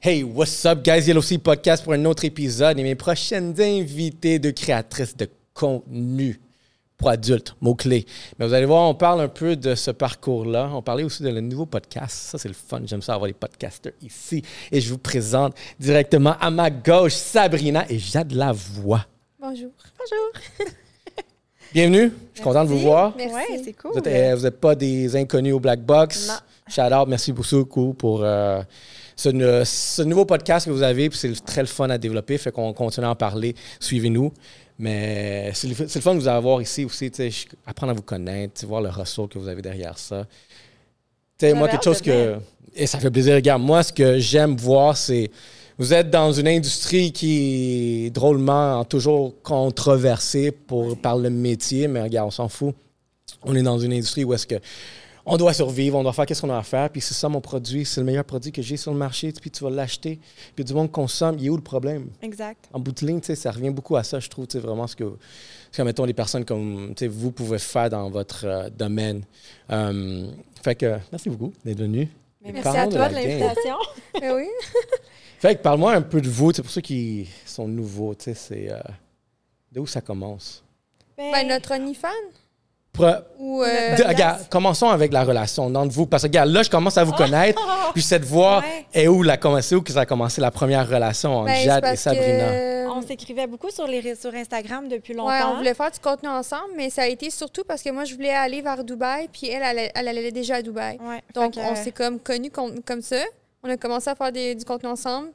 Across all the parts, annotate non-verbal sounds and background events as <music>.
Hey, what's up, guys? Yellow Sea Podcast pour un autre épisode et mes prochaines invitées de créatrices de contenu pour adultes, mots-clés. Mais vous allez voir, on parle un peu de ce parcours-là. On parlait aussi de le nouveau podcast. Ça, c'est le fun. J'aime ça avoir les podcasters ici. Et je vous présente directement à ma gauche Sabrina et Jade Lavoie. Bonjour. <laughs> Bonjour. Bienvenue. Je suis content de vous voir. Merci. Ouais, c'est cool. Vous euh, n'êtes pas des inconnus au Black Box. Non. Shout out, merci beaucoup pour euh, ce, nu- ce nouveau podcast que vous avez. Puis c'est très le fun à développer. Fait qu'on continue à en parler. Suivez-nous. Mais c'est le, c'est le fun de vous avoir ici aussi. tu sais, je- Apprendre à vous connaître, tu sais, voir le ressort que vous avez derrière ça. Tu sais, J'avais moi, quelque hâte chose de que. venir. Et ça fait plaisir. Regarde, moi, ce que j'aime voir, c'est. Vous êtes dans une industrie qui est drôlement toujours controversée pour, par le métier, mais regarde, on s'en fout. On est dans une industrie où est-ce que on doit survivre, on doit faire qu'est-ce qu'on a à faire, puis c'est ça mon produit, c'est le meilleur produit que j'ai sur le marché, puis tu vas l'acheter, puis du monde consomme, il est où le problème? Exact. En bout de ligne, tu sais, ça revient beaucoup à ça, je trouve, tu sais, vraiment ce que, ce que, mettons, les personnes comme, tu sais, vous pouvez faire dans votre euh, domaine. Euh, fait que, merci beaucoup d'être venu. Mais Et merci parlons à toi de la game. l'invitation. Mais Ben oui. Fait que parle-moi un peu de vous, tu sais, pour ceux qui sont nouveaux, tu sais, c'est, euh, de où ça commence? <laughs> Ben, notre OnlyFans Pre- ou. euh, De- regarde, commençons avec la relation entre vous. Parce que, regarde, là, je commence à vous <laughs> connaître. Puis cette voix Ouais. est où la commencé, où que ça a commencé la première relation entre ben, c'est Jade et parce Sabrina. que- On s'écrivait beaucoup sur, les, ré- sur Instagram depuis longtemps. Ah! Ouais, on voulait faire du contenu ensemble, mais ça a été surtout parce que moi, je voulais aller vers Dubaï, puis elle, elle, elle allait déjà à Dubaï. Ouais, Donc, fait que- on s'est comme connus com- comme ça. On a commencé à faire des- du contenu ensemble,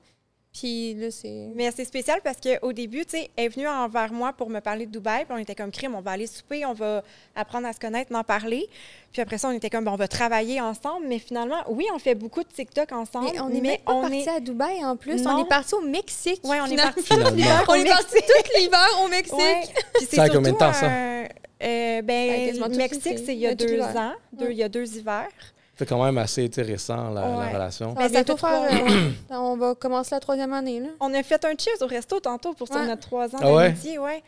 puis là, c'est. Mais c'est spécial parce qu'au début, tu sais, elle est venue envers moi pour me parler de Dubaï. Puis on était comme crime, on va aller souper, on va apprendre à se connaître, en parler. Puis après ça, on était comme, ben, on va travailler ensemble. Mais finalement, oui, on fait beaucoup de TikTok ensemble. Mais on est même pas parti à Dubaï en plus. On Non. est parti au Mexique. Ouais, on est finalement. parti Finalement. On est parti tout l'hiver au Mexique. <laughs> Ouais. Puis c'est Ça a combien de surtout temps, ça? un- euh, Ça a ben, quasiment tout Mexique, été- c'est il y a tout deux l'hiver. ans, deux- il y a deux hivers. C'est quand même assez tu sais, récent, la, la Ouais. relation. On va Mais ça bientôt fait faire. euh, on va commencer la troisième année, là. On a fait un cheers au resto tantôt pour sur Ouais. notre trois ans Ah ouais? d'amitié, ouais. Nice,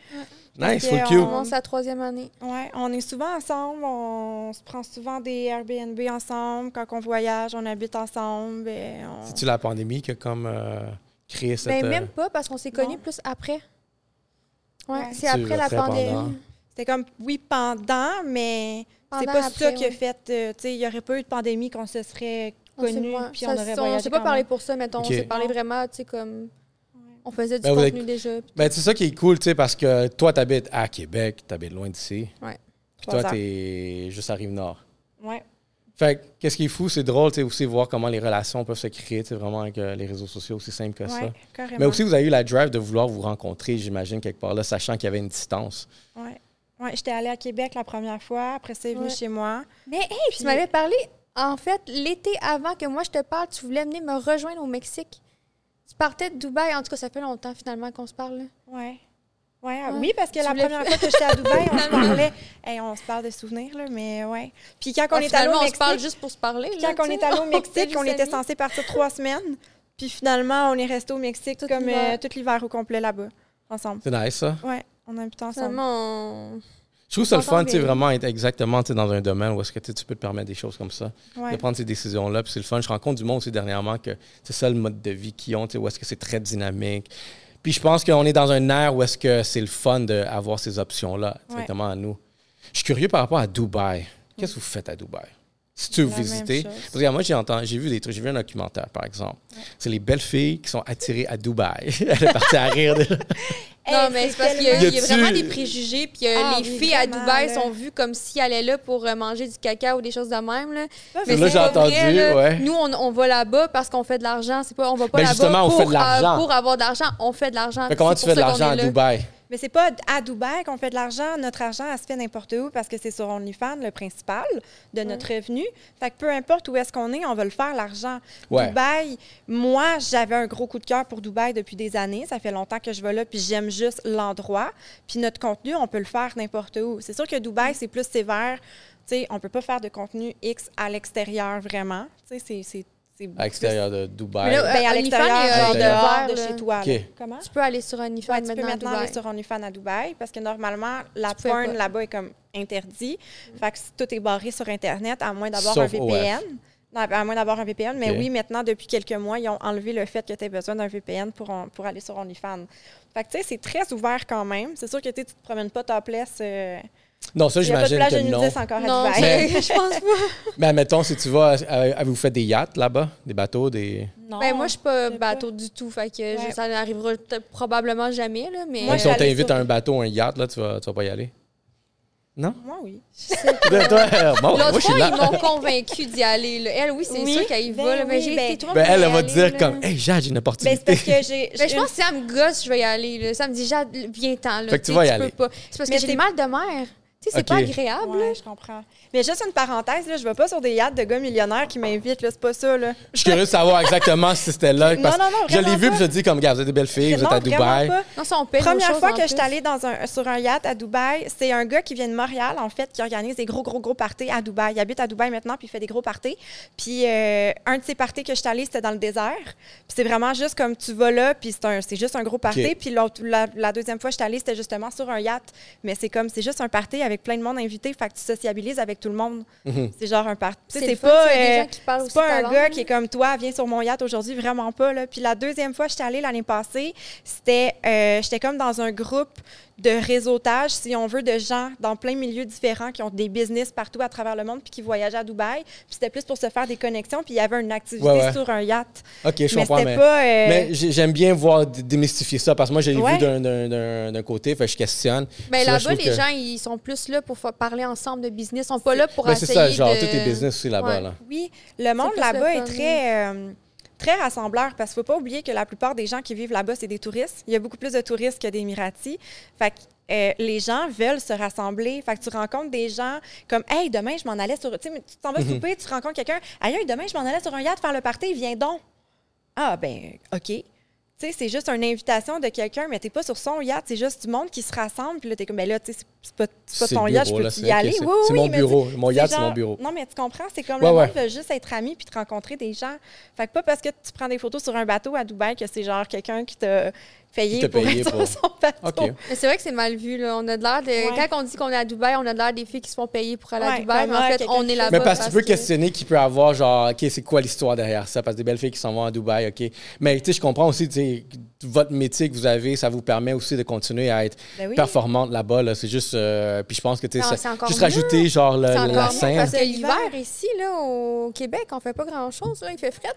Parce full que cute. On commence la troisième année. Ouais, on est souvent ensemble, on se prend souvent des Airbnb ensemble, quand on voyage, on habite ensemble. ben, on- C'est-tu la pandémie qui a comme euh, créé cette... Mais Ben, euh, Ben, même pas, parce qu'on s'est connus plus après. Ouais, Ouais. c'est Tu l'as après la fait pendant. pandémie. C'était comme, oui, pendant, mais c'est Pendant, pas ça après, qui a ouais. fait, euh, tu sais, il n'y aurait pas eu de pandémie qu'on se serait On s'est connus, moins- puis ça, on aurait ça, On voyagé s'est pas quand parlé même. pour ça, mettons. Ok. On s'est parlé vraiment, tu sais, comme. On faisait du Ben, vous contenu êtes- déjà. puis- Ben, c'est ça qui est cool, tu sais, parce que toi, t'habites à Québec, t'habites loin d'ici. Ouais. Puis Trois toi, heures. t'es juste à Rive-Nord. Ouais. Fait que, qu'est-ce qui est fou, c'est drôle, tu sais, aussi voir comment les relations peuvent se créer, tu sais, vraiment avec euh, les réseaux sociaux, aussi simple que ça. Ouais, carrément. Mais aussi, vous avez eu la drive de vouloir vous rencontrer, j'imagine, quelque part là, sachant qu'il y avait une distance. Ouais. Ouais, j'étais allée à Québec la première fois, après ça, il est venu Ouais. chez moi. Mais hey, puis tu m'avais parlé, en fait, l'été avant que moi je te parle, tu voulais venir me rejoindre au Mexique. Tu partais de Dubaï. En tout cas, ça fait longtemps finalement qu'on se parle. là. Ouais. Ouais, ah, Ouais. oui, parce que Tu la voulais- première fois que j'étais à Dubaï, <laughs> on se parlait. Hey, on se parle de souvenirs, là, mais ouais. Puis quand on Ouais, est allé Ah, Ben, finalement, au on se parle Mexique, juste pour se parler. là, quand tu on sais. <laughs> est allé au Mexique, juste on était amis. censé partir <laughs> trois semaines. Puis finalement, on est resté au Mexique Tout comme l'hiver. euh, tout l'hiver au complet là-bas, ensemble. C'est nice, ça. Ouais, on a habité ensemble. Finalement, on- Je trouve ça le J'entends fun, tu sais, bien. vraiment être exactement tu sais, dans un domaine où est-ce que tu sais, tu peux te permettre des choses comme ça, de Ouais. prendre ces décisions-là. Puis c'est le fun. Je rencontre du monde aussi dernièrement que c'est ça le mode de vie qu'ils ont, tu sais, où est-ce que c'est très dynamique. Puis je pense qu'on est dans un air où est-ce que c'est le fun d'avoir ces options-là Ouais. directement à nous. Je suis curieux par rapport à Dubaï. Qu'est-ce que vous faites à Dubaï? Si tu veux La même visiter. chose. Parce que moi, j'ai entendu, j'ai vu des trucs, j'ai vu un documentaire, par exemple. C'est les belles filles qui sont attirées à Dubaï. <laughs> Elle est partie à rire. <laughs> déjà. non, Hey, mais c'est c'est parce qu'il y a, tellement- il y a Y a-tu- vraiment des préjugés. Puis euh, Ah les oui, filles à vraiment, Dubaï là. sont vues comme si elles allaient là pour euh, manger du caca ou des choses de même. Là. Mais là, c'est j'ai pas entendu, vrai, là. ouais. Nous, on, on va là-bas parce qu'on fait de l'argent. C'est pas, on va pas Ben, là-bas justement, on pour, fait de l'argent. euh, pour avoir de l'argent. On fait de l'argent. Mais comment C'est tu pour fais de ça qu'on l'argent à est là. Dubaï? Mais c'est pas à Dubaï qu'on fait de l'argent. Notre argent, elle se fait n'importe où parce que c'est sur OnlyFans, le principal de notre revenu. Fait que peu importe où est-ce qu'on est, on va le faire, l'argent. Ouais. Dubaï, moi, j'avais un gros coup de cœur pour Dubaï depuis des années. Ça fait longtemps que je vais là, puis j'aime juste l'endroit. Puis notre contenu, on peut le faire n'importe où. C'est sûr que Mm. Dubaï, c'est plus sévère. Tu sais, on peut pas faire de contenu X à l'extérieur, vraiment. Tu sais, c'est- c'est... c'est À l'extérieur de Dubaï. Mais là, plus- Ben, à OnlyFans l'extérieur, est, euh, genre dehors de ouvert, chez là. toi. là. OK. Comment? Tu peux aller sur OnlyFans Ouais, tu maintenant, peux maintenant à Dubaï. aller sur OnlyFans à Dubaï parce que normalement, la Tu pouvais porn pas. Mm. là-bas est comme interdit. Fait que si tout est barré sur Internet, à moins d'avoir un Sauf VPN. Non, à moins d'avoir un VPN. Mais Ok. oui, maintenant, depuis quelques mois, ils ont enlevé le fait que tu aies besoin d'un VPN pour, on- pour aller sur OnlyFans. Fait que, tu sais, c'est très ouvert quand même. C'est sûr que tu sais, tu te promènes pas topless. Euh, Non, ça, il y a pas de j'imagine plage de que non. nudistes encore Non, à Dubaï. <laughs> Mais- <laughs> je pense pas. Mais Ben, admettons, si tu vas, à- à- à vous faites des yachts là-bas, des bateaux, des. Non. Ben, moi, je suis pas sais bateau du tout. Fait que je- Ouais. ça n'arrivera peut- probablement jamais, là, mais... euh, Moi, Donc, si on j'allais t'invite sur- à un bateau ou un yacht, là, tu vas, tu vas pas y aller. Moi, oui. <laughs> Toi, toi, euh, bon, moi, je L'autre suis fois, là. ils m'ont convaincu d'y aller. là. Elle, oui, c'est Oui, sûr qu'elle y ben va. là, mais oui, j'ai ben- été trop Ben, elle, elle y va aller, te dire là. comme, hey, Jade, j'ai une Ben, c'est parce opportunité. que j'ai. Ben, je pense que si elle me gosse, je vais y aller. là. Ça me dit, Jade, viens-t'en. là. Fait que tu sais, vas y aller. peux pas. C'est parce Mais que j'ai t'es- du mal de mer. Tu sais, c'est pas Ok. agréable. Ouais, je comprends. Mais juste une parenthèse, là, je ne vais pas sur des yachts de gars millionnaires qui m'invitent. là, C'est pas ça. Là. <laughs> Je suis curieux de savoir exactement si c'était là. Non, Parce non, non, que je l'ai vraiment vu, pas. puis je dis, comme, gars, vous êtes des belles filles, vous Non, êtes à vraiment Dubaï. pas. Non, ça, on paye nos Première choses fois en que je suis plus. allée dans un, sur un yacht à Dubaï, c'est un gars qui vient de Montréal, en fait, qui organise des gros, gros, gros parties à Dubaï. Il habite à Dubaï maintenant, puis il fait des gros parties. Puis euh, un de ces parties que je suis allée, c'était dans le désert. Puis c'est vraiment juste comme tu vas là, puis c'est un- c'est juste un gros party. OK. Puis l'autre- la, la deuxième fois que je suis allée, c'était justement sur un yacht. Mais c'est comme, c'est juste un party avec plein de monde invité, fait que tu sociabilises avec tout le monde. Mhm. C'est genre un party. Tu sais, le c'est fun, pas... s'il y a des euh, gens qui parlent c'est aussi pas ta un langue, gars là. qui est comme toi, viens sur mon yacht aujourd'hui, vraiment pas. Là. Puis la deuxième fois, j'étais allée l'année passée, c'était, euh, j'étais comme dans un groupe de réseautage, si on veut, de gens dans plein de milieux différents qui ont des business partout à travers le monde puis qui voyageaient à Dubaï. Puis c'était plus pour se faire des connexions, puis il y avait une activité Ouais, ouais. sur un yacht. Ok, je mais comprends, c'était mais. pas... euh, Mais j'ai- j'aime bien voir d- démystifier ça parce que moi, j'ai Ouais. vu d'un- d'un- d'un d'un côté, fait que je questionne. Mais Ça, je Ben, là-bas, trouve les que- gens, ils sont plus là pour fa- parler ensemble de business. Ils sont pas là pour Ben, c'est essayer ça, genre, de- tout est business aussi là-bas. Ouais. Là. Oui, le monde plus le là-bas est fun, très, euh, très rassembleur parce qu'il ne faut pas oublier que la plupart des gens qui vivent là-bas, c'est des touristes. Il y a beaucoup plus de touristes que d'Émiratis. Fait que, euh, les gens veulent se rassembler. Fait que tu rencontres des gens comme Hey, demain, je m'en allais sur. Tu sais, mais tu t'en vas Mhm. souper, tu rencontres quelqu'un. Aïe, aïe, demain, je m'en allais sur un yacht faire le party, viens donc. Ah, ben, OK. Tu sais, c'est juste une invitation de quelqu'un, mais t'es pas sur son yacht, c'est juste du monde qui se rassemble. Puis là, t'es comme, ben là, tu sais, c'est- c'est pas, c'est pas C'est ton le yacht, je bureau, là, peux c'est- y ok, aller. c'est- Oui, c'est oui, mon mais bureau. Mon yacht, c'est genre- mon bureau. Non, mais tu comprends, c'est comme Ouais, le ouais. monde veut juste être ami puis te rencontrer des gens. Fait que pas parce que tu prends des photos sur un bateau à Dubaï que c'est genre quelqu'un qui t'a payé, Qui t'a pour payé être pour- sur son bateau. OK. Mais c'est vrai que c'est mal vu. Là. On a de l'air de... Ouais. Quand on dit qu'on est à Dubaï, on a de l'air des filles qui se font payer pour aller Ouais, à Dubaï. Mais en comme, fait, ah, on quelqu'un est qui- là-bas. Mais parce que tu peux parce que- questionner qu'il peut avoir, genre, OK, c'est quoi l'histoire derrière ça? Parce que des belles filles qui s'en vont à Dubaï, OK. Mais tu sais, je comprends aussi, tu sais, votre métier que vous avez, ça vous permet aussi de continuer à être Ben oui. performante là-bas. Là. C'est juste. euh, puis je pense que tu Non, sais, c'est ça- encore juste mieux. rajouter, genre, le- C'est encore Euh, la mieux parce scène. que l'hiver ici, là, au Québec, on fait pas grand-chose. là. Il fait fret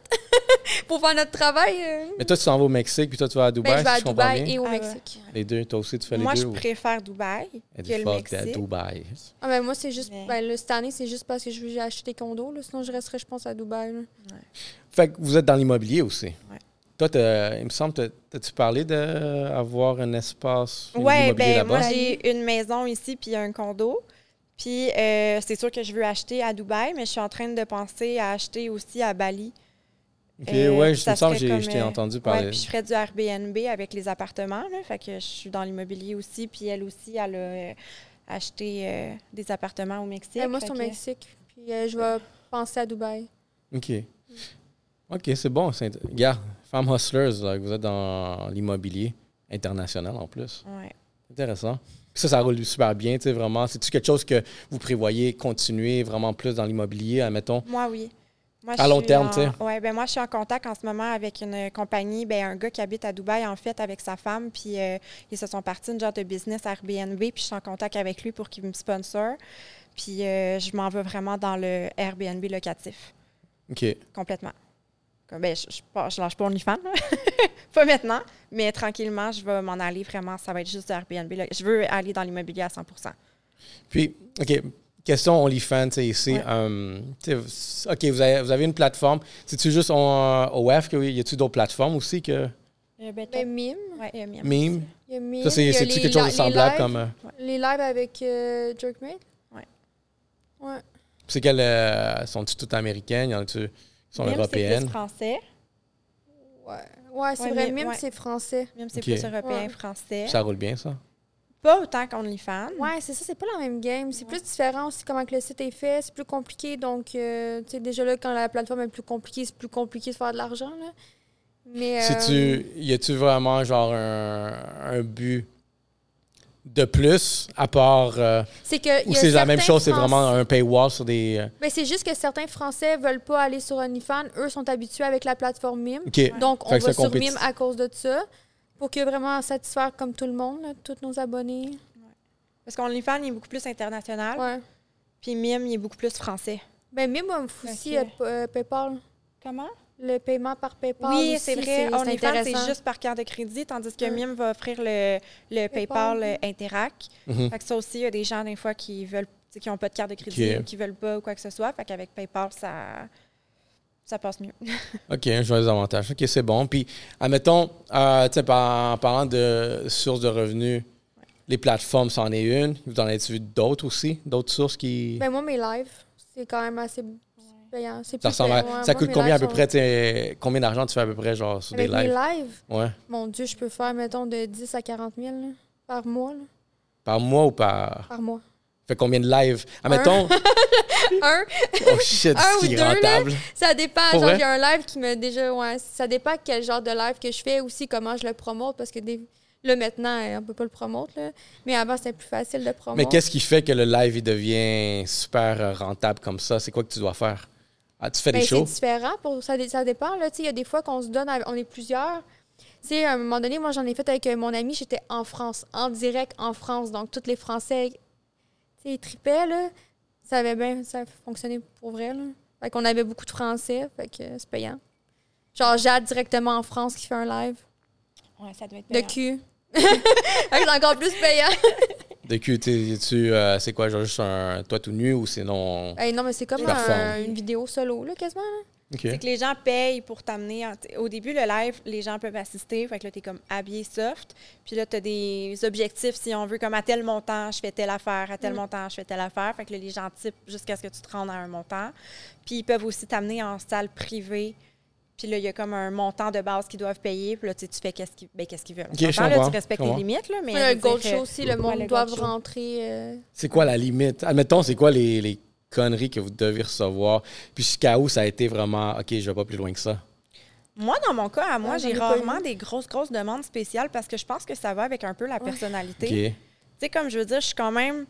<laughs> pour faire notre travail. euh. Mais toi, tu s'en vas au Mexique, puis toi, tu vas à Ben, Dubaï, je vais si à je comprends Dubaï bien. et au Ah ouais. Mexique. Les deux, toi aussi, tu fais les Moi, deux. je ou- préfère Dubaï Elle dit, que le fuck, t'es à Mexique. Dubaï. Ah, ben, moi, c'est juste. Mais- Ben, là, cette année, c'est juste parce que je veux acheter des condos. là. Sinon, je resterais, je pense, à Dubaï. là. Fait que vous êtes dans l'immobilier aussi. Ouais. Toi, t'as- il me semble, t'as- t'as-tu parlé d'avoir un espace Ouais, immobilier ben là-bas? moi j'ai une maison ici puis un condo. Puis euh, c'est sûr que je veux acheter à Dubaï, mais je suis en train de penser à acheter aussi à Bali. Ok, euh, ouais, puis je ça me semble que serait j'ai- comme, je t'ai euh, entendu Ouais, parler. puis je ferais du Airbnb avec les appartements. Là, fait que je suis dans l'immobilier aussi, puis elle aussi, elle a euh, acheté euh, des appartements au Mexique. Ben, moi, Fait c'est au que- Mexique. Puis euh, je vais penser à Dubaï. OK. OK, c'est bon. c'est int- Regarde, Femme Hustlers, là, que vous êtes dans l'immobilier international en plus. Ouais. Intéressant. Puis Ça, ça roule super bien, tu sais, vraiment. C'est-tu quelque chose que vous prévoyez continuer vraiment plus dans l'immobilier, admettons? Moi, oui. Moi, À long terme, tu sais. Oui, ben moi, je suis en contact en ce moment avec une compagnie, ben, un gars qui habite à Dubaï, en fait, avec sa femme, puis euh, ils se sont partis une genre de business Airbnb, puis je suis en contact avec lui pour qu'il me sponsor. Puis euh, je m'en vais vraiment dans le Airbnb locatif, OK. complètement. Comme, ben, je, je, pas- je lâche pas OnlyFans, là. <laughs> pas maintenant, mais tranquillement, je vais m'en aller vraiment. Ça va être juste du Airbnb. là. Je veux aller dans l'immobilier à 100 Puis, OK, question OnlyFans, tu sais, ici. Ouais. euh, tu sais, OK, vous avez, vous avez une plateforme. C'est-tu juste en, euh, OF? que- Y a-tu d'autres plateformes aussi que euh, ben, toi- Ben, mime. ouais, euh, Miam. Mime? Il y a mime. Ça, il y c'est- a c'est-tu les quelque chose de li- les semblable lives- comme... euh, Les lives avec euh, Jerkmate. Ouais. Ouais. c'est quelles... euh, sont-tu toutes américaines? Y en a-tu qui sont Miam, c'est plus européennes? français. Ouais, ouais c'est Ouais, vrai. mais- Mime, ouais. c'est français. Même c'est Ok. plus européen, Ouais. français. Ça roule bien, ça? Pas autant qu'OnlyFans. Ouais, c'est ça, c'est pas la même game. C'est plus différent aussi comment que le site est fait. C'est plus compliqué. Donc, euh, tu sais, déjà là, quand la plateforme est plus compliquée, c'est plus compliqué de faire de l'argent. Là. Mais. Si euh, tu, y a-tu vraiment genre un, un but de plus, à part. euh, C'est que. il ou y a c'est la même certains chose, c'est Français- vraiment un paywall sur des. euh, Ben, c'est juste que certains Français veulent pas aller sur OnlyFans. Eux sont habitués avec la plateforme Mime. OK. Donc, on Fait que va c'est sur compétitif. Mime à cause de ça. Pour que vraiment satisfaire comme tout le monde, là, tous nos abonnés. Parce qu'OnlyFans, il est beaucoup plus international. Ouais. Puis Mime, il est beaucoup plus français. Ben, Mime on fait aussi Ok. euh, euh, PayPal. Comment? Le paiement par PayPal. Oui, aussi, c'est vrai. OnlyFans, c'est intéressant. juste par carte de crédit, tandis que Ouais. Mime va offrir le, le PayPal euh, Interac. Mhm. Fait que ça aussi, il y a des gens, des fois, qui veulent tu sais, qui n'ont pas de carte de crédit Ok. ou qui veulent pas ou quoi que ce soit. Fait qu'avec PayPal, ça, ça passe mieux. OK, je vois les avantages. OK, c'est bon. Puis, admettons, euh, tu sais, par- en parlant de sources de revenus, les plateformes, c'en est une. Vous en avez vu d'autres aussi? D'autres sources qui. Ben, moi, mes lives, c'est quand même assez payant. C'est ça plus ressemble à- payant, ouais. Ça Moi, coûte mes combien à lives peu sont- près? tu sais, Combien d'argent tu fais à peu près, genre, sur Avec des lives? mes lives, Ouais. mon Dieu, je peux faire, mettons, de 10 à 40 000 là, par mois. là. Par mois ou par. par mois. <laughs> Fait combien de lives? Admettons. un, <laughs> oh shit, Un ce qui ou est deux, là. rentable. ça dépend. Pour Genre, vrai? il y a un live qui me déjà. Ouais, ça dépend quel genre de live que je fais aussi, comment je le promote, parce que des, là, maintenant, euh, on peut pas le promouvoir. là. Mais avant, c'était plus facile de promouvoir. Mais qu'est-ce qui fait que le live, il devient super euh, rentable comme ça? C'est quoi que tu dois faire? Ah, tu fais Ben, des c'est shows? différent. Pour, ça, dé- ça dépend. là. Tu sais, Il y a des fois qu'on se donne, à- on est plusieurs. Tu sais, à un moment donné, moi, j'en ai fait avec euh, mon ami. J'étais en France, en direct en France. Donc, tous les Français, tu sais, ils tripaient. Là. Ça avait bien ça fonctionné pour vrai. Là. Fait qu'on avait beaucoup de Français. Fait que euh, c'est payant. Genre, Jade directement en France qui fait un live Ouais, ça doit être de cul. <laughs> Fait que c'est encore plus payant. De cul, tu, tu, euh, c'est quoi? Genre juste un toi tout nu ou sinon. Hey, non, mais c'est comme Tu performes. un- une vidéo solo, là, quasiment. là. OK. C'est que les gens payent pour t'amener. en- t'sais, Au début, le live, les gens peuvent assister. Fait que là, t'es comme habillé soft. Puis là, t'as des objectifs, si on veut, comme à tel montant, je fais telle affaire, à tel Mm. montant, je fais telle affaire. Fait que là, les gens typent jusqu'à ce que tu te rendes à un montant. Puis ils peuvent aussi t'amener en salle privée. Puis là, il y a comme un montant de base qu'ils doivent payer. Puis là, tu sais, tu fais qu'est-ce qu'ils ben, qu'est-ce qu'ils veulent. On Ok, je s'entend, là, comprends, tu respectes je les comprends. limites, là, mais... Ouais, je le veux gold dire, euh, show aussi, le Ouais, monde le doit gold show. rentrer. euh, C'est quoi la limite? Admettons, c'est quoi les, les conneries que vous devez recevoir? Puis jusqu'à où ça a été vraiment, OK, je vais pas plus loin que ça? Moi, dans mon cas, à moi, Ouais, j'en j'ai ai pas rarement eu. des grosses, grosses demandes spéciales parce que je pense que ça va avec un peu la personnalité. OK. Tu sais, comme je veux dire, je suis quand même.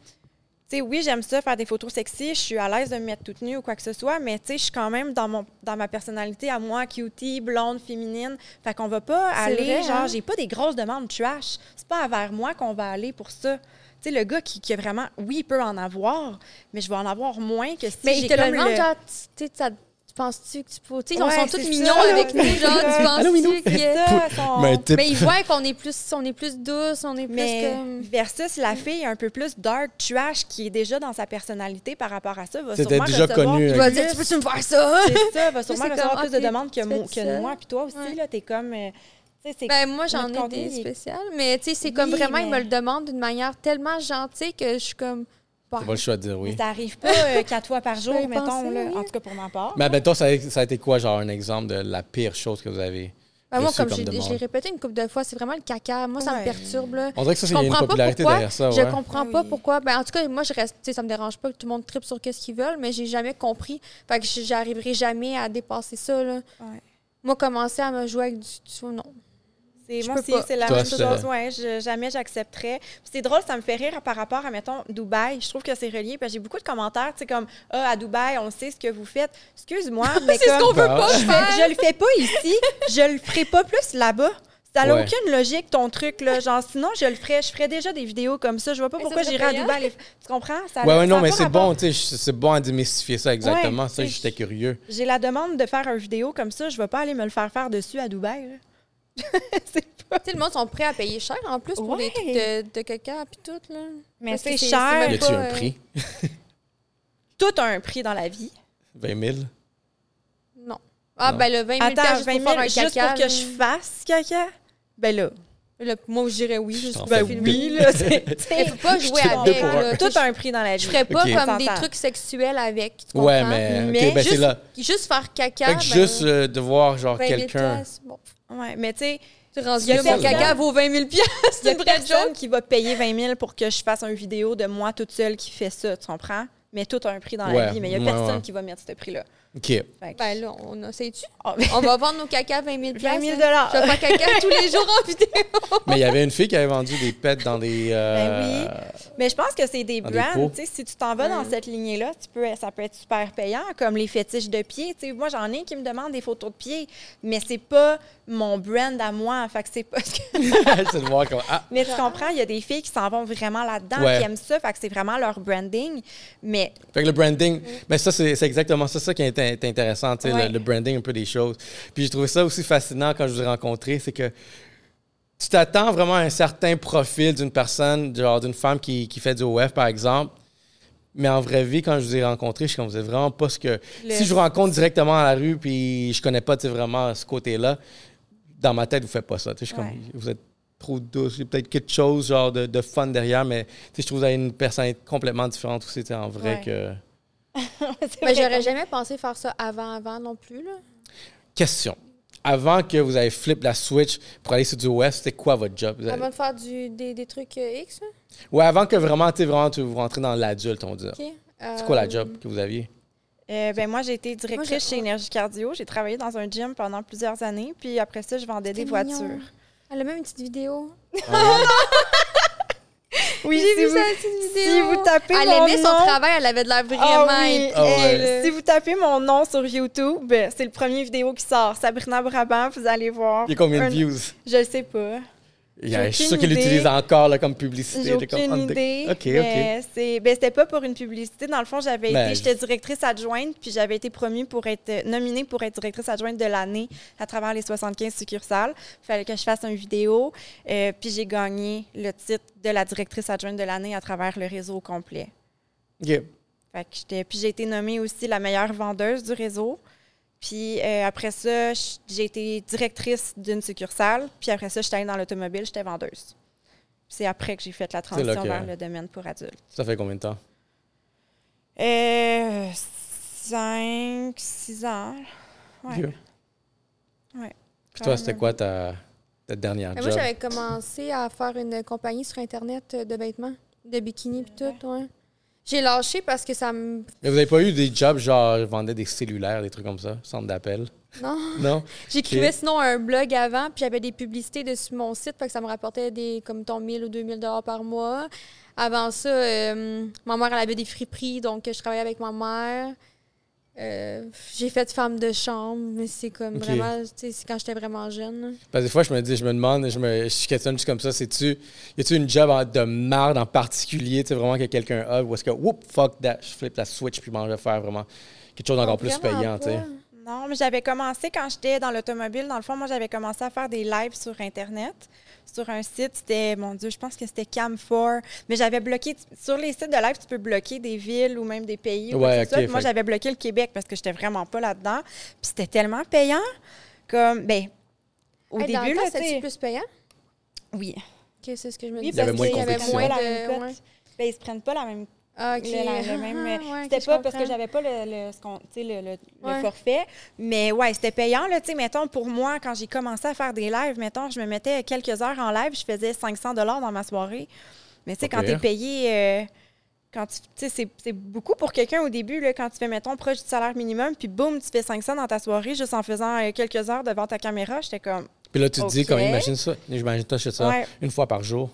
Tu sais, oui, j'aime ça, faire des photos sexy, je suis à l'aise de me mettre toute nue ou quoi que ce soit, mais tu sais, je suis quand même dans, mon, dans ma personnalité à moi, cutie, blonde, féminine. Fait qu'on va pas C'est aller, vrai, genre, hein? j'ai pas des grosses demandes trash. C'est pas vers moi qu'on va aller pour ça. Tu sais, le gars qui, qui a vraiment, oui, il peut en avoir, mais je vais en avoir moins que si Mais j'ai ils te le comme demandent, le- <laughs> genre, tu sais, ça- tu penses-tu que tu peux. Tu sais, Ouais, ils sont c'est tous mignons ça. avec nous, <laughs> genre, tu Allô, Minou? penses-tu que. Ça, son- <laughs> Mais un type- Mais ils voient qu'on est plus, on est plus douce, on est plus Mais comme. versus la fille un peu plus dark trash qui est déjà dans sa personnalité par rapport à ça, va C'était sûrement déjà recevoir connu, Tu euh, vas plus- dire, tu peux-tu me faire ça? C'est ça, va sûrement c'est recevoir comme, plus ah, de t'es- demandes que, tu mo- fais que ça. moi. Puis toi aussi, Ouais. là, t'es comme. euh, tu sais, <laughs> c'est- Ben, moi, j'en Notre ai contenu, des il est- spéciales. Mais tu sais, c'est comme Oui, vraiment, ils mais- me le demandent d'une manière tellement gentille que je suis comme. bah, T'as pas le choix de dire oui. Ça arrive pas <laughs> euh, quatre fois par jour, y mettons, penser, là. oui. en tout cas pour ma part. Mais admettons, ça a, ça a été quoi, genre, un exemple de la pire chose que vous avez? ben, moi, reçu comme, comme j'ai- je demande. l'ai répété une couple de fois, c'est vraiment le caca. Moi, ça Ouais. me perturbe, là. On dirait que ça, Je c'est il y a une comprends pas popularité pourquoi. derrière ça, Je ouais. comprends Ah pas oui. pourquoi. Ben, en tout cas, moi, je reste. tu sais, Ça me dérange pas que tout le monde tripe sur qu'est-ce qu'ils veulent, mais j'ai jamais compris. Fait que j- j'arriverai jamais à dépasser ça. Là. Ouais. Moi, commencer à me jouer avec du. du- non. C'est- Je Moi peux aussi, pas. c'est la Toi, même c'est- chose. Ouais, je- jamais j'accepterais. Puis C'est drôle, ça me fait rire par rapport à, mettons, Dubaï. Je trouve que c'est relié. parce que J'ai beaucoup de commentaires, tu sais, comme Ah, à Dubaï, on sait ce que vous faites. <laughs> Excuse-moi, mais C'est ce comme. qu'on veut Bah. pas je, fais- faire. je le fais pas ici, je le ferai pas plus là-bas. Ça n'a Ouais. aucune logique, ton truc, là. Genre, sinon, je le ferais. Je ferais déjà des vidéos comme ça. Je vois pas Mais ça pourquoi serait j'irais à payant. Dubaï. les- Tu comprends? Ça- Ouais, ouais, Ah, ça non, a mais pas c'est rapport. bon, tu sais, c'est bon à démystifier ça exactement. Ouais, ça, tu sais, j'étais je- curieux. J'ai la demande de faire une vidéo comme ça. Je vais pas aller me le faire faire dessus à Dubaï, là. Tu <laughs> sais, le monde sont prêts à payer cher en plus pour Ouais. des trucs de, de caca puis tout. Là. Mais Parce que c'est c'est- cher. c'est Y même a-tu pas, un euh, prix? Tout a un prix dans la vie. 20 000? Non. Ah, Non. ben le 20 000 Attends, juste 20 pour 000 faire un juste caca, pour que là. je fasse caca? Ben là, Le- moi, je dirais oui. Juste t'en pour fais ben filmer. oui, là. <laughs> c'est- Mais faut pas jouer te fais deux avec. pour là. un. Tu sais, Tout a un prix dans la vie. Je ferais pas Ok. comme des S'entend. trucs sexuels avec. tu Ouais, comprends? mais, ok, Mais ben, c'est juste, là. juste faire caca. Fait que ben, juste euh, de voir, genre, 20 000 quelqu'un. piastres, bon. Ouais, mais tu sais, Tu rends Y a que mon personne- caca vaut 20 000 piastres, Il y c'est a une vraie personne joke. qui va payer 20 000 pour que je fasse une vidéo de moi toute seule qui fait ça, tu comprends? Mais tout a un prix dans Ouais, la vie, mais il n'y a ouais, personne ouais. qui va mettre ce prix-là. OK. Fait que- Ben là, on <laughs> essaie-tu? Ah, On va vendre nos caca à 20 000 20 000 hein? Je vais faire caca tous les jours en vidéo. Mais il y avait une fille qui avait vendu des pets dans des. euh, <laughs> Mais je pense que c'est des Dans des brands. pots. tu sais, si tu t'en vas dans Mm. cette lignée-là, tu peux, ça peut être super payant, comme les fétiches de pieds. Tu sais, moi, j'en ai qui me demandent des photos de pieds, mais c'est pas mon brand à moi. Fait que c'est pas ce que- <laughs> <laughs> <laughs> c'est de voir comme. Ah, Mais tu comprends, il y a des filles qui s'en vont vraiment là-dedans, Ouais. qui aiment ça. Fait que c'est vraiment leur branding. <laughs> Mais Fait que le branding, mais ça, c'est c'est exactement ça, ça qui est int- intéressant, tu sais, Ouais. le, le branding un peu des choses. Puis j'ai trouvé ça aussi fascinant quand je vous ai rencontré, c'est que tu t'attends vraiment à un certain profil d'une personne, genre d'une femme qui, qui fait du OF, par exemple. Mais en vraie vie, quand je vous ai rencontré, je suis comme, vous êtes vraiment pas ce que... Le- Si je vous rencontre directement à la rue, puis je connais pas, tu sais, vraiment ce côté-là, dans ma tête, vous faites pas ça. Tu sais, je suis comme, Ouais. vous êtes trop douce, il y a peut-être quelque chose, genre, de, de fun derrière, mais tu sais, je trouve que vous avez une personne complètement différente aussi, tu sais, en vrai Ouais. que... <laughs> c'est Mais vrai j'aurais qu'on- jamais pensé faire ça avant, avant non plus, là. Question. Avant que vous avez flip la switch pour aller sur du West, c'était quoi votre job? Vous avez- Avant de faire du, des, des trucs euh, X, là. Ouais, avant que vraiment, tu sais, vraiment, tu vous rentrez dans l'adulte, on dit. OK. Ah. C'est quoi la Euh, job que vous <laughs> aviez? Euh, ben moi, j'ai été directrice Moi, oh. j'ai- chez Énergie Cardio. J'ai travaillé dans un gym pendant plusieurs années. Puis après ça, je vendais des C'était voitures. mignon. <laughs> Elle a même une petite vidéo. Oui, J'ai si vu vous- ça, la petite vidéo. si vous tapez Elle mon aimait son nom- travail, elle avait de l'air vraiment Ah oui, Ah ouais. hey, Si vous tapez mon nom sur YouTube, euh, c'est le premier vidéo qui sort. Sabrina Brabant, vous allez voir. Il y a combien Un- de views? Je le sais pas. Il y a- j'ai je suis sûr aucune qu'il idée. l'utilise encore là, comme publicité. J'ai là, comme aucune on the- idée. OK, OK. mais c'est- ben, c'était pas pour une publicité. Dans le fond, j'avais Ben, été, j'étais directrice adjointe, puis j'avais été promue pour être euh, nominée pour être directrice adjointe de l'année à travers les 75 succursales. Fallait que je fasse une vidéo, euh, puis j'ai gagné le titre de la directrice adjointe de l'année à travers le réseau au complet. OK. Fait que j'étais- puis j'ai été nommée aussi la meilleure vendeuse du réseau. Puis euh, après ça, j- j'ai été directrice d'une succursale. Puis après ça, j'étais allée dans l'automobile, j'étais vendeuse. Puis C'est après que j'ai fait la là transition que- vers le domaine pour adultes. Ça fait combien de temps? Euh, cinq, six ans. Ouais. OK. Ouais. Puis toi, c'était quoi ta, ta dernière Mais job? moi, j'avais commencé à faire une compagnie sur Internet euh, de vêtements, de bikinis puis tout, ouais. J'ai lâché parce que ça me... Mais vous n'avez pas eu des jobs genre, je vendais des cellulaires, des trucs comme ça, centre d'appel? <laughs> Non. Non? J'écrivais Ok. sinon un blog avant, puis j'avais des publicités de sur mon site, fait que ça me rapportait des comme ton 1000 ou 2000 dollars par mois. Avant ça, euh, ma mère elle avait des friperies, donc euh, je travaillais avec ma mère. Euh, j'ai fait femme de chambre, mais c'est comme Ok. vraiment, tu sais, c'est quand j'étais vraiment jeune. là. Parce que des fois, je me dis, je me demande, je me je questionne juste comme ça, c'est-tu, y a-tu une job en- de marde en particulier, tu sais, vraiment que quelqu'un a, ou est-ce que, whoop, fuck that, je flippe la switch, puis je vais faire vraiment quelque chose Ah, d'encore plus Vraiment payant, tu sais. pas. Non, mais j'avais commencé quand j'étais dans l'automobile. Dans le fond, moi, j'avais commencé à faire des lives sur Internet, sur un site. C'était, mon Dieu, je pense que c'était Cam4. Mais j'avais bloqué, sur les sites de live, tu peux bloquer des villes ou même des pays. ou quoi Ouais, que ce ok, soit. Puis Moi, fait- j'avais bloqué le Québec parce que j'étais vraiment pas là-dedans. Puis c'était tellement payant. Comme, ben, au Hey, dans le début, temps, là, tu c'était sais. plus payant. Oui. Ok, c'est ce que je me Oui, disais. Il y avait parce moins de que Il y avait compétition. moins la de- même ouais. cote. Ben, ils se prennent pas la même Ah, ok. le- la- le même, Ah, ouais, c'était ok, je pas parce que comprends. j'avais pas le, le, ce qu'on- tu sais, le, le- le Ouais. forfait, mais ouais, c'était payant. Là, Tu sais, mettons, pour moi, quand j'ai commencé à faire des lives, mettons, je me mettais quelques heures en live, je faisais 500 dans ma soirée. Mais tu sais, Pas quand tu es pire. payé, euh, quand tu tu sais, c'est- c'est beaucoup pour quelqu'un au début, là, quand tu fais, mettons, proche du salaire minimum, puis boum, tu fais 500 dans ta soirée juste en faisant euh, quelques heures devant ta caméra, j'étais comme, Puis là, tu te dis, Ok. comme, imagine ça, j'imagine toi, je fais ça Ouais. une fois par jour.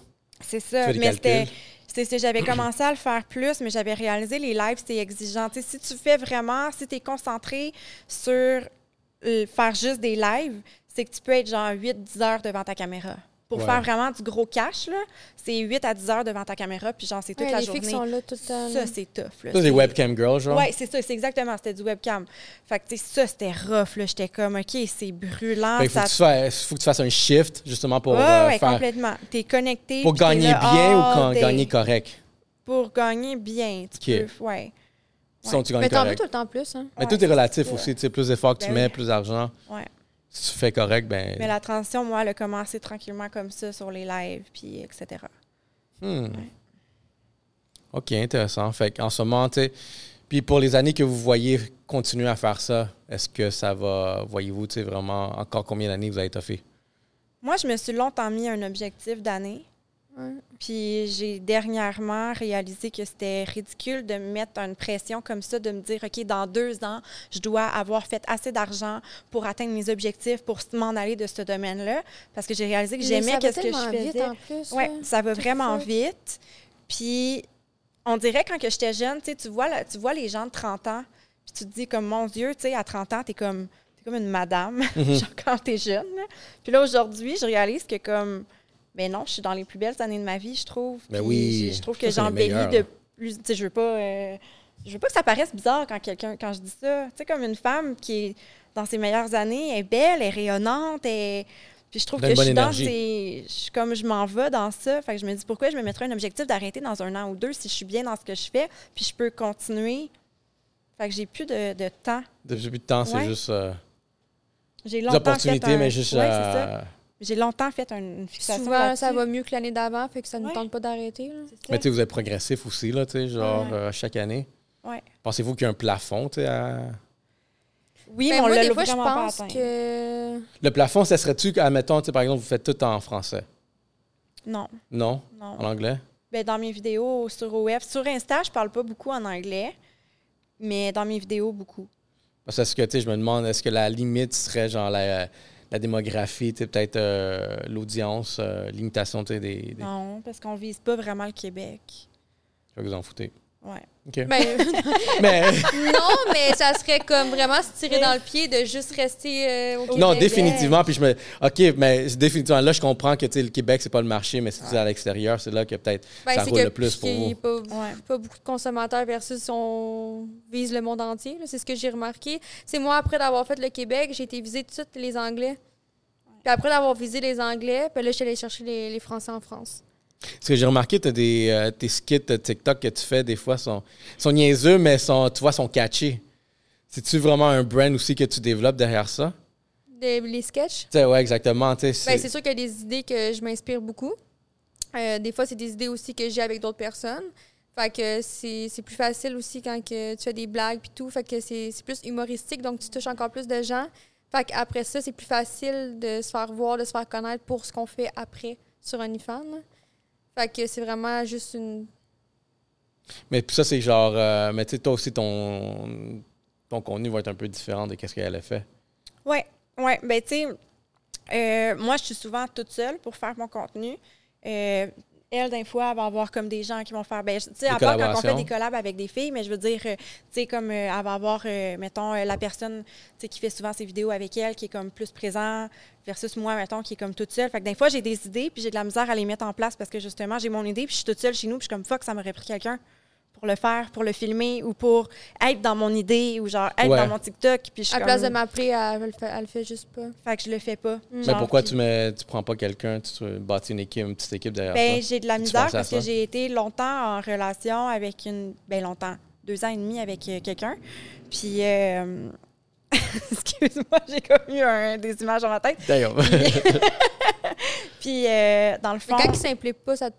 c'est Tu ça. fais des Mais c'était. calculs. c'est ça, j'avais commencé à le faire plus, mais j'avais réalisé les lives, c'est exigeant. Tu sais, si tu fais vraiment, si tu es concentré sur euh, faire juste des lives, c'est que tu peux être genre 8-10 heures devant ta caméra. Pour Ouais. faire vraiment du gros cash, là, c'est 8 à 10 heures devant ta caméra, puis genre, c'est toute Ouais, la les journée. filles qui sont là tout le temps. là. ça, c'est tough. Ça, c'est là. des C'est- webcam girls, genre. Ouais, c'est ça, c'est exactement, c'était du webcam. Fait que, tu sais, ça, c'était rough, là. J'étais comme, OK, c'est brûlant. Fait que Ben, faut, ça... que tu fasses, faut que tu fasses un shift, justement, pour, Ouais, euh, ouais, faire, complètement. T'es connecté. pour puis t'es gagner là bien ou all quand day. gagner correct. Pour gagner bien, tu Ok. peux, ouais. Sinon, tu Mais gagnes t'en veux correct. tout le temps plus, hein? Mais Ouais, tout est relatif ça. aussi, tu sais, plus d'efforts que tu Ben mets, oui. plus d'argent. Ouais. Si tu fais correct, ben. Mais la transition, moi, elle a commencé tranquillement comme ça sur les lives, puis etc. Hmm. OK, intéressant. Fait qu'en ce moment, tu sais, puis pour les années que vous voyez continuer à faire ça, est-ce que ça va, voyez-vous, tu sais, vraiment, encore combien d'années vous allez toffer? Moi, je me suis longtemps mis un objectif d'année. Ouais. Puis j'ai dernièrement réalisé que c'était ridicule de me mettre une pression comme ça, de me dire, OK, dans deux ans, je dois avoir fait assez d'argent pour atteindre mes objectifs, pour m'en aller de ce domaine-là, parce que j'ai réalisé que Mais j'aimais ça va qu'est-ce que je tellement vite, faisais. en plus, Oui, là. ça va tout vraiment ça. vite. Puis, on dirait quand que j'étais jeune, tu sais, tu vois, la- tu vois les gens de 30 ans, puis tu te dis comme, mon Dieu, tu sais, à 30 ans, t'es comme, t'es comme une madame, <laughs> Mhm. genre quand t'es jeune. là. Puis là, aujourd'hui, je réalise que comme, ben non, je suis dans les plus belles années de ma vie, je trouve. Ben Puis oui, Je, je trouve ça, que c'est les j'embellis meilleurs. de plus, tu sais, je veux pas... euh, je veux pas que ça paraisse bizarre quand quelqu'un quand je dis ça. Tu sais, comme une femme qui est dans ses meilleures années, elle est belle, elle est rayonnante, elle... Puis je trouve Donne que je bonne suis dans énergie. ces... je- comme je m'en vais dans ça, fait que je me dis pourquoi je me mettrais un objectif d'arrêter dans un an ou deux si je suis bien dans ce que je fais, puis je peux continuer. Fait que j'ai plus de, de temps. Depuis plus de temps, c'est Ouais. juste euh, J'ai des longtemps fait opportunités, un... mais juste. Ouais, c'est euh, ça. J'ai longtemps fait un- une fixation Souvent, ça là-dessus. va mieux que l'année d'avant, fait que ça ne Ouais. tente pas d'arrêter. là. C'est ça. Mais tu sais, vous êtes progressif aussi, là, tu sais, genre Ouais. euh, chaque année. Ouais. Pensez-vous qu'il y a un plafond, tu sais, à- Oui, Ben, mais on moi, l'a des fois, je vraiment pas pense atteint. que. Le plafond, ça serait-tu, que, admettons, tu sais, par exemple, vous faites tout en français? Non, Non? non. En anglais? Ben, dans mes vidéos sur OF, sur Insta, je parle pas beaucoup en anglais, mais dans mes vidéos, beaucoup. Parce que, ce que, tu sais, je me demande, est-ce que la limite serait, genre, la, la démographie, tu sais, peut-être euh, l'audience, euh, l'imitation, tu sais, des... des... Non, parce qu'on vise pas vraiment le Québec. Je vais vous en foutez. Ouais. OK. Ben, <laughs> <laughs> Mais... <laughs> non, mais ça serait comme vraiment se tirer dans le pied de juste rester euh, au Québec. Non, définitivement. Puis je me. OK, mais c'est définitivement. Là, je comprends que tu sais, le Québec, c'est pas le marché, mais si tu es à l'extérieur, c'est là que peut-être Ben, ça c'est roule que- le plus pour qu'il y ait Pas, Ouais. pas beaucoup de consommateurs versus on vise le monde entier. là. C'est ce que j'ai remarqué. C'est moi, après d'avoir fait le Québec, j'ai été viser tout de suite les Anglais. Puis après d'avoir visé les Anglais, puis là, je suis allée chercher les, les Français en France. Parce que j'ai remarqué, tu as des, euh, tes skits de TikTok que tu fais, des fois, sont, sont niaiseux, mais sont, tu vois, sont catchés. C'est-tu vraiment un brand aussi que tu développes derrière ça? Des- les sketchs. Tu sais, ouais, exactement. tu sais, c'est- Ben, c'est sûr qu'il y a des idées que je m'inspire beaucoup. Euh, des fois, c'est des idées aussi que j'ai avec d'autres personnes. Fait que c'est c'est plus facile aussi quand que tu as des blagues puis tout. Fait que c'est c'est plus humoristique, donc tu touches encore plus de gens. Fait qu'après ça, c'est plus facile de se faire voir, de se faire connaître pour ce qu'on fait après sur OnlyFans. Fait que c'est vraiment juste une... Mais puis ça, c'est genre. euh, mais tu sais, toi aussi, ton, ton contenu va être un peu différent de quest ce qu'elle a fait. Ouais, ouais. Ben, tu sais, euh, moi, je suis souvent toute seule pour faire mon contenu. Euh, elle, d'un fois, elle va avoir comme des gens qui vont faire, ben, tu sais, à part quand on fait collaborations. des collabs avec des filles, mais je veux dire, euh, tu sais, comme euh, elle va avoir, euh, mettons, euh, la personne, tu sais, qui fait souvent ses vidéos avec elle, qui est comme plus présent, versus moi, mettons, qui est comme toute seule. Fait que des fois, j'ai des idées, puis j'ai de la misère à les mettre en place parce que justement, j'ai mon idée, puis je suis toute seule chez nous, puis je suis comme, fuck, ça m'aurait pris quelqu'un pour le faire, pour le filmer, ou pour être dans mon idée, ou genre être Ouais. dans mon TikTok, puis je suis À place de comme- m'appeler, elle, le fait- elle le fait juste pas. fait que je le fais pas. Mais Mm. Genre, pourquoi puis- tu ne tu prends pas quelqu'un, tu euh, bâtis une équipe, une petite équipe derrière Ben, ça? j'ai de la Tu misère pensais à parce que ça? j'ai été longtemps en relation avec une. Ben, longtemps. Deux ans et demi avec euh, quelqu'un. Puis. euh, <laughs> Excuse-moi, j'ai comme eu un- des images dans ma tête. D'ailleurs. Puis, euh, dans Mais le fond. quand il s'implique pas, ça...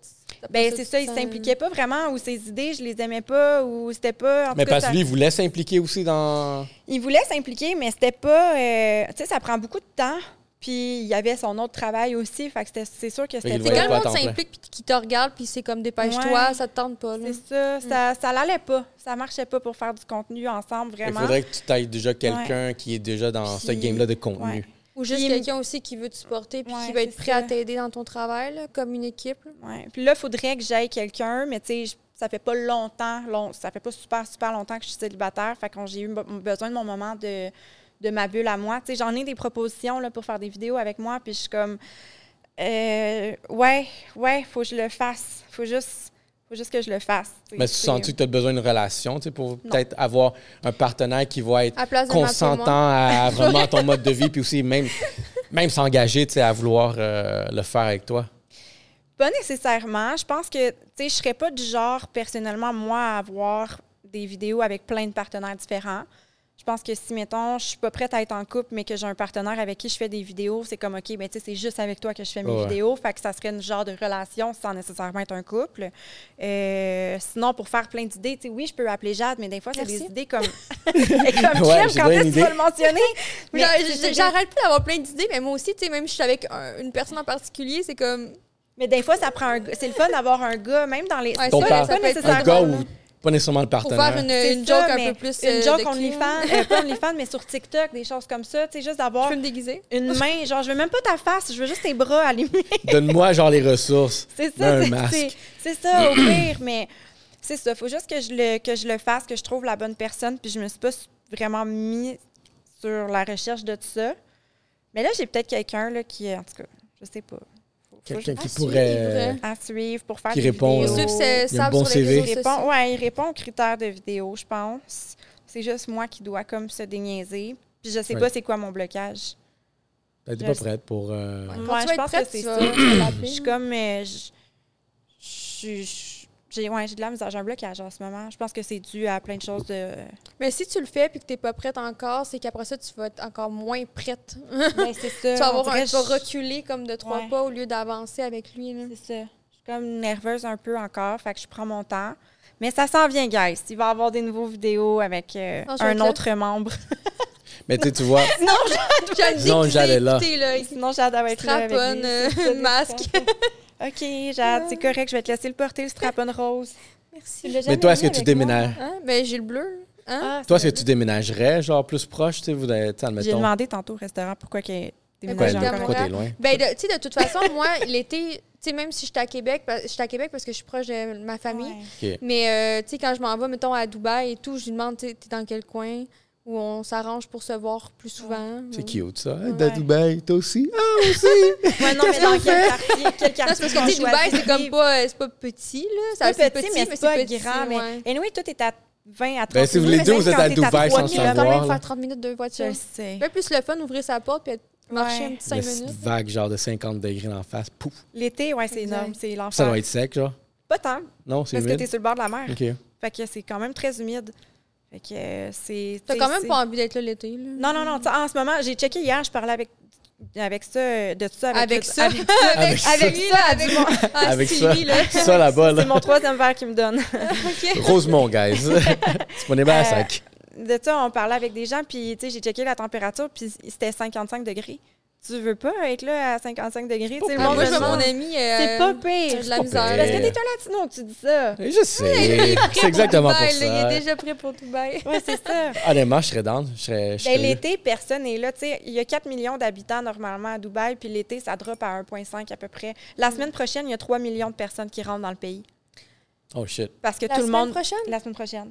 Ben, c'est ça, il s'impliquait pas vraiment, ou ses idées, je les aimais pas, ou c'était pas. En tout Mais cas, parce ça- que lui, il voulait s'impliquer aussi dans. Il voulait s'impliquer, mais c'était pas. euh, tu sais, ça prend beaucoup de temps. Puis, il y avait son autre travail aussi. Fait que c'était- c'est sûr que c'était. qu'il C'est voyait quand pas le à temps monde plein. s'implique puis qu'il te regarde puis c'est comme dépêche-toi, Ouais. ça te tente pas. là. C'est Mm. ça, ça, ça l'allait pas. Ça marchait pas pour faire du contenu ensemble, Il vraiment. faudrait que tu tailles déjà quelqu'un qui est déjà dans ce Puis- game-là de contenu. ouais. Ou juste Puis- quelqu'un aussi qui veut te supporter puis Ouais, qui va être c'est prêt à ça. t'aider dans ton travail, là, comme une équipe. là. Ouais. Puis là, il faudrait que j'aille quelqu'un, mais tu sais, je- ça fait pas longtemps, long- ça fait pas super, super longtemps que je suis célibataire. Fait que j'ai eu be- besoin de mon moment de, de ma bulle à moi. Tu sais, j'en ai des propositions là, pour faire des vidéos avec moi, puis je suis comme, euh, ouais, ouais, faut que je le fasse. Faut juste, faut juste que je le fasse. sais, Mais tu c'est- euh, sens-tu que tu as besoin d'une relation tu sais, pour peut-être avoir un partenaire qui va être À place de consentant m'appeler <laughs> à vraiment ton mode de vie, puis aussi même, même s'engager tu sais, à vouloir euh, le faire avec toi? Pas nécessairement. Je pense que, tu sais, je serais pas du genre, personnellement, moi, à avoir des vidéos avec plein de partenaires différents. Je pense que si, mettons, je suis pas prête à être en couple, mais que j'ai un partenaire avec qui je fais des vidéos, c'est comme, OK, ben, tu sais, c'est juste avec toi que je fais mes Ouais. vidéos. Fait que ça serait une genre de relation sans nécessairement être un couple. Euh, sinon, pour faire plein d'idées, tu sais, oui, je peux appeler Jade, mais des fois, c'est Merci. des <laughs> idées comme. Et comme Ouais, crème, j'ai bien quand est-ce que une tu vas idée. le mentionner? <laughs> Mais Genre, c'est- j- J'arrête plus d'avoir plein d'idées, mais moi aussi, tu sais, même si je suis avec un- une personne en particulier, c'est comme Mais des fois, ça prend un... c'est le fun d'avoir un gars, même dans les. Ouais, ça, Ton là, père, c'est pas un nécessairement. gars ou pas nécessairement le Pour faire partenaire. une, C'est une ça, joke mais un peu plus. Une euh, joke de OnlyFans, cul. euh, pas OnlyFans, mais sur TikTok, des choses comme ça. Tu sais, Je juste d'avoir peux me déguiser. <laughs> une main. Genre, je veux même pas ta face, je veux juste tes bras à la limite. Donne-moi genre les ressources. <laughs> C'est Mets un ça, c'est- masque. c'est- c'est ça, <clears throat> au pire, mais c'est ça. faut juste que je, le, que je le fasse, que je trouve la bonne personne, puis je me suis pas s- vraiment mis sur la recherche de tout ça. Mais là, j'ai peut-être quelqu'un là, qui, en tout cas, je sais pas. Faut- faut Quelqu'un juste- qui à pourrait. suivre. à suivre pour faire qui des répond, Et euh, vidéos. suivre Il ce y a un Sab bon sur les CV. réseaux Il sociaux. répond, ouais, il répond aux critères de vidéo, je pense. C'est juste moi qui dois comme se déniaiser. Puis je sais Ouais. pas c'est quoi mon blocage. T'es Je pas sais. prête pour. euh, Ouais. Quand tu vas je être pense prête, que c'est tu vas ça. Je l'appeler. suis comme euh, je- je- je- j'ai ouais, j'ai de la misère, j'ai un blocage en ce moment. Je pense que c'est dû à plein de choses de <laughs> Mais si tu le fais puis que t'es pas prête encore, c'est qu'après ça, tu vas être encore moins prête. Ben, c'est ça. tu vas, on avoir un, dirait tu vas que je- reculer comme de trois Ouais. pas au lieu d'avancer avec lui. là. C'est ça. Je suis comme nerveuse un peu encore, fait que je prends mon temps. Mais ça s'en vient, guys. Il va y avoir des nouveaux vidéos avec euh, Non, je vais un être là. autre <laughs> membre. Mais tu sais, tu <laughs> vois, non, J'aime Non, déguisé, j'allais là. écoutez, là, il- Sinon, Jade elle va être là avec Strap-on, lui. euh, C'est ça, des <laughs> masque. strap-ons. OK, Jade, c'est correct. Je vais te laisser le porter, le strap-on rose. Ah. Merci. mais toi, est-ce que tu déménages? Hein? Ben, j'ai le bleu. Hein? Ah. Toi, est-ce que tu déménagerais, genre plus proche, tu sais, vous êtes, J'ai admettons. demandé tantôt au restaurant pourquoi qu'elle Ouais, déménageait J'ai mais demandé encore. pourquoi à t'es loin? Ben, de- tu sais, de toute façon, moi, <laughs> l'été, tu sais, même si j'étais à Québec, pa- j'étais à Québec parce que je suis proche de ma famille. Ouais. Mais, euh, tu sais, quand je m'en vais, mettons, à Dubaï et tout, je lui demande, tu sais, t'es dans quel coin? Où on s'arrange pour se voir plus souvent. C'est Ou- cute, ça. Hey, Ouais. De Dubaï, toi aussi? Ah, moi aussi! Ouais, non, mais dans quel quartier, quel Non, c'est quartier parce que, tu sais, qu'on Dubaï, choisit? c'est comme pas, euh, c'est pas petit, là. Ça, C'est petit, mais c'est pas grand. ouais. Mais anyway, toi, t'es à 20 à 30 Ben, si vous minutes, les deux, mais vous êtes quand à t'es Dubaï trois sans Il faut kilomètres, quand savoir, même là. faire 30 minutes de voiture. Je sais. C'est plus le fun d'ouvrir sa porte puis être- marcher Ouais. un petit 5 Une petite minutes. vague, genre de 50 degrés en face. Pouf! L'été, ouais, c'est Exact. énorme. C'est Ça l'enfer. doit être sec, genre. Pas tant, Non, c'est parce que t'es humide. sur le bord de la mer. OK. <laughs> Fait que c'est quand même très humide. Fait que euh, c'est... T'as t'sais, quand même c'est- pas envie d'être là l'été. là. Non, non, non. tu sais, En ce moment, j'ai checké hier, je parlais avec, avec ça, euh, de ça. Avec, Avec le- ça. avec- Avec ça. Avec ça, avec moi. Ah, Avec Sylvie, là. <laughs> Ça, là-bas, c'est là. mon troisième verre qui me donne. Rosemont, <laughs> guys. <laughs> Disponible à Euh, sac. De ça, on parlait avec des gens, puis tu sais, j'ai checké la température, puis c'était 55 degrés. Tu veux pas être là à 55 degrés? tu sais, le Ah, monde moi, me je vois mon demande, ami. euh, C'est pas j'ai pire. de la pas misère. pire. Parce que t'es un latino que tu dis ça. Je <laughs> sais. C'est exactement pour Dubaï, là, ça. il est déjà prêt pour Dubaï. Oui, c'est ça. Honnêtement, je serais down. Je serais. je <laughs> Ben, serais là. l'été, personne n'est là. Tu sais, il y a 4 millions d'habitants normalement à Dubaï, puis l'été, ça drop à 1,5 à peu près. La semaine prochaine, il y a 3 millions de personnes qui rentrent dans le pays. Oh shit. Parce que La tout le semaine monde. prochaine? La semaine prochaine.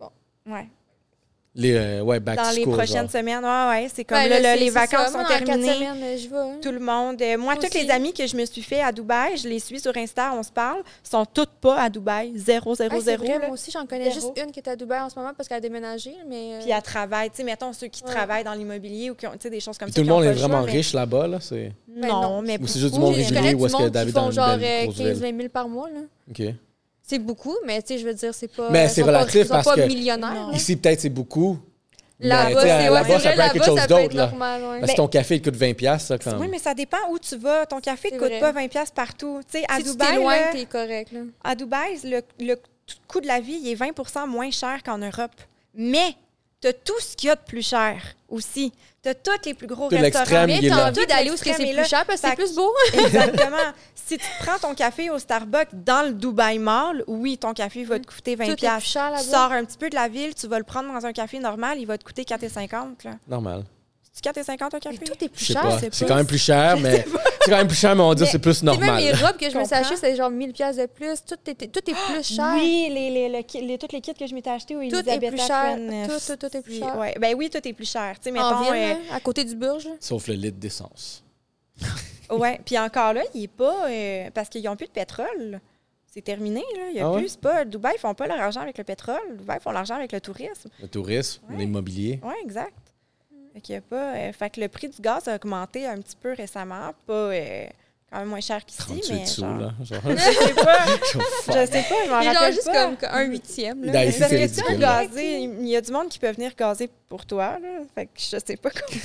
Bon. Ouais. Les, euh, ouais, back Dans to les school, prochaines genre. semaines. Ouais, ouais. C'est comme Ben, là, là, c'est- les c'est ça. vacances Moi, sont dans quatre terminées. semaines, euh, je vais. hein. Tout le monde. euh, moi, Aussi. toutes les amies que je me suis fait à Dubaï, je les suis sur Insta, on se parle, sont toutes pas à Dubaï. Zéro, zéro, Ah, c'est zéro. vrai, là. moi aussi, j'en connais Zéro. juste une qui est à Dubaï en ce moment parce qu'elle a déménagé, mais... euh, Puis à travail, tu sais, mettons ceux qui Ouais. travaillent dans l'immobilier ou qui ont tu sais, des choses comme Puis ça. tout le qui ont monde pas est le choix, vraiment mais- riche là-bas, là. C'est. Ben non. Non, mais Ou c'est juste du beaucoup, monde je euh, régulier connais ou du est-ce que monde qui David font dans genre une euh, belle grosse 15 ville? 000 par mois, là. OK. C'est beaucoup, mais tu sais, je veux dire, c'est pas. Mais euh, c'est ils sont pas- relatif ils sont parce pas que- millionnaires. là. Ici, peut-être, c'est beaucoup. mais, tu Là-bas, sais, c'est ouais, là-bas, c'est ça vrai, peut être quelque là-bas, chose ça peut être d'autre, là. normal, ouais. Parce que ton café, il coûte 20$, piastres, ça, quand Ben, Oui, même. mais ça dépend où tu vas. Ton café C'est ne coûte vrai. pas 20 pièces partout. Tu sais, à Si tu Dubail, là, t'éloignes, t'es correct. là. à Dubaï, le, le coût de la vie il est 20 moins cher qu'en Europe. Mais tu as tout ce qu'il y a de plus cher aussi. Tu as tous les plus gros Tout restaurants. l'extrême, <laughs> Mais il est t'as là. envie Tout d'aller où ce que l'extrême c'est est là. plus cher parce que c'est Fait que- plus beau. <laughs> Exactement. si tu prends ton café au Starbucks dans le Dubaï Mall, oui, ton café va te coûter 20 Tout est plus pièces. cher Tu là-bas. sors un petit peu de la ville, tu vas le prendre dans un café normal, il va te coûter 4,50 là. Normal. C'est 4,50 un Mais café Tout est plus Je sais cher, pas. c'est C'est pas- quand même plus <laughs> cher, mais. C'est quand même plus cher, mais on dit Mais c'est plus Tu sais, Même normal. les robes que je me suis Comprends. Ah, achetées, c'est genre 1000 pièces de plus. Tout est, tout est plus cher. Oui, les, les, le ki- les- toutes les kits que je m'étais acheté au Tout est Elisabetta plus cher. Friend, Tout, tout, tout est plus si- cher. euh, ouais. Ben oui, tout est plus cher. Tu sais, mettons, en ville, euh, là, à côté du Burge. Sauf le litre d'essence. <laughs> ouais. Puis encore là, il est pas... euh, parce qu'ils n'ont plus de pétrole. C'est terminé, là. Il y a Ah ouais? plus, c'est pas... Dubaï, ils font pas leur argent avec le pétrole. Dubaï, ils font l'argent avec le tourisme. Le tourisme, Ouais. l'immobilier. Oui, exact. Mm. Fait, qu'il y a pas, euh, fait que le prix du gaz a augmenté un petit peu récemment. Pas euh, quand même moins cher qu'ici, 38 mais sous, genre... là. Genre, <laughs> Je sais pas. Je fuck. sais pas, je m'en Il est genre rappelle juste pas. comme un huitième. là. Dans- Mais ici, parce c'est que si on ridicule. gazait, il y a du monde qui peut venir gazer pour toi. Là. Fait que je sais <laughs> pas combien.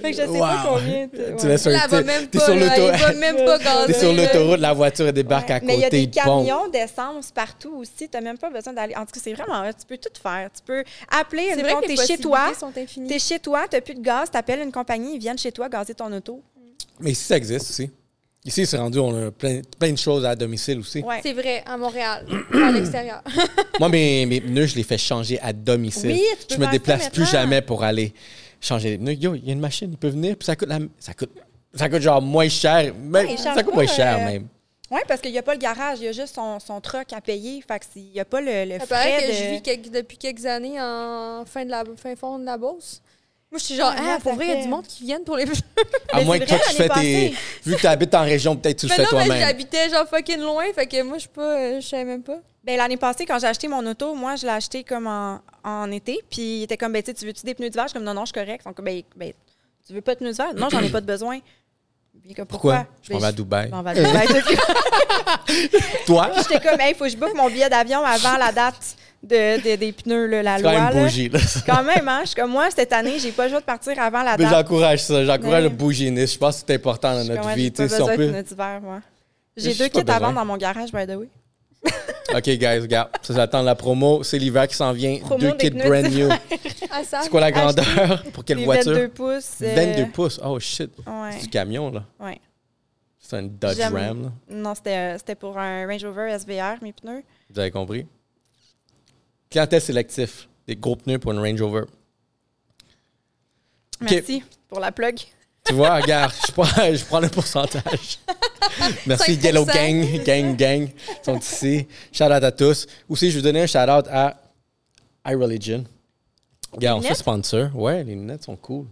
fait que je sais pas Wow. combien. Tu t'es- ouais. laisses Là, un elle va tip. même T'es pas. sur là, l'auto- Il va même <laughs> pas gazer. T'es sur là. l'autoroute, la voiture elle débarque euh, Ouais. à Mais il y a côté des du pont. camions d'essence partout aussi. T'as même pas besoin d'aller. En tout cas, c'est vraiment. Tu peux tout faire. Tu peux appeler C'est une vrai que les compagnie. T'es chez toi. possibilités sont infinies. T'es chez toi, t'as plus de gaz, t'appelles une compagnie, ils viennent chez toi gazer ton auto. Mais ici, ça existe aussi. Ici, c'est rendu, on a plein, plein de choses à domicile aussi. Ouais. C'est vrai, à <clears throat> Montréal, à l'extérieur. Moi, mes, mes pneus, je les fais changer à domicile. Oui, tu je peux me faire ça déplace plus maintenant. jamais pour aller changer les pneus. Yo, il y a une machine, il peut venir, puis ça coûte, la- ça coûte, ça coûte genre moins cher. mais- Ouais, il ça charge coûte moins pas, cher, euh, même. Oui, parce qu'il n'y a pas le garage, il y a juste son, son truck à payer. Fait que s'il n'y a pas le, le Ça frais paraît que je de- vis quelques- depuis quelques années en fin, de la, fin fond de la Beauce. Moi, je suis genre, Ah, ah, regarde, pour ça vrai, il y a fait- du monde qui viennent pour les. <laughs> À Mais moins c'est que toi, vrai, tu fais l'année tes. Vu que tu habites en région, peut-être tu le Mais fais non, mais toi-même. j'habitais genre fucking loin, fait que moi, je suis pas. euh, Je savais même pas. Ben, l'année passée, quand j'ai acheté mon auto, moi, je l'ai acheté comme en, en été. Puis il était comme, ben, tu sais, tu veux-tu des pneus d'hiver? Je suis comme, non, non, je suis correct. Donc, ben, ben, tu veux pas de pneus d'hiver? Non, j'en ai pas de besoin. Puis il est comme, Pourquoi? Je Ben, m'en vais à Dubaï. je m'en vais <laughs> à Dubaï. Ben, Puis Toi, J'étais comme, hey, faut que je book mon billet d'avion avant la date de, de- des pneus, là, la c'est loi. quand même là. bougie. là. Quand même, hein? Je suis comme, moi, cette année, j'ai pas le choix de partir avant la Mais date. j'encourage ça. J'encourage Ouais. le bouginisme. Je pense que c'est important dans Je suis comme, notre ouais, vie. J'ai tu pas sais, Si on besoin de peut. pneus d'hiver, moi. Mais J'ai je deux suis pas kits à besoin. vendre dans mon garage, by the way. OK, guys, regarde. Ça, j'attends la promo. C'est l'hiver qui s'en vient. Promo Deux des kits pneus brand <laughs> new. Ah, ça. <laughs> C'est quoi la Acheter grandeur? Pour quelle Des voiture? 22 pouces. euh, 22 pouces. Oh shit. Ouais. C'est du camion, là. Ouais. C'est un Dodge J'aime. Ram, là. Non, c'était euh, c'était pour un Range Rover SVR, mes pneus. Vous avez compris? Clientèle sélectif. Des gros pneus pour une Range Rover. Ok. Merci pour la plug. Tu <laughs> vois, regarde, je prends, je prends le pourcentage. Merci 5%, Yellow Gang, Gang Gang, ils sont ici. Shout out à tous. Aussi, je vais donner un shout out à iReligion. Regarde, on se fait lunettes? sponsor. Ouais, les lunettes sont cool.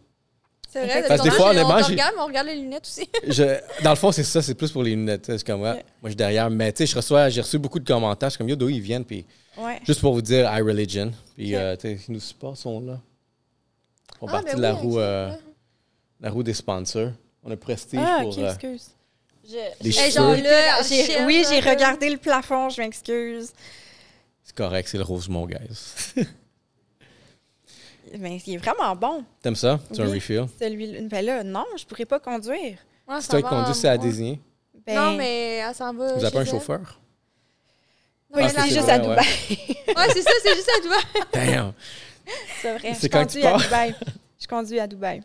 C'est vrai, Parce que des depuis fois, on, honnêtement, on j'ai- regarde, mais on regarde les lunettes aussi. <laughs> Je- dans le fond, c'est ça, c'est plus pour les lunettes. C'est comme, ouais, moi, je suis derrière. Mais tu sais, je reçois, j'ai reçu beaucoup de commentaires. Je suis comme, yo, d'où ils viennent? Puis Ouais. Juste pour vous dire, iReligion. Puis, Ok. euh, tu sais, nous supports sont là. On Ah, partie ben de la, oui, roue, ok, euh, ouais. la roue des sponsors. On a Prestige Ah, pour ok, Eh, euh, excuse. Je- les j'ai- Hey, cheveux. genre, là, j'ai- Rachel, oui, j'ai là, regardé le plafond, je m'excuse. C'est correct, c'est le Rosemont, guys. Mais il est vraiment bon, T'aimes ça? C'est un Oui. refill. celui-là. Ben là, non, je pourrais pas conduire. Ouais, on C'est s'en toi va qui conduis, en- c'est à ouais. désigner. Ben, Non, mais elle s'en Vous va. avez chez pas un elle. chauffeur? Non, Oui, mais Ah, elle c'est c'est en- juste vrai, à Dubaï, Ouais, c'est ça, c'est juste à toi. <laughs> Damn! c'est vrai. C'est Je quand tu conduis à pars. <laughs> Dubaï. Je conduis à Dubaï.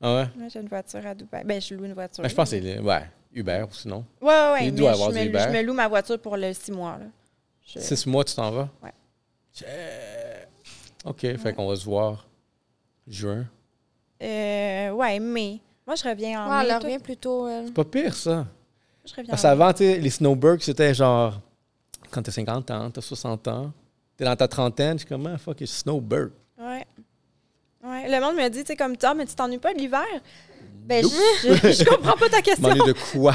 Ah ouais? Moi, j'ai une voiture à Dubaï. Ben, je loue une voiture. Ben, je pense que c'est le- ouais, Uber ou sinon. Ouais, ouais, ouais, Il mais doit je avoir me- du Uber. Je me loue ma voiture pour le six mois, là. Je- Six mois, tu t'en vas? Ouais. Yeah. OK, fait qu'on va se voir juin. Euh, ouais, mais moi, je reviens en Ouais, mai. elle tout. revient plus tôt. elle. Pas pire, ça. Je reviens Parce en mai. qu'avant, tu sais, les snowbirds, c'était genre quand t'as 50 ans, t'as 60 ans, t'es dans ta trentaine, je suis comme, ah, fuck, je suis snowbird. Ouais. Ouais. Le monde me dit, tu sais, comme Tom, mais tu t'ennuies pas de l'hiver? Ben, Nope. je, je- <laughs> je comprends pas ta M'en question. est de quoi?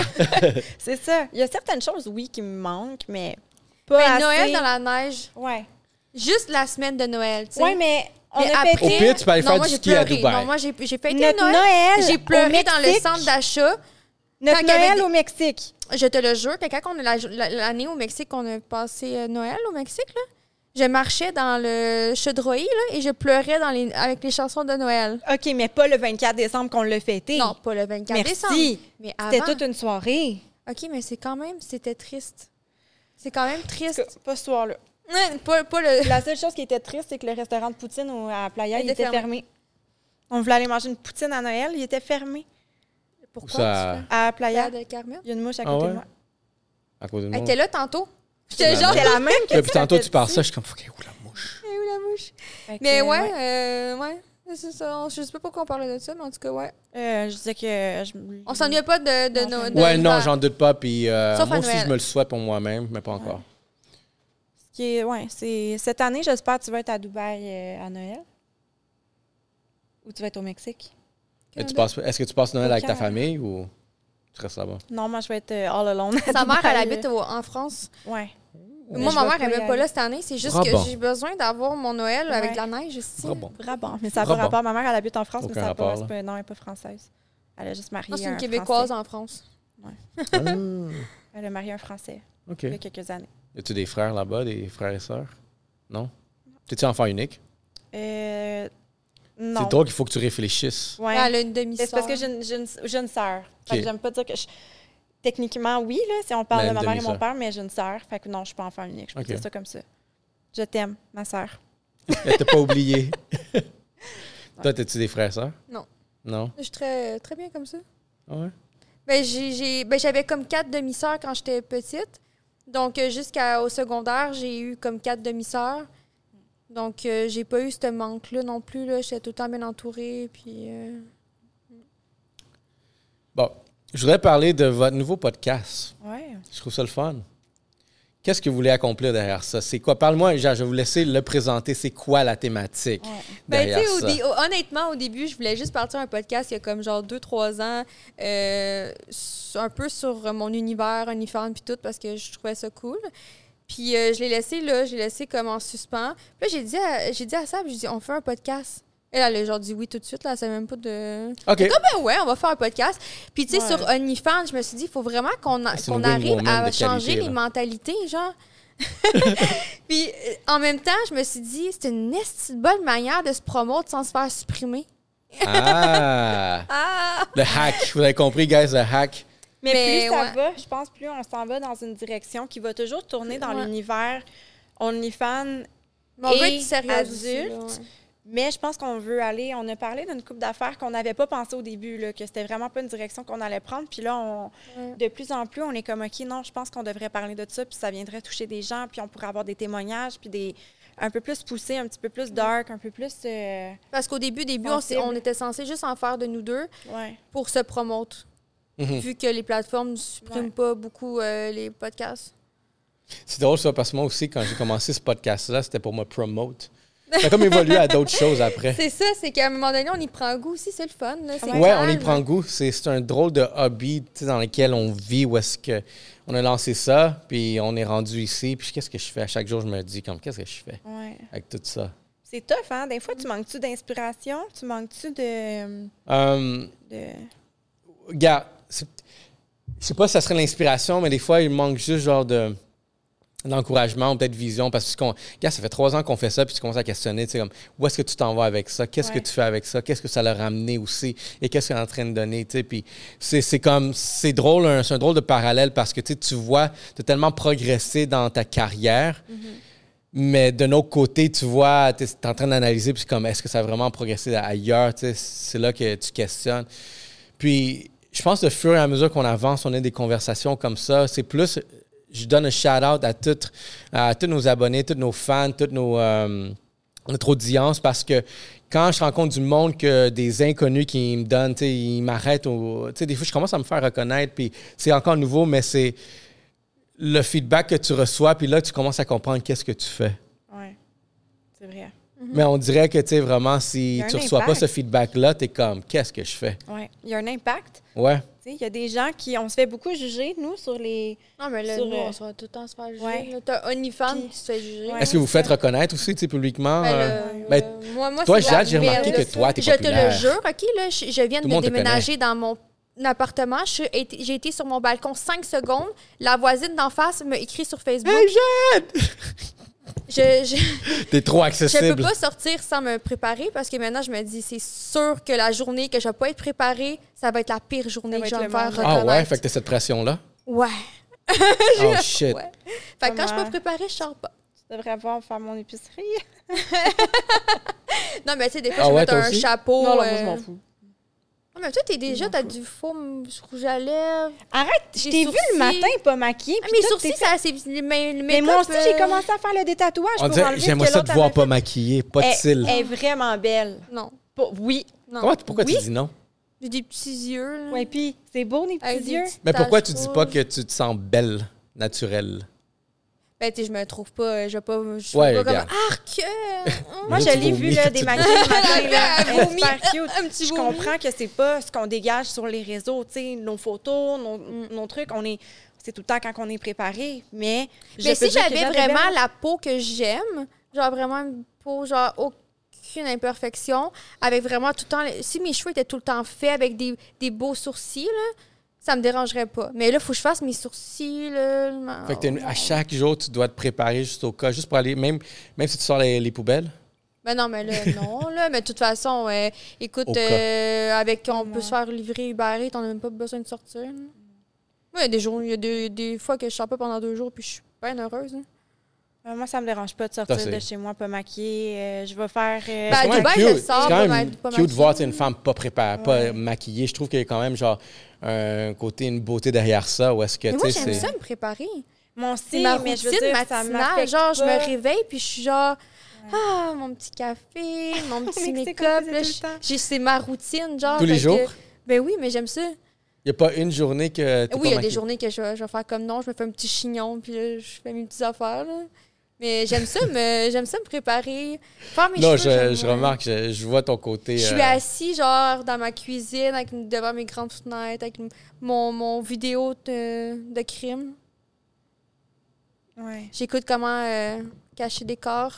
C'est ça. Il y a certaines choses, oui, qui me manquent, mais pas Mais assez. Ben, Noël dans la neige, Ouais. juste la semaine de Noël, tu sais. Ouais, mais on Mais a après- Au fêté pire, tu peux aller Non, faire moi, du j'ai ski à pleuré. Dubaï. Non, moi, j'ai j'ai fêté notre Noël. Noël. J'ai pleuré au dans le Mexique. centre d'achat. Notre quand il y avait Noël des- au Mexique. Je te le jure que quand on a la- la- l'année au Mexique, on a passé euh, Noël au Mexique, là, je marchais dans le Chedroy là, et je pleurais dans les, avec les chansons de Noël. OK, mais pas le 24 décembre qu'on l'a fêté. Non, pas le 24 Merci. décembre. Mais avant. C'était toute une soirée. OK, mais c'est quand même, c'était triste. C'est quand même triste. Pas ce soir-là. Ouais, Pas, pas le... La seule chose qui était triste, c'est que le restaurant de poutine au- à Playa, Il il était était fermé. On voulait aller manger une poutine à Noël, il était fermé. Pourquoi Ça- tu À fais Playa, la de Carmen? il y a une mouche à Ah côté de ouais? moi. À cause de Elle moi. était là tantôt. J'étais la genre... C'est <laughs> la même que Depuis tantôt, avais tu parles dit. ça, je suis comme, fuck, où la mouche? Elle est où la mouche? Fait que, Mais euh, ouais, euh, ouais. C'est ça. On- Je sais pas pourquoi on parlait de ça, mais en tout cas, ouais. Euh, je disais que. je- On s'ennuyait pas de, de Mm-hmm. Non, nos. ça- de Ouais, non, l'hiver. j'en doute pas. Puis euh, Sauf à moi aussi, Noël. je me le souhaite pour moi-même, mais pas encore. Ce qui est- ouais, c'est cette année, j'espère que tu vas être à Dubaï euh, à Noël. Ou tu vas être au Mexique. Et tu passes- Est-ce que tu passes Noël avec ta Aucun. famille ou tu restes là-bas? Non, moi, je vais être euh, all alone. à Sa mère, elle Dubaï, habite euh, au- en France. Ouais. Moi, je ma vais mère, elle pas y n'est pas aller. là cette année. C'est juste Ah que bon. j'ai besoin d'avoir mon Noël avec de la neige ici. Ah bon. Brabant. Mais ça n'a pas Brabant. rapport. Ma mère, elle habite en France, Aucun mais ça n'a pas rapport, c'est pas- Non, elle n'est pas française. Elle a juste marié. Moi, c'est un une Québécoise Français. en France. Ah, Elle a marié un Français OK. il y a quelques années. <laughs> Y a-tu des frères là-bas, des frères et sœurs? Non? T'es-tu enfant unique? Euh, non. C'est drôle qu'il faut que tu réfléchisses. Ouais. Elle a une demi-sœur. C'est parce que j'ai une, j'ai une, j'ai une sœur. Fait que Ok. J'aime pas dire que je... Techniquement, oui, là, si on parle Mais de ma une mère et mon demi-sœur. père, mais j'ai une sœur. Fait que non, je suis pas enfant unique. Je peux Ok. dire ça comme ça. Je t'aime, ma sœur. Elle t'a pas oublié. <laughs> Toi, t'as-tu des frères et sœurs? Non. Non? Je suis très, très bien comme ça. Ah ouais? Ben, j'ai- j'ai- ben, j'avais comme quatre demi-sœurs quand j'étais petite. Donc, euh, jusqu'au secondaire, j'ai eu comme quatre demi-sœurs. Donc, euh, j'ai pas eu ce manque-là non plus. Là. J'étais tout le temps bien entourée. Puis, euh, Bon, je voudrais parler de votre nouveau podcast. Ouais. Je trouve ça le fun. Qu'est-ce que vous voulez accomplir derrière ça? C'est quoi? Parle-moi, Jean, je vais vous laisser le présenter. C'est quoi la thématique Ben, derrière tu sais, au ça? dé- au- honnêtement, au début, je voulais juste partir un podcast il y a comme genre 2-3 ans, euh, s- un peu sur euh, mon univers, uniforme, puis tout, parce que je trouvais ça cool. Puis euh, je l'ai laissé là, je l'ai laissé comme en suspens. Puis là, j'ai dit à, j'ai dit à Sab, j'ai dit, on fait un podcast. Elle, elle a genre dit oui tout de suite, là, ça même pas de. OK. Ben ouais, on va faire un podcast. Puis tu sais, Ouais. sur OnlyFans, je me suis dit, il faut vraiment qu'on a- C'est une qu'on win arrive woman à de changer qualité, les là. mentalités, <laughs> genre. Puis euh, en même temps, je me suis dit, c'est une esti de bonne manière de se promouvoir sans se faire supprimer. Ah! Ah! Le hack. Vous avez compris, guys, le hack. Mais, Mais plus ça ouais. va, je pense, plus on s'en va dans une direction qui va toujours tourner dans Ouais. l'univers OnlyFans. Mais on Et veut être sérieux adulte. Mais je pense qu'on veut aller. On a parlé d'une coupe d'affaires qu'on n'avait pas pensé au début, là, que c'était vraiment pas une direction qu'on allait prendre. Puis là, on, Ouais. de plus en plus, on est comme, OK, non, je pense qu'on devrait parler de ça, puis ça viendrait toucher des gens, puis on pourrait avoir des témoignages, puis des. un peu plus poussés, un petit peu plus dark, un peu plus. euh, Parce qu'au début, début, on, s'est- Sensible. on était censé juste en faire de nous deux ouais. pour se promouvoir. Mhm. Vu que les plateformes ne suppriment Ouais. pas beaucoup euh, les podcasts. C'est drôle ça, parce que moi aussi, quand j'ai commencé ce podcast-là, c'était pour me promote. Ça a comme évolué à d'autres choses après. C'est ça, c'est qu'à un moment donné, on y prend goût aussi, c'est le fun. là, c'est Ouais, on y calme. prend goût. C'est c'est un drôle de hobby tu sais, dans lequel on vit, où est-ce que on a lancé ça, puis on est rendu ici, puis qu'est-ce que je fais? À chaque jour, je me dis, comme, qu'est-ce que je fais ouais. avec tout ça? C'est tough, hein? Des fois, tu manques-tu d'inspiration? Tu manques-tu de. Euh, de... Regarde, c'est- je sais pas si ça serait l'inspiration, mais des fois, il manque juste genre de d'encouragement ou peut-être vision parce que ce qu'on- regarde, ça fait trois ans qu'on fait ça puis tu commences à questionner tu sais comme où est-ce que tu t'en vas avec ça qu'est-ce Ouais. que tu fais avec ça qu'est-ce que ça leur a ramené aussi et qu'est-ce qu'on est en train de donner tu sais puis c'est c'est comme c'est drôle un- c'est un drôle de parallèle parce que tu sais, tu vois tu as tellement progressé dans ta carrière mais de autre côté, tu vois, tu es en train d'analyser, puis c'est comme, est-ce que ça a vraiment progressé ailleurs? Tu sais, C'est là que tu questionnes. Puis, je pense que au fur et à mesure qu'on avance, on a des conversations comme ça. C'est plus, je donne un shout-out à, toutes- à tous nos abonnés, tous nos fans, toutes nos, euh, notre audience, parce que quand je rencontre du monde, que des inconnus qui me donnent, tu sais, ils m'arrêtent, au- tu sais, des fois, je commence à me faire reconnaître, puis c'est encore nouveau, mais c'est le feedback que tu reçois, puis là, tu commences à comprendre qu'est-ce que tu fais. Ouais. C'est vrai. Mais on dirait que, tu sais, vraiment, Il y si a tu un reçois impact. pas ce feedback-là, t'es comme, qu'est-ce que je fais? Ouais. Il y a un impact. Ouais. Tu sais, Il y a des gens qui. On se fait beaucoup juger, nous, sur les. Non, mais là, Sur, nous, euh, on se va tout le temps se faire juger. ouais. là. T'as OnlyFans, Puis- tu te fais juger. Ouais. Est-ce que vous faites reconnaître aussi, tu sais, publiquement? Ben, euh, le- ben, le- moi, moi, toi, c'est Jade, j'ai la remarqué merde, que toi, t'es Je te le populaire. jure, OK, là, je, je viens Tout de le me monde te déménager dans mon appartement. Je suis- été- J'ai été sur mon balcon cinq secondes. La voisine d'en face m'a écrit sur Facebook. Je, je, T'es trop je peux accessible. pas sortir sans me préparer parce que maintenant, je me dis, c'est sûr que la journée que je vais pas être préparée, ça va être la pire journée Ça va que je être vais me le faire monde. Ah ouais, reconnaître. fait que t'as cette pression-là? ouais. Oh shit. Ouais. Fait que quand je suis pas Comment? préparée, je sors pas. Je devrais avoir faire mon épicerie. Non, mais tu sais, des Ah fois, je vais ouais, mettre toi un aussi? chapeau. non, non, moi, euh, je m'en fous. Ah, mais toi, t'es déjà, t'as du faux m- rouge à lèvres. Ah, Arrête, je Des t'ai vu sourcils. le matin pas maquillée. Ah, puis mes toi, sourcils, t'es- ça, c'est. Mais, le Mais moi make-up, aussi, j'ai euh, commencé à faire le détatouage On pour dirait, enlever ce j'aimerais que ça te l'autre voir avait pas fait. maquillée, pas de Eh, Elle- cils. Elle est vraiment belle. Non. Pour- Oui. Non. Comment- pourquoi Oui. tu dis non? J'ai des petits yeux. là, Ouais, puis c'est beau, les Mm. avec petits des yeux. petites Mais pourquoi taches tu dis pas rouges. que tu te sens belle, naturelle? Ben, tu sais, je me trouve pas. euh, Je vais pas. Je suis Ouais, pas comme. regarde. Arc! <laughs> euh, Moi, Là, je tu l'ai vu, vomis, là, tu- des maquillages le matin, <laughs> là. Elle Elle est vomit. super cute. Un petit Je vomi. comprends que c'est pas ce qu'on dégage sur les réseaux, tu sais, nos photos, nos, Mm. nos trucs, on est... C'est tout le temps quand on est préparé, mais... je Mais peux si dire que j'avais Jade est vraiment belle. la peau que j'aime, genre vraiment une peau, genre aucune imperfection, avec vraiment tout le temps. Si mes cheveux étaient tout le temps faits avec des, des beaux sourcils, là, ça me dérangerait pas. Mais là, il faut que je fasse mes sourcils. là, ma- Fait que t'es une- à chaque jour, tu dois te préparer juste au cas, juste pour aller, même, même si tu sors les, les poubelles. Ben non, <laughs> mais là, non, là. Mais de toute façon, euh, écoute, Au cas. euh, avec on peut Ouais. se faire livrer Uber Eats, on n'a même pas besoin de sortir. là. Moi, il y a des jours, il y a des, des fois que je sors pas pendant deux jours, puis je suis bien heureuse. hein. Euh, moi, ça me dérange pas de sortir Ça, c'est- de chez moi pas maquillée. Euh, je vais faire. Ben, euh, C'est quand même Dubaï, je le cute, sors c'est quand pour même être pas cute de maquillée. voir tu sais, une femme pas préparée, pas maquillée. Je trouve qu'il y a quand même genre un côté, une beauté derrière ça, où est-ce que Mais tu moi, sais, j'aime c'est. ça me préparer. mon C'est style, ma mais je veux routine dire, ça matinale. m'affecte Genre, je pas. me réveille, puis je suis genre, ah, mon petit café, <laughs> mon petit Mais c'est make-up. comme ça, c'est là, tout le je- temps. j'ai- C'est ma routine, genre. Tous les fait que- jours? Ben oui, mais j'aime ça. Il n'y a pas une journée que t'es Oui, pas il y a des maquillée. journées que je, vais- je vais faire comme non, je me fais un petit chignon, puis là, je fais mes petites affaires. là. Mais j'aime ça, me, <laughs> j'aime ça me préparer. Faire mes Non, cheveux, j'aime je, je moins. remarque, je, je vois ton côté. Je suis euh, assis genre dans ma cuisine avec, devant mes grandes fenêtres avec mon, mon vidéo de, de crime. Ouais. J'écoute comment euh, cacher des corps.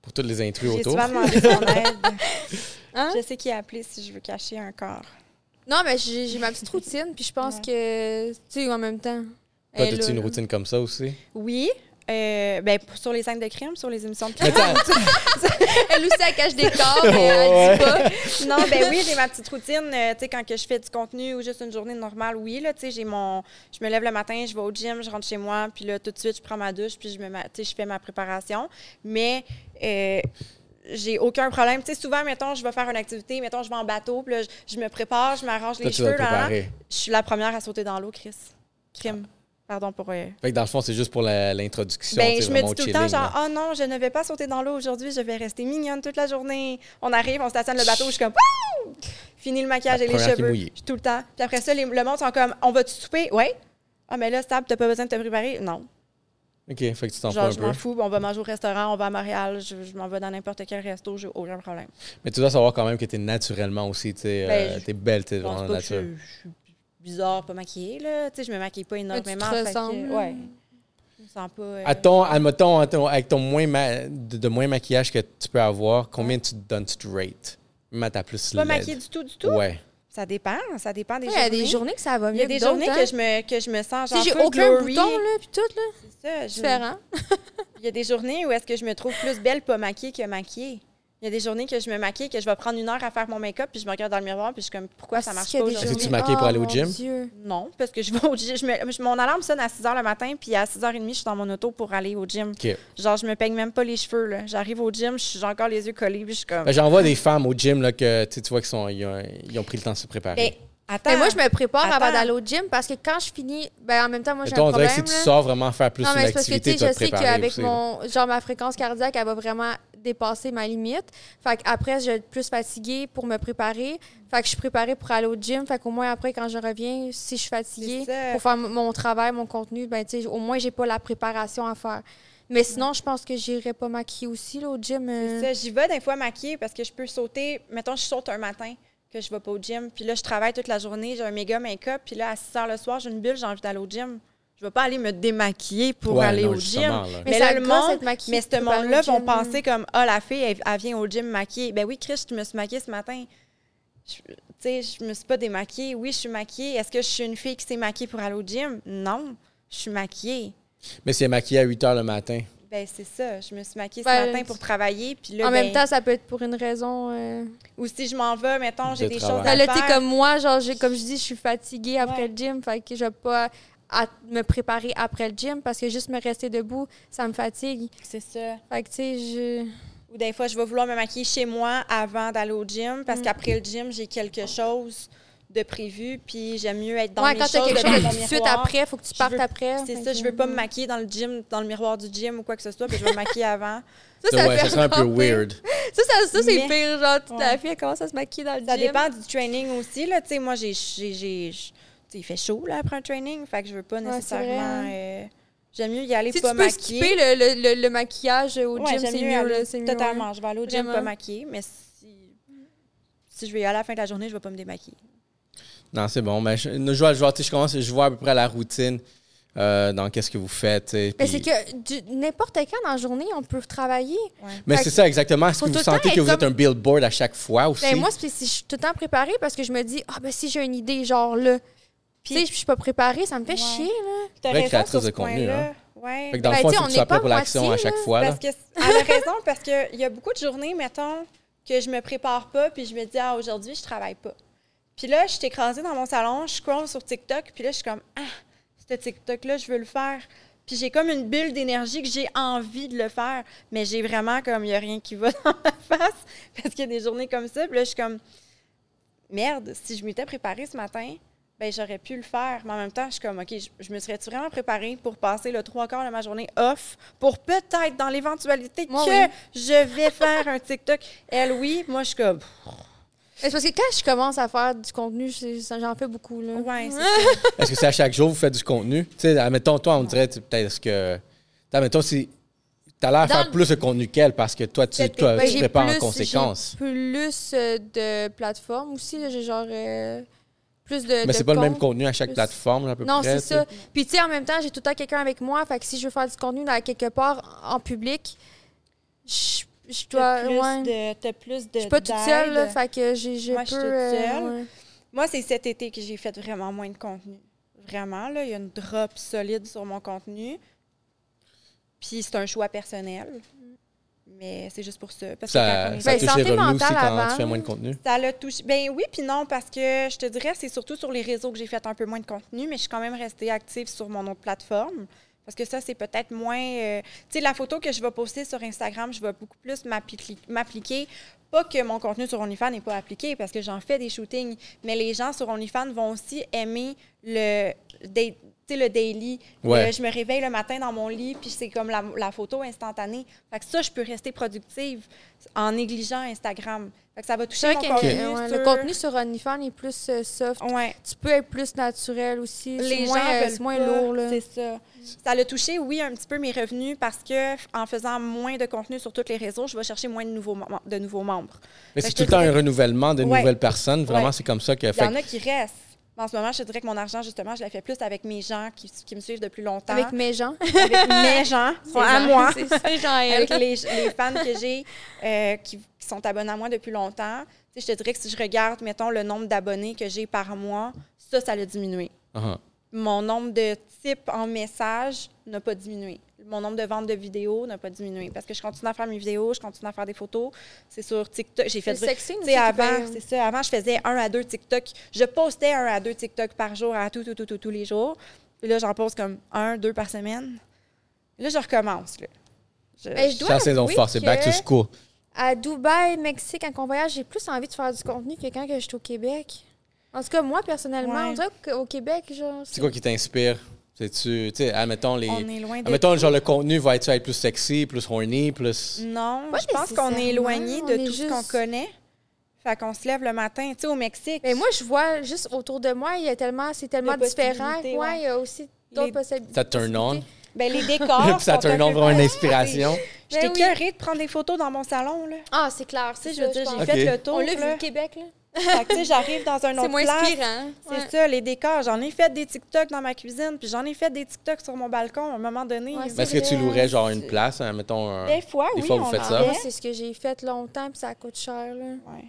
pour toutes les intrus J'ai autour. souvent demandé son aide. <laughs> Hein? Je sais qui appeler si je veux cacher un corps. Non, mais j'ai j'ai ma petite routine, puis je pense que, tu sais, en même temps. Toi, elle, E. t'as-tu là, une là. routine comme ça <laughs> aussi? Oui. euh, ben, p- sur les scènes de crime, sur les émissions <laughs> de crime. Mais t'as- Elle aussi, elle <laughs> cache des corps, mais elle dit pas. non, ben oui, j'ai ma petite routine. euh, tu sais, quand que je fais du contenu ou juste une journée normale, oui, là, tu sais, j'ai mon. Je me lève le matin, je vais au gym, je rentre chez moi, puis là, tout de suite, je prends ma douche, puis je me, ma- tu sais, je fais ma préparation. Mais. euh, j'ai aucun problème. Tu sais, souvent, mettons, je vais faire une activité, mettons, je vais en bateau, puis là, je, je me prépare, je m'arrange toi, les tu dois cheveux. te là, là. préparer. Je suis la première à sauter dans l'eau, Chris. Crime. Pardon pour. euh, Fait que dans le fond, c'est juste pour la- l'introduction. tu Ben, sais, je me vraiment dis tout le au temps, chilling, genre, là. oh non, je ne vais pas sauter dans l'eau aujourd'hui, je vais rester mignonne toute la journée. On arrive, on stationne le bateau, je suis comme, Wouh! Fini le maquillage La et les première qui est cheveux. mouillée. Je- Tout le temps. Puis après ça, les- le monde sont comme, on va-tu souper? Ouais. Ah, mais là, stable, t'as pas besoin de te préparer? Non. OK, fait que tu t'en fous Genre, un je peu. m'en fous, on va manger au restaurant, on va à Montréal, je, je m'en vais dans n'importe quel resto, j'ai aucun problème. Mais tu dois savoir quand même que t'es naturellement aussi, tu sais, Ben, euh, je t'es belle, t'es Je pense vraiment pas que je, nature. je suis euh, bizarre, pas maquillée, là. Tu sais, je me maquille pas Mais tu te énormément. fait que- ressembles. ouais. Je me sens pas. euh, À ton, admettons, à ton- avec ton moins ma- de, de moins maquillage que tu peux avoir, combien tu te donnes straight? Même à ta plus pas laide. maquillée du tout, du tout. Ouais. Ça dépend, ça dépend des Il y a des journées. journées que ça va mieux. Il y a des que d'autres, journées hein. que je me, que je me sens Tu sais, genre j'ai full aucun glory. bouton, là, puis tout, là, C'est ça, je- différent. Il y a des journées où est-ce que je me trouve plus belle pas maquillée que maquillée. Il y a des journées que je me maquille, que je vais prendre une heure à faire mon make-up, puis je me regarde dans le miroir, puis je suis comme, Ah, pourquoi ça marche pas journées- aujourd'hui? T'es-tu maquillée Oh, pour aller au gym? Non, parce que je vais au gym. je me- je- mon alarme sonne à 6 h le matin, puis à 6 h 30, je suis dans mon auto pour aller au gym. OK. Genre, je me peigne même pas les cheveux, là. J'arrive au gym, je suis j'ai encore les yeux collés, puis je suis comme. Ben, J'en vois des femmes au gym là, que tu sais, tu vois qu'ils sont- ils ont, ils ont pris le temps de se Ben, préparer. attends. Mais moi, je me prépare Attends. avant d'aller au gym parce que quand je finis, ben en même temps, moi, Mais j'ai un toi, on dirait problème. que si tu là. sors vraiment faire plus non, une mais c'est parce que, tu activité, sais, tu vas je te sais préparer qu'avec aussi, là. mon, genre, ma fréquence cardiaque, elle va vraiment dépasser ma limite. Fait qu'après, je vais être plus fatiguée pour me préparer. Fait que je suis préparée pour aller au gym. Fait qu'au moins, après, quand je reviens, si je suis fatiguée C'est ça. pour faire m- mon travail, mon contenu, ben, tu sais, au moins, j'ai pas la préparation à faire. Mais sinon, je pense que j'irai pas maquiller aussi, là, au gym. euh. Mm. Ça, j'y vais des fois maquillée parce que je peux sauter. Mettons, je saute un matin que je vais pas au gym. Puis là, je travaille toute la journée, j'ai un méga make-up. Puis là, à 6 heures le soir, j'ai une bulle, j'ai envie d'aller au gym. Je vais pas aller me démaquiller pour Ouais, aller non, au justement, gym. là. Mais, Mais là, ça le gosse monde, être maquillée, mais ce puis préparer monde-là au vont gym. penser comme Ah, la fille, elle, elle vient au gym maquillée. Ben oui, Chris, je me suis maquillée ce matin. Je- Tu sais, je me suis pas démaquillée. Oui, je suis maquillée. Est-ce que je suis une fille qui s'est maquillée pour aller au gym? Non, je suis maquillée. Mais si elle est maquillée à 8 h le matin, Ben c'est ça. Je me suis maquillée Ben, ce matin pour travailler. Puis là, en même ben, temps, ça peut être pour une raison. euh, Ou si je m'en vais, mettons, j'ai De des travail. choses à Ben là, tu sais, faire. comme moi, genre, j'ai- comme je dis, je suis fatiguée après Ouais. le gym. Fait que je vais pas à me préparer après le gym parce que juste me rester debout, ça me fatigue. C'est ça. Fait que, tu sais, je... Ou des fois, je vais vouloir me maquiller chez moi avant d'aller au gym Mm. parce qu'après le gym, j'ai quelque chose de prévu, puis j'aime mieux être dans ouais, mes quand choses. t'as quelque devant chose mon tout de suite miroir. après, faut que tu Je partes veux- après. C'est Fait ça, que- mm. je veux pas me maquiller dans le gym, dans le miroir du gym ou quoi que ce soit, puis je vais me <laughs> maquiller avant. Ça, ça, ouais, fait ça serait un peu encore pire. weird. Ça, ça, ça, c'est Mais- pire. Genre, toute la Ouais. fille, elle commence à se maquiller dans le Ça gym. dépend du training aussi, là. Tu sais, moi, j'ai... j'ai- j'ai- j- tu sais, il fait chaud, là, après un training, fait que je veux pas Ouais, c'est vrai, nécessairement... euh, j'aime mieux y aller Si tu pas peux maquillée. skipper le, le, le, le maquillage au Ouais, gym, j'aime c'est mieux mieux. aller là, c'est mieux, ouais. totalement. Je vais aller au gym pas Vraiment. maquillée, mais si, si je vais y aller à la fin de la journée, je vais pas me démaquiller. Non, c'est bon. Mais je, je, vois, je, vois, tu sais, je commence, je vois à peu près la routine euh, dans qu'est-ce que vous faites. tu sais, Mais puis- Ben, c'est que du- n'importe quand dans la journée, on peut travailler. Mais fait c'est que- ça, exactement. Est-ce que Faut tout vous le sentez temps que vous être êtes un billboard à chaque fois aussi? Ben, moi, c'est si je suis tout le temps préparée parce que je me dis, ah, ben si j'ai une idée, genre là. Puis, tu sais, je suis pas préparée, ça me fait Ouais. chier, là. T'as Vraie raison créatrice sur de ce contenu, hein. point-là. Ouais. Fait que dans ben, le fond, tu sais, faut on que tu n'est sois pas prêt pour l'action à moitié, Ben, chaque fois. là. Parce que elle a raison parce que il y a beaucoup de journées, mettons, que je me prépare pas puis je me dis ah aujourd'hui je travaille pas. Puis là, je suis écrasée dans mon salon, je scroll sur TikTok, puis là je suis comme ah, ce TikTok là, je veux le faire. Puis j'ai comme une bulle d'énergie que j'ai envie de le faire, mais j'ai vraiment comme, il n'y a rien qui va <laughs> dans ma face parce qu'il y a des journées comme ça. Puis là, je suis comme, merde, si je m'étais préparée ce matin, ben j'aurais pu le faire. Mais en même temps, je suis comme, OK, je, je me serais-tu vraiment préparée pour passer le trois quarts de ma journée off pour peut-être, dans l'éventualité Moi, que je vais faire un TikTok? Elle, oui. Moi, je <laughs> suis comme, C'est parce que quand je commence à faire du contenu, c'est- ça- j'en fais beaucoup. Là. ouais, c'est Est-ce que c'est à chaque jour que vous faites du contenu? Tu sais, admettons, toi, on dirait tu- peut-être que. Admettons, si. T'as l'air de Dans faire le- plus de contenu qu'elle parce que toi, tu, Peut-être, toi, Ben, Euh, tu te j'ai prépares en plus- conséquence. J'ai plus euh, de plateformes aussi. là. J'ai genre euh, plus de. Mais de c'est pas le même comptes. contenu à chaque plus- plateforme, à peu Non, près. c'est tu sais. ça. Puis, tu sais, en même temps, j'ai tout le temps quelqu'un avec moi. Fait que si je veux faire du contenu dans- quelque part en public, je, je dois. T'as plus, ouais. de, t'as plus de. Je suis pas toute seule, là, d'aide. fait que j'ai je Moi, je suis peux, toute euh, seule. ouais. Moi, c'est cet été que j'ai fait vraiment moins de contenu. Vraiment, là, il y a une drop solide sur mon contenu. Puis c'est un choix personnel. Mais c'est juste pour ça. Parce que quand Ça, on est- ça Ben, touche santé les revenus aussi mentale quand avant. tu fais moins de contenu. Ça l'a touché. Ben oui, puis non, parce que je te dirais, c'est surtout sur les réseaux que j'ai fait un peu moins de contenu, mais je suis quand même restée active sur mon autre plateforme. Parce que ça, c'est peut-être moins. euh, tu sais, la photo que je vais poster sur Instagram, je vais beaucoup plus m'appli- m'appliquer. Pas que mon contenu sur OnlyFans n'est pas appliqué, parce que j'en fais des shootings, mais les gens sur OnlyFans vont aussi aimer le. dai- tu sais, le daily, Ouais. Le- je me réveille le matin dans mon lit, puis c'est comme la, la photo instantanée. Fait que ça, je peux rester productive en négligeant Instagram. Fait que ça va toucher C'est vrai mon que contenu euh, ouais, sur- le contenu sur OnlyFans est plus euh, soft. Ouais. Tu peux être plus naturel aussi. Les c'est gens moins, euh, veulent c'est moins pas, lourd. Là. C'est ça. Ça l'a touché, oui, un petit peu mes revenus parce que f- en faisant moins de contenu sur tous les réseaux, je vais chercher moins de nouveaux, mem- de nouveaux membres. Ben, Mais Fait c'est que tout le je temps dirais- un renouvellement de Ouais. nouvelles personnes. Vraiment, Ouais. c'est comme ça que. Il y fait en a qui restent. Mais En ce moment, je te dirais que mon argent, justement, je la fais plus avec mes gens qui, qui me suivent depuis longtemps. Avec mes gens. <laughs> Avec <laughs> mes gens, sont à <laughs> moi. euh, C'est c'est genre elle. <laughs> avec les, les fans que j'ai euh, qui, qui sont abonnés à moi depuis longtemps. Tu sais, je te dirais que si je regarde, mettons, le nombre d'abonnés que j'ai par mois, ça, ça l'a diminué. Ah, Mon nombre de types en message n'a pas diminué. Mon nombre de ventes de vidéos n'a pas diminué parce que je continue à faire mes vidéos, je continue à faire des photos. C'est sur TikTok. J'ai fait C'est sexy, nous, tu c'est sais, avant, fait- ben, c'est ça. Avant, je faisais un à deux TikTok. Je postais un à deux TikTok par jour à tout, tout, tout, tout, tous les jours. Puis là, j'en poste comme un, deux par semaine. Là, je recommence. Là. Je- Ben, je C'est dois la saison avouer forte, c'est back to que school. À Dubaï, Mexique, quand on voyage, j'ai plus envie de faire du contenu que quand que je suis au Québec. En tout cas, moi, personnellement, Ouais. on dirait qu'au Québec, genre. C'est quoi qui t'inspire? C'est-tu, tu sais, admettons les. On est loin de Admettons, genre, le contenu va être, plus sexy, plus horny, plus. Mm. Non, Pas je pense qu'on nécessairement, est éloigné on de est tout ce qu'on juste- connaît. Fait qu'on se lève le matin, tu sais, au Mexique. Mais moi, je vois juste autour de moi, il y a tellement, c'est tellement Des différent. possibilités, Ouais, ouais. il y a aussi d'autres Les- possibilités. Ça turn on. ben, les <laughs> décors. ça sont turn un on peu- vraiment une inspiration. J'étais Ben oui. curée de prendre des photos dans mon salon, là. Ah, c'est clair. Tu sais, C'est je veux ça, dire, je j'ai pense. pense. fait Ok. le tour. On l'a vu là. au Québec, là. Fait que, tu sais, j'arrive dans un <laughs> C'est autre moins place. inspirant. C'est Ouais. ça, les décors. J'en ai fait des TikTok dans ma cuisine, puis j'en ai fait des TikTok sur mon balcon à un moment donné. Ouais, Mais est-ce que tu louerais, genre, une place, hein, mettons. un- Des fois, Des oui, fois, vous on faites en ça. fait. Moi, c'est ce que j'ai fait longtemps, puis ça coûte cher. Là. Ouais.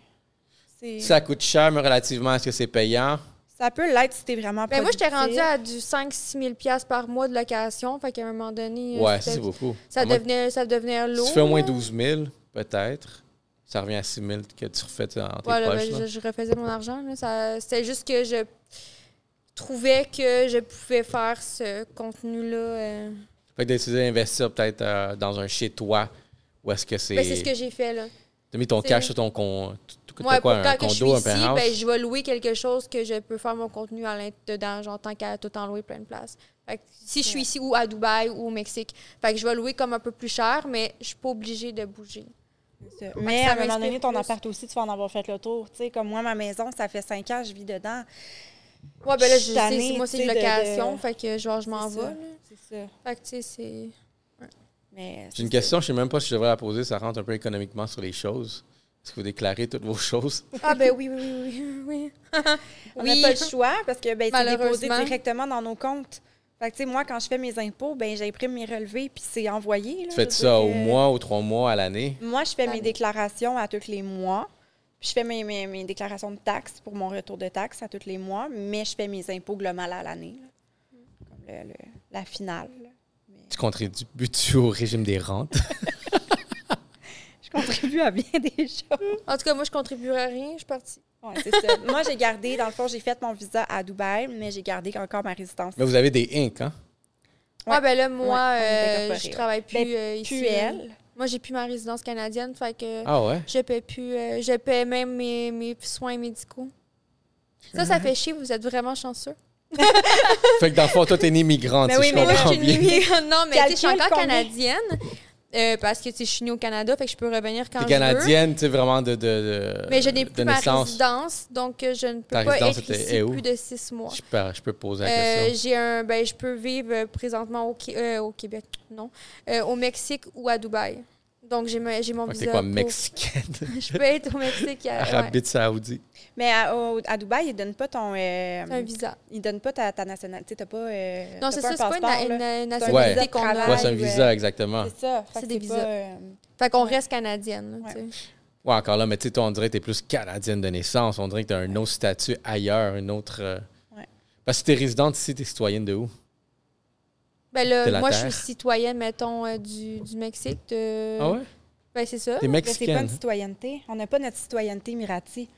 C'est- Ça... Ça coûte cher, mais relativement, est-ce que c'est payant? peut l'être si t'es vraiment Ben, moi, j'étais productif. rendue à du 5-6 000 piastres par mois de location. Fait qu'à un moment donné, euh, Ouais, ça, c'était- c'est beaucoup. ça, À moins- devenait, ça devenait lourd. Si tu fais au moins là. 12 000, peut-être, ça revient à 6 000 que tu refais dans tes Voilà, poches. ben, là. je, je refaisais mon argent. là. Ça- C'était juste que je trouvais que je pouvais faire ce contenu-là. euh. Fait que décider d'investir peut-être euh, dans un chez-toi, où est-ce que c'est. Ben, c'est ce que j'ai fait. là. T'as mis ton c'est- cash sur ton con... tu- tu- Moi, t'as quoi, pour un quand que je suis condo, un ici, penthouse? ben, je vais louer quelque chose que je peux faire mon contenu à l'intérieur dedans, genre tant qu'à tout en louer plein de places. Fait que si je suis Ouais. ici ou à Dubaï ou au Mexique, fait que je vais louer comme un peu plus cher, mais je suis pas obligée de bouger. C'est ça. Mais ça à un moment m'inspire donné, ton plus. appart aussi, tu vas en avoir fait le tour. Tu sais, comme moi, ma maison, ça fait cinq ans, je vis dedans. Ouais, ben là, Je je suis sais, tannée, c'est- moi, tu c'est sais, une de- de- location, fait que genre, je m'en C'est vais. ça. là. C'est ça. Fait que, tu sais, c'est. Mais J'ai une question, je sais même pas si je devrais la poser, ça rentre un peu économiquement sur les choses. Est-ce que vous déclarez toutes vos <laughs> choses? Ah, ben oui, oui, oui, <laughs> oui. oui. On n'a Oui. pas le choix parce que ben, c'est déposé Malheureusement. directement dans nos comptes. Fait que, tu sais, moi, quand je fais mes impôts, ben, j'imprime mes relevés puis c'est envoyé. là. Tu Je fais veux ça dire au que- mois, aux trois mois, à l'année? Moi, je fais mes L'année. déclarations à tous les mois. Puis je fais mes, mes- mes déclarations de taxes pour mon retour de taxes à tous les mois, mais je fais mes impôts global à l'année. là. Comme le- le- la finale. là. Tu contribues au régime des rentes? Je contribue à bien des choses. En tout cas, moi, je contribuerai à rien, je suis partie. Ouais, c'est ça. Moi, j'ai gardé, dans le fond, j'ai fait mon visa à Dubaï, mais j'ai gardé encore ma résidence. Mais vous avez des incs, hein? Ouais, Ouais. ben là, moi, on est euh, incorporé, je ouais. travaille plus Ben, euh, ici. là. Puel. Moi, j'ai plus ma résidence canadienne, fait que Ah ouais? je paie plus, euh, je paie même mes, mes soins médicaux. Ça, ça fait chier, vous êtes vraiment chanceux. Fait que dans le fond, toi, t'es né migrante, Mais si oui, je mais là, comprends je suis bien. née- Oui, <laughs> non, mais tu sais, je suis Calcule encore combien. canadienne euh, parce que tu sais, je suis née au Canada, fait que je peux revenir quand T'es je veux. canadienne, tu sais, vraiment de, de, de- Mais je n'ai de plus ma naissance. résidence, donc euh, je ne peux Ta pas résidence être était- ici est où? plus de six mois. Je peux, je peux poser la Euh, question. j'ai un, ben, je peux vivre euh, présentement au, Qui- euh, au Québec, non, euh, au Mexique ou à Dubaï. Donc j'ai ma- j'ai mon Fait que visa. Ah, t'es quoi, pour- <laughs> mexicaine? Je peux être <laughs> au Mexique. euh, ouais. Arabite saoudite. Mais à, au- à Dubaï, ils donnent pas ton. euh, C'est un visa. ils donnent pas ta, ta nationalité. T'as pas. euh, Non, t'as c'est ça, c'est pas un passeport, une, là. une- une un nationalité visa de qu'on a. travail. Ouais, c'est un ouais. visa, exactement. C'est ça. Fait Ah. C'est que des c'est visas. pas, euh, Fait qu'on Ouais. reste canadienne. là, tu Ouais. sais. Ouais, encore là, mais tu sais, toi, on dirait que t'es plus canadienne de naissance. On dirait que t'as un autre statut ailleurs, une autre. euh, Ouais. Parce que t'es résidente ici, t'es citoyenne de où? Ben De là, la moi, je terre. suis citoyenne, mettons, euh, du, du Mexique. De... Ah ouais? Ben c'est ça. T'es mais c'est pas mexicaine. une citoyenneté. On n'a pas notre citoyenneté Mirati.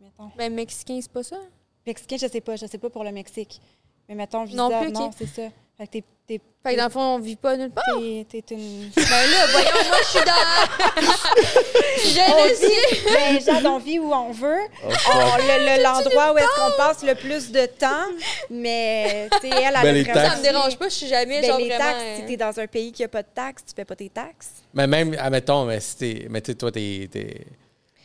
Mettons. Ben Mexicain, c'est pas ça. Mexicain, je sais pas. Je sais pas pour le Mexique. Mais mettons, visa, Non non, plus, ok. c'est ça. Fait que t'es- t'es Fait que dans le fond, on vit pas nulle part. t'es- t'es une... <laughs> Ben là, voyons, moi, je suis dans... On <laughs> Je le suis. vit, ben, Jade, on vit où on veut. Oh, On- fuck. le- le- L'endroit où est-ce qu'on passe le plus de temps. Mais, tu sais, elle, elle Ben, les vraiment- Ça me dérange pas, je suis jamais, Ben, genre, les vraiment... taxes, euh, si t'es dans un pays qui a pas de taxes, tu fais pas tes taxes. Mais même, admettons, mais si t'es. Mais tu sais, toi, t'es. t'es-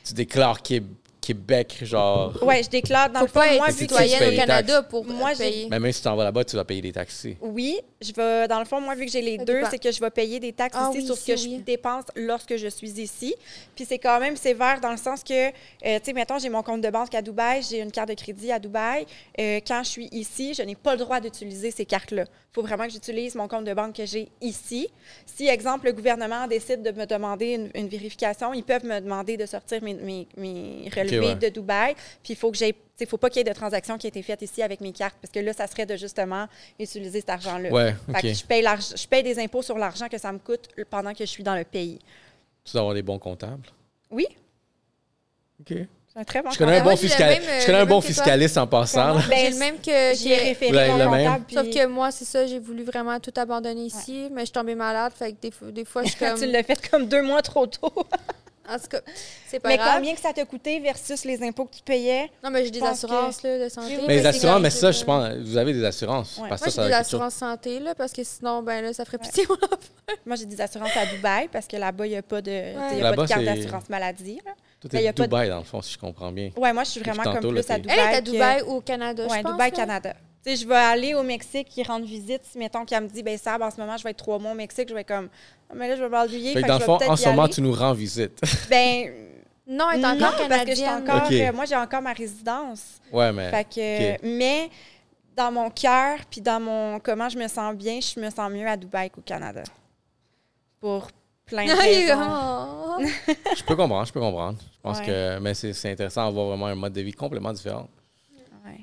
Tu déclares Qué- Québec, genre. Ouais, je déclare dans Faut le fond, pas être moi, vu que tu citoyenne payes au les Canada pour Moi, moi, j'ai- payer. Mais même si tu t'en vas là-bas, tu vas payer des taxes. Oui, je vais dans le fond moi vu que j'ai les Ça deux, dépend. c'est que je vais payer des taxes Ah ici oui, sur ce que ici, oui. je dépense lorsque je suis ici. Puis c'est quand même sévère dans le sens que euh, tu sais mettons j'ai mon compte de banque à Dubaï, j'ai une carte de crédit à Dubaï, Euh, quand je suis ici, je n'ai pas le droit d'utiliser ces cartes-là. Il faut vraiment que j'utilise mon compte de banque que j'ai ici. Si exemple le gouvernement décide de me demander une, une vérification, ils peuvent me demander de sortir mes, mes- mes relevés ouais. de Dubaï, puis il faut que j'aille il ne faut pas qu'il y ait de transactions qui aient été faites ici avec mes cartes, parce que là, ça serait de justement utiliser cet argent-là. Ouais, Fait ok. que je paye, l'arg- je paye des impôts sur l'argent que ça me coûte pendant que je suis dans le pays. Tu dois avoir des bons comptables. Oui, OK. c'est un très bon Je connais un moi, bon, j'ai le fiscal... même, euh, je connais le un bon même que toi. fiscaliste en passant. là. Comment? J'ai Ben, le même que... J'y ai j'ai- Vous référé l'avez mon Ben, le même? comptable. puis- Sauf <laughs> que moi, c'est ça, j'ai voulu vraiment tout abandonner ici, mais je suis tombée malade, fait que des, fois- des fois, je suis <laughs> tu comme... l'as fait comme deux mois trop tôt. En tout cas, c'est pas Mais grave. combien que ça t'a coûté versus les impôts que tu payais? Non, mais j'ai des Je pense assurances là, de santé. Oui, Mais les c'est assurances, correct, mais ça, là. je pense, vous avez des assurances. Ouais. Parce que Moi, ça, ça j'ai des va être quelque chose. assurances santé, là, parce que sinon, ben là, ça ferait pitié. mon enfant. Moi, j'ai des assurances à Dubaï parce que là-bas, il n'y a pas de, tu sais, il y a pas Là-bas, de carte c'est- d'assurance maladie. là. Tout Mais y est a pas de- Dubaï, dans le fond, si je comprends bien. Ouais, moi, je suis vraiment tantôt, comme là, plus à t'es- Dubaï. Elle est à que- Dubaï ou au Canada, Ouais, je pense. Dubaï, là. Canada. Tu sais, je vais aller au Mexique, ils rendent visite. Si, mettons, qu'elle me dit, ben ça, en ce moment, je vais être trois mois au Mexique, je vais comme, Ah, mais là, je vais m'ennuyer. Fait que fait dans le que je fond, vais en peut-être ce y moment, aller. tu nous rends visite. <laughs> Ben, Non, elle est non, encore parce que je suis canadienne. <laughs> encore, Ok. euh, moi, j'ai encore ma résidence. ouais, mais. Fait que, ok. mais dans mon cœur, puis dans mon comment je me sens bien, je me sens mieux à Dubaï qu'au Canada. Pour <laughs> plein de Aïe, raisons. oh. Je peux comprendre, je peux comprendre. Je pense Ouais. que. Mais c'est c'est intéressant d'avoir vraiment un mode de vie complètement différent. Ouais.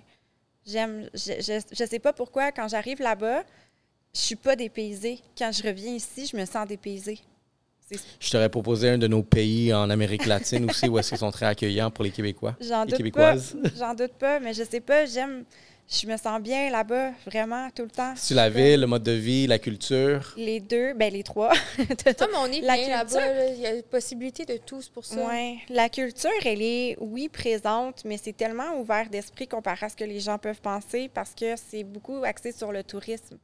J'aime, je, je, je sais pas pourquoi, quand j'arrive là-bas, je suis pas dépaysée. Quand je reviens ici, je me sens dépaysée. Je t'aurais proposé un de nos pays en Amérique latine aussi où est-ce qu'ils sont très accueillants pour les Québécois. J'en Les doute Québécoises. <laughs> pas. <laughs> J'en doute pas, mais je sais pas, j'aime. Je me sens bien là-bas, vraiment, tout le temps. Sur la ville, le mode de vie, la culture. Les deux, ben les trois. Toi, mais on est La bien culture. là-bas. là. Il y a une possibilité de tout, c'est pour ça. Ouais. La culture, elle est, oui, présente, mais c'est tellement ouvert d'esprit comparé à ce que les gens peuvent penser parce que c'est beaucoup axé sur le tourisme.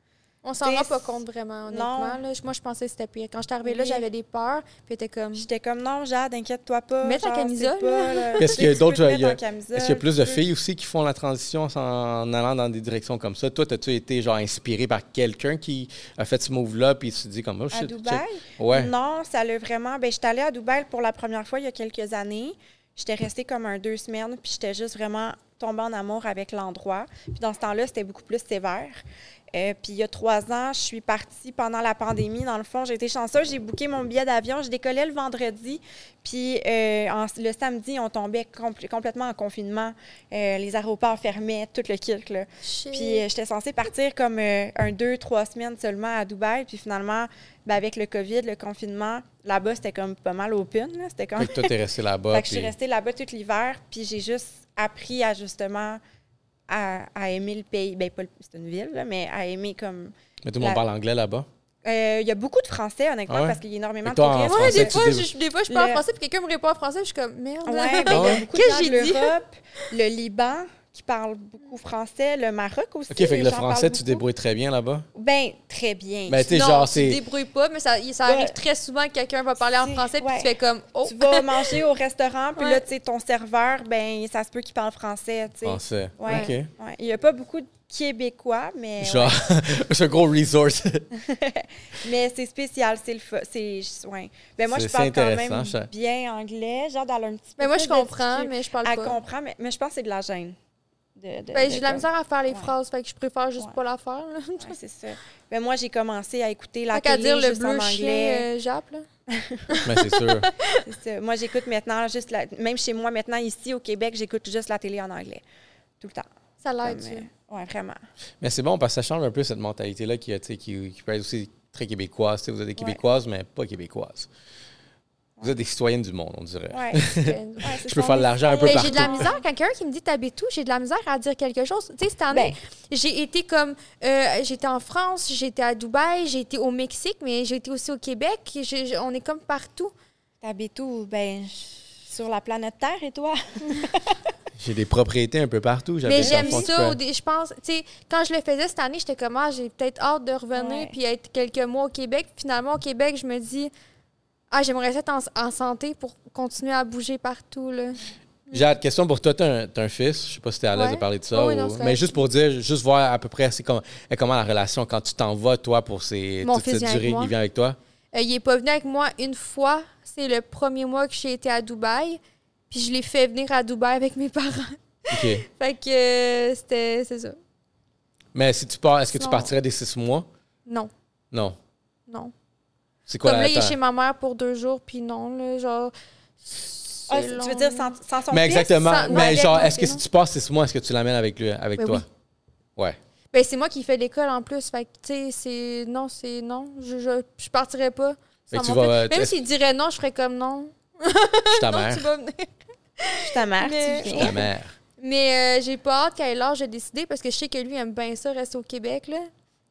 On s'en rend T'sais, pas compte vraiment, honnêtement. là. Moi, je pensais que c'était pire. Quand je suis arrivée là, Oui. j'avais des peurs. Puis j'étais comme. J'étais comme, non, Jade, inquiète-toi pas. Mets ta genre, c'est camisole, pas, là. Qu'est-ce <laughs> Tu sais, qu'il y a tu peux d'autre, te mettre euh, il y a- en camisole, Est-ce qu'il y a plus de tu peux- filles aussi qui font la transition en allant dans des directions comme ça? Toi, as-tu été genre inspiré par quelqu'un qui a fait ce move-là puis tu te dis comme oh, À shit, Dubaï? shit. Ouais. Non, ça l'a vraiment. Ben, j'étais allée à Dubaï pour la première fois il y a quelques années. J'étais restée comme un deux semaines, puis j'étais juste vraiment tombée en amour avec l'endroit. Puis dans ce temps-là, c'était beaucoup plus sévère. Euh, puis il y a trois ans, je suis partie pendant la pandémie. Dans le fond, j'ai été chanceuse, j'ai booké mon billet d'avion. Je décollais le vendredi, puis euh, en- le samedi, on tombait compl- complètement en confinement. Euh, les aéroports fermaient, tout le kirk, là. Shit. Puis euh, j'étais censée partir comme euh, un, deux, trois semaines seulement à Dubaï. Puis finalement, ben, avec le COVID, le confinement, là-bas, c'était comme pas mal open. là. C'était comme... Fait que toi, t'es resté là-bas. Fait que je suis puis- restée là-bas tout l'hiver. Puis j'ai juste appris à justement à, à aimer le pays. Ben, pas le- c'est une ville, là, mais à aimer comme Mais tout le monde La- parle anglais là-bas. Euh, Il y a beaucoup de Français, honnêtement, Ah ouais? parce qu'il y a énormément Fait de que toi, en touristes. Ouais, français, des tu fois, dé- je, des fois, je parle Le- français, puis quelqu'un me répond en français, puis je suis comme, merde. Ouais, ben, il y Ah ouais? a beaucoup Qu'est-ce de gens j'ai de dit? l'Europe, le Liban qui parle beaucoup français, le Maroc aussi. OK, fait les que le gens parlent français, tu te beaucoup. débrouilles très bien là-bas. Ben, très bien. Mais tu sais, non, genre, tu te c'est. débrouilles pas, mais ça, ça Ouais. arrive très souvent que quelqu'un va parler en C'est- français, puis ouais. tu fais comme, oh, Tu vas manger au restaurant, puis Ouais. là, tu sais, ton serveur, ben, ça se peut qu'il parle français, tu sais. Français. Ouais. Ah, OK. <laughs> Ouais. Il n'y a pas beaucoup de Québécois, mais, Genre, <laughs> ce gros <laughs> resource. ouais. mais c'est spécial, c'est le fun. C'est, ouais. Ben, moi, C'est- je c'est parle quand intéressant, même ça. bien anglais, genre dans un petit peu mais Ben, moi, plus je de comprends, difficulté. mais je parle Elle pas. comprend, mais, mais je pense que c'est de la gêne. De, de- Ben, de j'ai de la comme- misère à faire les Ouais. phrases, fait que je préfère juste Ouais. pas la faire. là. Ouais, c'est ça. Ben, moi, j'ai commencé à écouter la Fait qu'à télé dire le juste en bleu anglais. chien euh, Jap, là. Mais c'est sûr. C'est ça. Moi, j'écoute maintenant, juste la- même chez moi, maintenant, ici au Québec, j'écoute juste la télé en anglais. Tout le temps. ça Comme, l'aide. euh, tu ouais, vraiment. Mais c'est bon parce que ça change un peu cette mentalité-là qui, euh, tu sais, qui, qui peut être aussi très québécoise. Tu sais, Vous êtes des Québécoises, mais pas québécoises. Vous êtes des citoyennes du monde, on dirait. Ouais. <laughs> <laughs> sais. Ouais, c'est Je peux ça, faire de on est- l'argent un peu Ben, partout. j'ai de la misère, quand quelqu'un qui me dit t'habites où, j'ai de la misère à dire quelque chose. Tu sais, cette année, Ben. j'ai été comme. euh, j'étais en France, j'étais à Dubaï, j'ai été au Mexique, mais j'ai été aussi au Québec. Je- je- on est comme partout. T'habites où? Ben, je- sur la planète Terre et toi? J'ai des propriétés un peu partout. Mais J'avais j'aime l'impression ça. que- au dé- Je pense, tu sais, quand je le faisais cette année, j'étais comme, ah, j'ai peut-être hâte de revenir Ouais. puis être quelques mois au Québec. Puis Finalement, au Québec, je me dis, ah, j'aimerais être en, en santé pour continuer à bouger partout. Là. Jade, question pour toi. Tu as, un fils. Je sais pas si tu es à l'aise Ouais. de parler de ça. Oui, oui, non, c'est Mais vrai. juste pour dire, juste voir à peu près c'est com- est comment la relation quand tu t'en vas, toi, pour ces, Mon toute fils cette vient avec durée. moi. Il vient avec toi. Euh, il est pas venu avec moi une fois. C'est le premier mois que j'ai été à Dubaï. Puis je l'ai fait venir à Dubaï avec mes <laughs> parents. OK. fait que euh, c'était, c'est ça. Mais si tu pars, est-ce que tu Sinon- partirais des six mois? Non, Non. non. C'est quoi Comme là, la il est attends. chez ma mère pour deux jours, puis non, là, genre. c'est Ah, tu veux long, dire là. sans, sans son Mais fils? exactement. sans- non, mais avec genre, mon est-ce que fils, si non. tu passes six mois, est-ce que tu l'amènes avec lui, avec Ben toi? Ouais. Ben, c'est moi qui fais l'école en plus. Fait que, tu sais, c'est. Non, c'est. Non. Je, je, je partirais pas. Fait sans que tu mon fils. vas, euh, Même est-ce- s'il dirait non, je ferais <laughs> comme non. Je suis ta Non, mère. tu vas venir. Je suis ta mère, Mais- tu Je suis viens. ta mère. Mais euh, j'ai pas hâte qu'à l'âge de décider parce que je sais que lui aime bien ça, rester au Québec, là.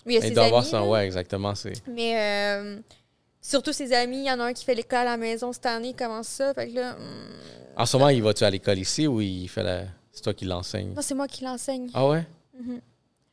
Mais il y a Mais ses il doit amis. avoir son. là. Ouais, exactement. C'est. Mais euh, surtout ses amis, il y en a un qui fait l'école à la maison cette année, il commence ça. Fait que là. hum, En ce moment, il va-tu à l'école ici ou il fait la. C'est toi qui l'enseigne? Non, c'est moi qui l'enseigne. Ah ouais?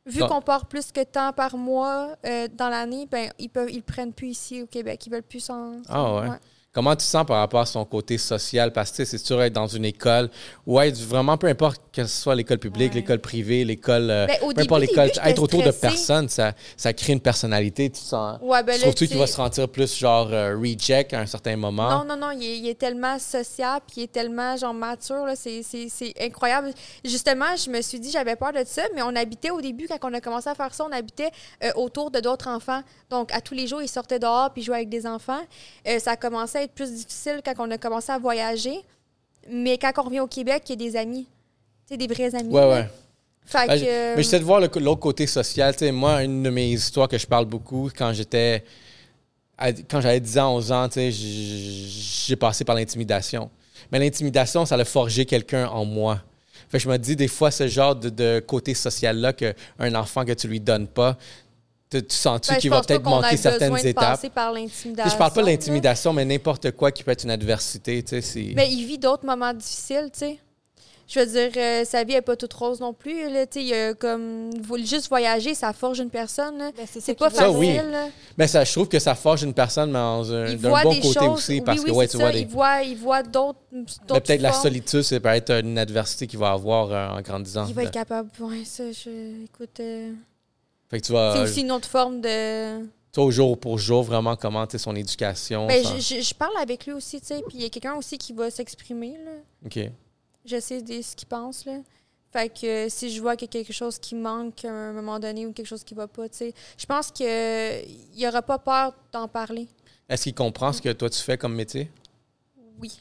Vu Non. qu'on part plus que temps par mois euh, dans l'année, ben ils peuvent ils le prennent plus ici au Québec. Ils veulent plus s'en. Ah s'en- ouais. Comment tu sens par rapport à son côté social? Parce que tu sais, c'est sûr être dans une école ou être vraiment, peu importe que ce soit l'école publique, Ouais. l'école privée, l'école. euh, Ben, au peu importe début, l'école, début, j'étais être autour de stressée. personnes, ça, ça crée une personnalité. Tu te sens. Ouais, ben Tu là, Trouves-tu tu qu'il va sais- se sentir plus genre euh, reject à un certain moment? Non, non, non, il est, il est tellement sociable, puis il est tellement genre mature, là, c'est, c'est- c'est incroyable. Justement, je me suis dit, j'avais peur de ça, mais on habitait au début, quand on a commencé à faire ça, on habitait euh, autour de d'autres enfants. Donc, à tous les jours, il sortait dehors, puis jouait avec des enfants. Euh, ça a commencé à être plus difficile quand on a commencé à voyager, mais quand on revient au Québec, il y a des amis, tu sais, des vrais amis. Ouais, là. ouais. Fait Ah, que, euh, j- Mais j'essaie de voir le co- l'autre côté social. Tu sais, moi, une de mes histoires que je parle beaucoup, quand j'étais. à- Quand j'avais 10 ans, 11 ans, tu sais, j- j- j'ai passé par l'intimidation. Mais l'intimidation, ça a forgé quelqu'un en moi. Fait que je me dis, des fois, ce genre de, de côté social-là, qu'un enfant que tu lui donnes pas, tu, tu sens-tu ben, je qu'il va pense pas peut-être qu'on manquer ait besoin certaines de étapes? passer par Tu l'intimidation. sais, Je parle pas de là. l'intimidation, mais n'importe quoi qui peut être une adversité. tu sais, c'est- Mais il vit d'autres moments difficiles, tu sais. Je veux dire, euh, sa vie n'est pas toute rose non plus. Là, tu sais, il y a comme vo- juste voyager, ça forge une personne. là. Ben, c'est ça C'est qui pas va- Ça, facile. oui. là. Mais ça, je trouve que ça forge une personne mais dans un- Il d'un voit bon des côté choses. aussi, oui, parce oui, que ouais, c'est tu ça. vois des, Il voit, il voit d'autres Mais d'autres peut-être la formes. solitude, ça peut être une adversité qu'il va avoir euh, en grandissant. Il va être capable. Ouais, ça, je... écoute, euh, Fait que tu vas, c'est euh, aussi une autre forme de... toi, au jour pour jour, vraiment comment tu sais, son éducation. Ben, son- je, je- je parle avec lui aussi, tu sais, puis il y a quelqu'un aussi qui va s'exprimer, là. OK. je sais des- ce qu'il pense. Là. Fait que euh, si je vois qu'il y a quelque chose qui manque à un moment donné ou quelque chose qui va pas, tu sais, je pense qu'il n'y aura pas peur d'en parler. Est-ce qu'il comprend ce que toi, tu fais comme métier? Oui.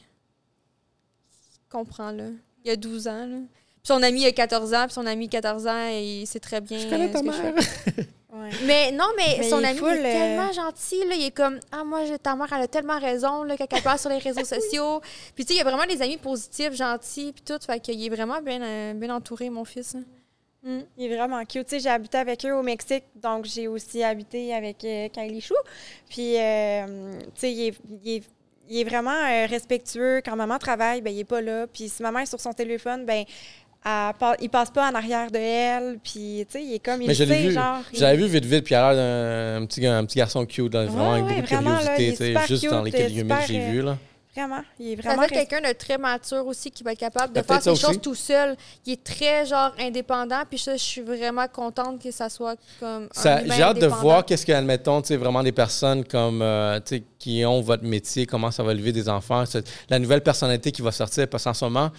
Comprends, là. Il y a 12 ans, là. Puis son ami, il a 14 ans, puis son ami, 14 ans, et il sait très bien euh, ce que je fais. Ouais. Mais non, mais, Mais son il est ami full, il est euh, tellement gentil. Là, il est comme Ah, moi, je- ta mère, elle a tellement raison là, quand elle parle sur les réseaux sociaux. Puis, tu sais, il y a vraiment des amis positifs, gentils, puis tout. Fait qu'il est vraiment bien, euh, bien entouré, mon fils. hein. Mm. Il est vraiment cute. Tu sais, j'ai habité avec eux au Mexique, donc j'ai aussi habité avec euh, Kylie Chou. Puis, euh, tu sais, il est, il est- il est vraiment euh, respectueux. Quand maman travaille, ben, il n'est pas là. Puis si maman est sur son téléphone, ben, elle pa- il passe pas en arrière de elle. Puis, tu sais, il est comme, il Mais je le l'ai sait, vu. genre. <laughs> il- J'avais vu vite vite, puis il a l'air d'un un petit, gars- un petit garçon cute, là, vraiment Ouais, avec ouais, beaucoup de vraiment, là, il curiosité, est tu sais, super juste dans cute, les quelques super, minutes que j'ai euh, vu. Là. Vraiment, il est Ça vraiment... fait respectueux. quelqu'un de très mature aussi qui va être capable de Ben, faire peut-être ça ses choses aussi. tout seul. Il est très genre indépendant, puis ça, je suis vraiment contente que ça soit comme un Ça- humain J'ai hâte de indépendant. voir qu'est-ce que, admettons, tu sais, vraiment des personnes comme, euh, tu sais, qui ont votre métier, comment ça va élever des enfants, c'est- la nouvelle personnalité qui va sortir. Parce qu'en ce moment,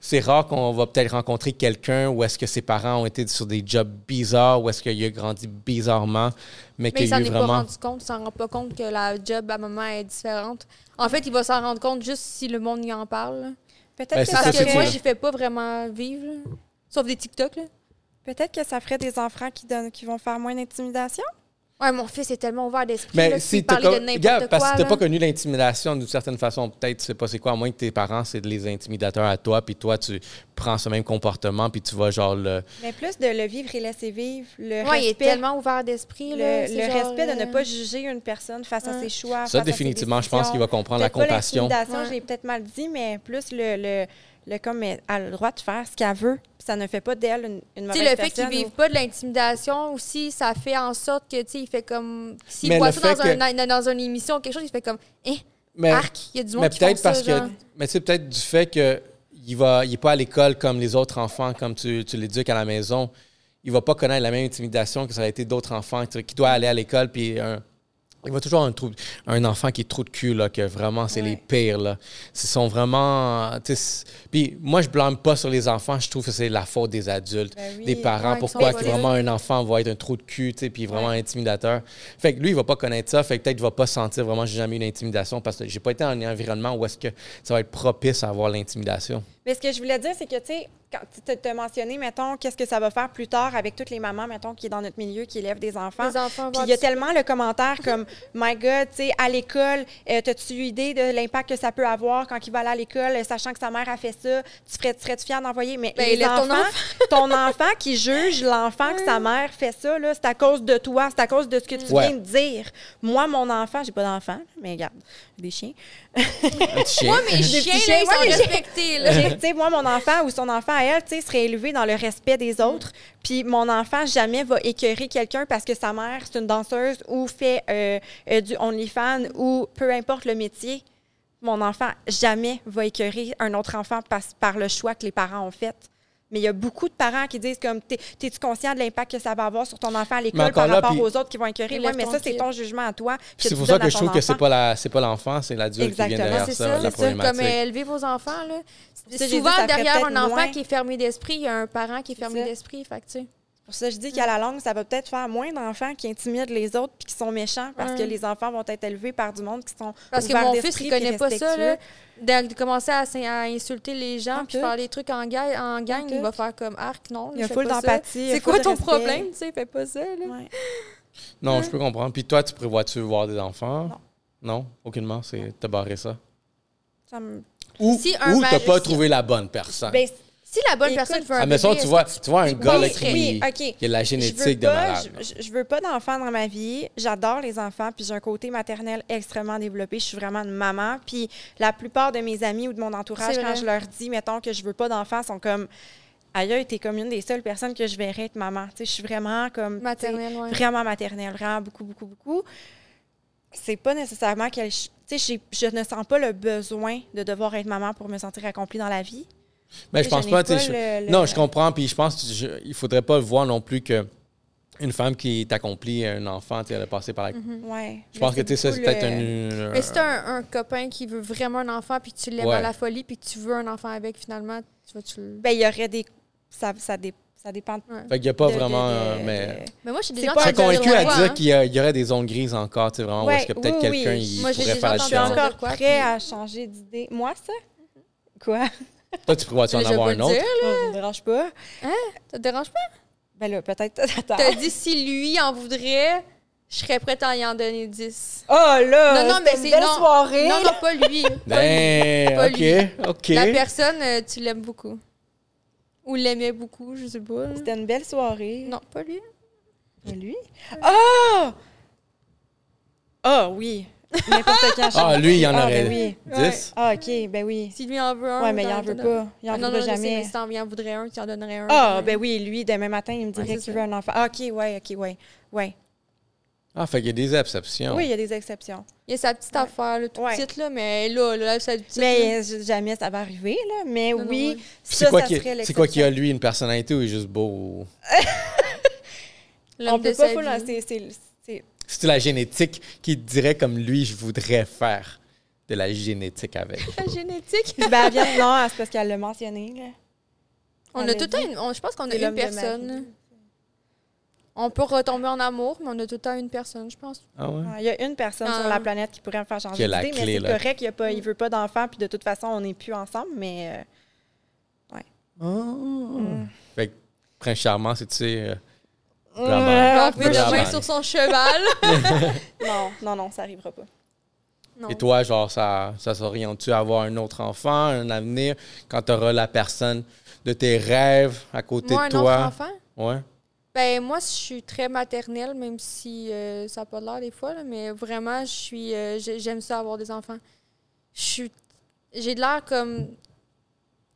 c'est rare qu'on va peut-être rencontrer quelqu'un où est-ce que ses parents ont été sur des jobs bizarres, où est-ce qu'il a grandi bizarrement, mais, Mais il qu'il a s'en eu est pas vraiment. rendu compte, il s'en rend pas compte que la job à maman est différente. En fait, il va s'en rendre compte juste si le monde y en parle. là. Peut-être Ben, que c'est ça Parce c'est que ferait- moi, sûr. j'y fais pas vraiment vivre, là. sauf des TikTok. Là. Peut-être que ça ferait des enfants qui, donnent, qui vont faire moins d'intimidation. Ouais, mon fils est tellement ouvert d'esprit. Mais là, s'il si t'as parlait de con- n'importe Regarde, quoi, parce que t'as là. pas connu l'intimidation d'une certaine façon, peut-être tu sais pas c'est quoi, à moins que tes parents c'est les intimidateurs à toi, puis toi tu prends ce même comportement, puis tu vas genre le. Mais plus de le vivre et laisser vivre, le Ouais, il est respect. tellement ouvert d'esprit. le, là, c'est le genre, respect de euh, ne pas juger une personne face à Hein. ses choix. Ça définitivement, je pense qu'il va comprendre la compassion. L'intimidation, Ouais. je l'ai peut-être mal dit, mais plus le, le, le comme elle a le droit de faire ce qu'elle veut, puis ça ne fait pas d'elle une, une Tu mauvaise sais, le fait personne. qu'ils ou- vivent pas de l'intimidation aussi, ça fait en sorte que, tu sais, il fait comme. S'il Mais voit le ça fait dans, un- dans une émission ou quelque chose, il fait comme. Eh, Mais- arc, il y a du monde Mais qui font peut-être ça, parce que. genre. Mais c'est peut-être du fait que il va, il est pas à l'école comme les autres enfants, comme tu, tu l'éduques à la maison. Il va pas connaître la même intimidation que ça a été d'autres enfants tu sais, qui doivent aller à l'école, puis un- Il va toujours avoir un, trou, un enfant qui est trou de cul, là, que vraiment, c'est les Ouais. pires. Là. Ce sont vraiment... tu sais, c'est- Puis moi, je blâme pas sur les enfants. Je trouve que c'est la faute des adultes, Ben oui. des parents. Ouais, qui pourquoi sont que volés. vraiment un enfant va être un trou de cul, tu sais, puis vraiment intimidateur. Fait que lui, il va pas connaître ça. Fait que peut-être qu'il va pas sentir vraiment, j'ai jamais eu l'intimidation parce que j'ai pas été dans un environnement où est-ce que ça va être propice à avoir <laughs> l'intimidation. Mais ce que je voulais dire, c'est que, tu sais, quand tu te mentionné, mettons, qu'est-ce que ça va faire plus tard avec toutes les mamans, mettons, qui est dans notre milieu, qui élèvent des enfants. Les enfants Puis vont il y a participer. tellement le commentaire comme My God, tu sais, à l'école, euh, t'as-tu eu idée de l'impact que ça peut avoir quand il va aller à l'école, euh, sachant que sa mère a fait ça, tu ferais, tu serais-tu fière d'envoyer? Mais Ben, les lève ton enfants, ton enfant qui juge l'enfant que sa mère fait ça, là, c'est à cause de toi, c'est à cause de ce que tu Ouais. viens de dire. Moi, mon enfant, j'ai pas d'enfant, mais regarde, j'ai des chiens. Un petit chien. Mes Des chiens, petits là, chiens, ils sont ouais, les chiens. respectés, là. J'ai- <laughs> tu sais, moi, mon enfant ou son enfant à elle, tu sais, serait élevé dans le respect des autres. Puis mon enfant jamais va écœurer quelqu'un parce que sa mère, c'est une danseuse ou fait euh, euh, du OnlyFans ou peu importe le métier. Mon enfant jamais va écœurer un autre enfant par, par le choix que les parents ont fait. Mais il y a beaucoup de parents qui disent comme T'es- t'es-tu conscient de l'impact que ça va avoir sur ton enfant à l'école encore par là, rapport puis- aux autres qui vont écœurer? Puis Oui, lève mais ton ça, c'est pied. ton jugement à toi. Puis c'est tu pour donnes ça à que je ton trouve que c'est enfant. pas la- c'est pas l'enfant, c'est l'adulte qui vient Exactement, derrière C'est ça, ça, la c'est ça. Comme euh, euh, problématique. élever vos enfants, là. ça, j'ai Souvent, dit, ça ferait derrière un peut-être enfant moins. qui est fermé d'esprit, il y a un parent qui est fermé ça. d'esprit, fait que, tu sais. pour ça je Mm. dis qu'à la longue, ça va peut-être faire moins d'enfants qui intimident les autres puis qui sont méchants parce que Ouais. les enfants vont être élevés par du monde qui sont Parce que ouverts mon fils, d'esprit il puis connaît pas ça, là. respectueux. De, de commencer à, s'in- à insulter les gens En puis tout. faire des trucs en, ga- en gang, En il tout. va faire comme arc, non. Il y a je fais full pas ça. d'empathie, il y a C'est full quoi de ton respect. problème, tu sais, fais pas ça, là. Ouais. Non, je peux comprendre. Puis toi, tu prévois-tu voir des enfants? hein? Non. Non, aucunement, c'est t'as barré ça. Ça me- Ou Si un ou t'as mari- pas si- trouvé la bonne personne. Ben, Si la bonne Écoute, personne veut un Ah, mais ça, bébé, tu est-ce vois, tu vois un gars là, penses- qui, oui, ok. qui a la je veux génétique de pas- malade. je- Je, je veux pas d'enfants dans ma vie. J'adore les enfants, puis j'ai un côté maternel extrêmement développé. Je suis vraiment une maman. Puis la plupart de mes amis ou de mon entourage, C'est quand vrai. je leur dis, mettons, que je veux pas d'enfants, sont comme, aïe, t'es comme une des seules personnes que je verrais être maman. Tu sais, je suis vraiment comme. que- tu sais, Maternelle, ouais. vraiment maternelle, vraiment beaucoup, beaucoup, beaucoup. C'est pas nécessairement que je, tu sais, j'ai- je ne sens pas le besoin de devoir être maman pour me sentir accomplie dans la vie. Mais je pense n'ai pas. tu sais, le- je- le- Non, je comprends. Puis je pense qu'il faudrait pas voir non plus que une femme qui t'accomplit un enfant, tu sais, elle a passé par la. Ouais. Je pense que Mhm. Mais tu sais, ça, c'est beaucoup peut-être le- un. Mais si t'as un, un copain qui veut vraiment un enfant puis que tu l'aimes euh, Ouais. à la folie puis que tu veux un enfant avec, finalement, tu vas tu le- Ben, il y aurait des. Ça, ça, dé- ça dépend. Fait qu'il n'y a pas de- de- vraiment. de- euh, mais... de- Mais moi, j'ai des C'est gens pas Je qui serais un veulent convaincu le à droit, dire hein. qu'il y, a- il y aurait des zones grises encore, tu sais, vraiment, où est-ce que Ouais, peut-être oui, quelqu'un oui. il Moi, j'ai pourrait déjà faire la entendu Je suis différence. ça. encore Quoi, prêt puis- à changer d'idée. Moi, ça? <laughs> Quoi? Toi, tu pourrais-tu en Je vais avoir pas un le autre? dire. Ça me dérange pas. Ça te dérange pas? Ben là, peut-être. <laughs> Attends. T'as dit si lui en voudrait, je serais prête à y en donner 10. Oh là! Non, non, mais une c'est belle non. soirée. Non, non, <laughs> pas lui. Pas lui. Ben, Pas OK, OK. La personne, euh, tu l'aimes beaucoup. Ou l'aimait beaucoup, je sais pas. là. C'était une belle soirée. Non, pas lui. Pas lui? Ah! Ah oui! N'importe quand. Ah, lui, il y en Ah, aurait ben oui. 10. Ah, OK, ben oui. Si lui en veut un. Ouais, mais il t'en- en veut t'en- pas. Il en Ah, non, veut non, je sais, mais jamais. Si t'en il en voudrait un, tu en donnerais un. Ah, Ouais. ben oui, lui, demain matin, il me Ouais, dirait c'est qu'il ça. veut un enfant. Ah, OK, ouais, OK, ouais. Ouais. Ah, fait qu'il y a des exceptions. Oui, il y a des exceptions. Il y a sa petite Ouais. affaire, là, toute Ouais. petite, là, mais là, là, sa petite. là. Mais euh, jamais ça va arriver, là. Mais Non, non, oui, ouais. Puis C'est ça, quoi ça qui serait c'est quoi qu'il l'exception. a lui une personnalité ou il est juste beau L'homme On de peut sa pas full- hein, vie. c'est- c'est- c'est- C'est la génétique qui te dirait comme lui je voudrais faire de la génétique avec. La génétique. Ben, elle vient- non, c'est parce qu'elle l'a mentionné, Mm. là. On Elle a a tout le temps une- on- je pense qu'on a C'est une l'homme de ma personne. vie. On peut retomber en amour, mais on a tout le temps une personne, je pense. Ah ouais. Ouais, Il y a une personne Ah. Mm. sur la planète qui pourrait me faire Qui a changer la d'idée, mais clé, c'est là. correct. Il ne pas, il veut pas d'enfant, puis de toute façon, on n'est plus ensemble, mais euh, Ah. Mm. Fait que Prince Charmant, c'est tu sais euh, euh, Blabla. On Ah, peut le Bravo. main sur son cheval. non, non, non, ça arrivera pas. Non. et toi genre ça ça s'oriente-tu à avoir un autre enfant, un avenir quand tu auras la personne de tes rêves à côté Moi, un de toi. autre enfant? Ouais. Ben, moi, je suis très maternelle, même si euh, ça n'a pas l'air des fois, là, mais vraiment, je suis, euh, j'ai- j'aime ça avoir des enfants. Je suis, j'ai de l'air comme,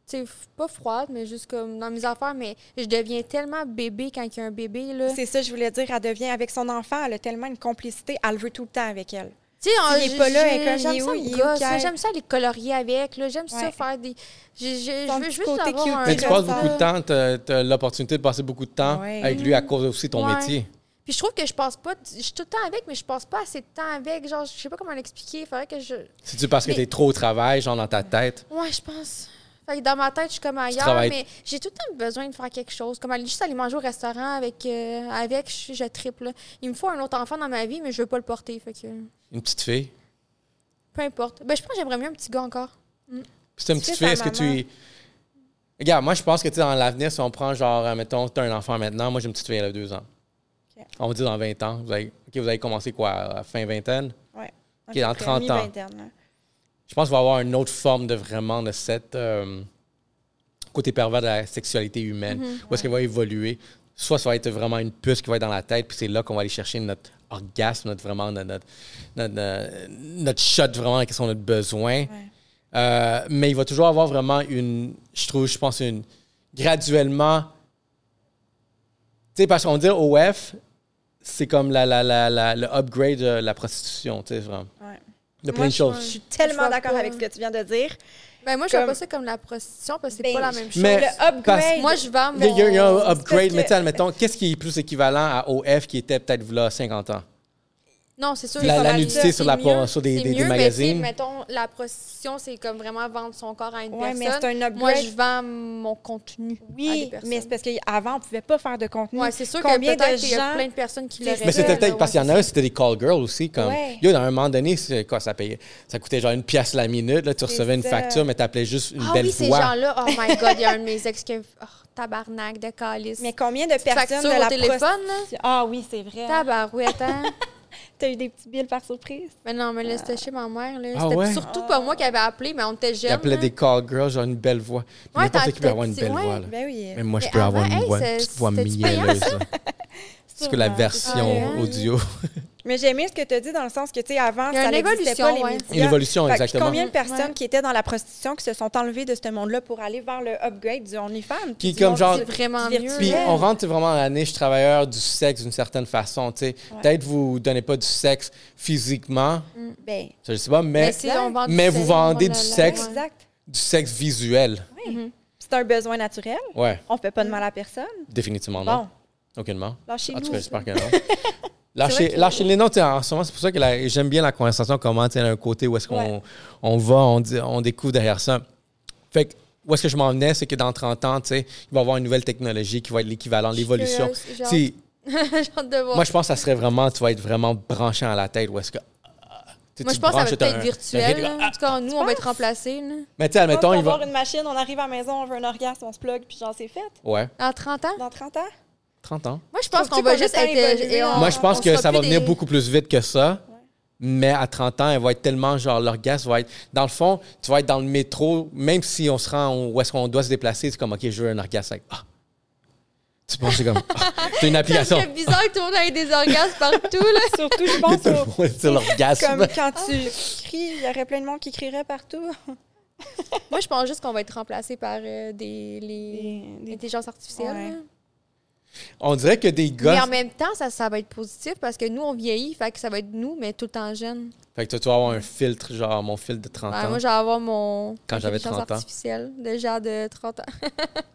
tu sais, f- pas froide, mais juste comme dans mes affaires, mais je deviens tellement bébé quand il y a un bébé, là. C'est ça, je voulais dire, elle devient avec son enfant, elle a tellement une complicité, elle le veut tout le temps avec elle. Tu sais, en- il est j'ai- pas là, hein, j'ai- elle est comme, j'aime il est ça où, le il est où, gosse, Pierre? j'aime ça les colorier avec, là, j'aime ça Ouais. faire des, j'ai- j'ai- je Ton veux petit juste côté avoir cute, un Mais tu passes Intéressant. beaucoup de temps, tu as l'opportunité de passer beaucoup de temps Ouais. avec lui à cause aussi de ton Ouais. métier. Puis je trouve que je passe pas, je suis tout le temps avec, mais je passe pas assez de temps avec, genre, je sais pas comment l'expliquer, il faudrait que je, C'est-tu parce que Mais- tu es trop au travail, genre dans ta tête? Ouais, je pense. Fait que dans ma tête, je suis comme ailleurs, travailles- mais j'ai tout le temps besoin de faire quelque chose. Comme aller juste aller manger au restaurant avec, euh, avec je, je triple. Il me faut un autre enfant dans ma vie, mais je veux pas le porter. Fait que Une petite fille? peu importe. Ben, je pense que j'aimerais mieux un petit gars encore. Puis c'est une Tu petite fais fille, ta est-ce que maman. tu. Regarde, moi, je pense que tu sais, dans l'avenir, si on prend genre, euh, mettons, tu as un enfant maintenant, moi, j'ai une petite fille, elle a deux ans. Ok. On va dire dans 20 ans. Vous avez, OK, vous avez commencé quoi, à la fin vingtaine? Ok, Qui est en 30 ans. Je pense qu'il va y avoir une autre forme de vraiment de cette euh, côté pervers de la sexualité humaine. Mhm, Où est-ce qu'elle va évoluer? Soit ça va être vraiment une puce qui va être dans la tête, puis c'est là qu'on va aller chercher notre orgasme, notre vraiment notre, notre, notre, euh, notre shot vraiment la question de notre besoin. Euh, mais il va toujours avoir vraiment une, je trouve, je pense, une graduellement. Tu sais, parce qu'on dit OF, c'est comme la, la, la, la- le upgrade de la prostitution, tu sais, vraiment. Ouais. De plein Moi, de je choses. Je suis Je vois tellement d'accord pas. avec ce que tu viens de dire. Ben, moi, je vois Comme- pas ça comme la prostitution parce que c'est Ben, pas la même chose. Mais- le upgrade. Moi, je vends mon. Il y, a- il y a un parce upgrade, que- mais tu sais, admettons, qu'est-ce qui est plus équivalent à OF qui était peut-être là 50 ans? Non, c'est sûr. La- c'est la pas nudité mal ça. sur la C'est por- mieux, sur des- c'est des- des mieux, mais magazines. tu sais, mettons, la prostitution, c'est comme vraiment vendre son corps à une Ouais, mais c'est personne. un upgrade. Moi, je vends mon contenu. à des oui, personnes. mais c'est parce qu'avant, on ne pouvait pas faire de contenu. Ouais, c'est sûr que Combien de peut-être qu'il y a gens- plein de personnes qui Mais l'auraient Mais fait, c'était là, peut-être ouais, parce qu'il y en c'est a un, c'était des call girls aussi. Comme, Ouais. yo, dans un moment donné, c'est quoi, ça payait? Ça coûtait genre une pièce la minute, là, tu recevais une ça. facture, mais t'appelais juste une Ah belle oui, ces fois. gens-là, oh my God, il y a un de mes ex qui a oh, tabarnak de calice. Mais combien de personnes facture de au la téléphone, là. prostitution- Ah oui, c'est vrai. Tabarouette, hein? T'as eu des petits billes par surprise? mais non, mais laisse chez ma mère, là. Ah C'était ouais? surtout pas moi qui avait appelé, mais on était jeunes. Ils appelaient là. des call girls, genre une belle voix. Puis Ouais, N'importe t'as- qui peut avoir une t'as- belle ouais, voix. là. Ben oui. Mais moi, je Mais peux avant, avoir une, hey, voix, une c'est- petite voix c'était-tu payant, mielleuse. <laughs> ça? là. C'est que la Sûrement. hein. version Ah ouais. audio. Mais j'ai aimé ce que tu as dit dans le sens que, tu sais, avant, Il y a ça une n'existait pas les évolution, ouais. médias. Une évolution, Fait que exactement. Combien de personnes Ouais. qui étaient dans la prostitution qui se sont enlevées de ce monde-là pour aller vers le upgrade du OnlyFans? Qui, du comme monde genre- du- C'est vraiment du mieux. virtuel. Puis on rentre vraiment dans la niche travailleur du sexe d'une certaine façon. tu sais. Peut-être vous donnez pas du sexe physiquement, Ben, ça, je sais pas, mais, Mais, si on vend du oh mais vous sexe, vendez on du a la- sexe. ouais. exact. du sexe visuel. C'est un besoin naturel. Ouais, On fait pas de mal à personne. définitivement non. Bon, Aucunement. Ah, lâchez-nous. En tout cas, j'espère que non. C'est <laughs> Lâchez, vrai que- lâchez les noms. tu sais, En ce moment, c'est pour ça que la- j'aime bien la conversation, comment tu sais, elle a un côté où est-ce qu'on Ouais. on va, on, dit- on découvre derrière ça. Fait que, où est-ce que je m'en venais, c'est que dans 30 ans, tu sais, il va y avoir une nouvelle technologie qui va être l'équivalent, suis l'évolution. curieuse, Tu j'ai sais, <laughs> J'ai hâte de voir. Moi, je pense que ça serait vraiment, tu vas être vraiment branché à la tête où est-ce que. ah, tu sais, Moi, tu je pense que ça va branches, être t'as peut-être un- virtuel. un- là. En tout cas, nous, on va être remplacés. là. Mais tu sais, On admettons, va il va. avoir une machine, on arrive à la maison, on veut un orgasme, on se plug, puis genre, c'est fait. Ouais, À 30 ans? Dans 30 ans? 30 ans. Moi, je pense Trouves-tu qu'on va qu'on juste a le temps être. d'évoluer, et on- là? Moi, je pense on que sera ça plus va venir des- beaucoup plus vite que ça. mais à 30 ans, elle va être tellement genre l'orgasme va être. Dans le fond, tu vas être dans le métro, même si on se rend où est-ce qu'on doit se déplacer, c'est comme OK, je veux un orgasme. Like, ah. Tu penses c'est comme ah, <laughs> c'est une application. C'est bizarre que tout le monde ait des orgasmes partout, là. Surtout, je Tout le pense, au- monde est sur l'orgasme. comme quand tu cries, il y aurait plein de monde qui crierait partout. Moi, je pense juste qu'on va être remplacé par euh, des, les Des- des- intelligences artificielles. Ouais. là. On dirait que des Mais gars. en même temps, ça, ça va être positif parce que nous, on vieillit, fait que ça va être nous, mais tout le temps jeune. Fait que toi, tu vas avoir un filtre, genre mon filtre de 30 Ouais, ans. moi, j'allais avoir mon Quand j'avais 30 ans. artificielle de genre de 30 ans.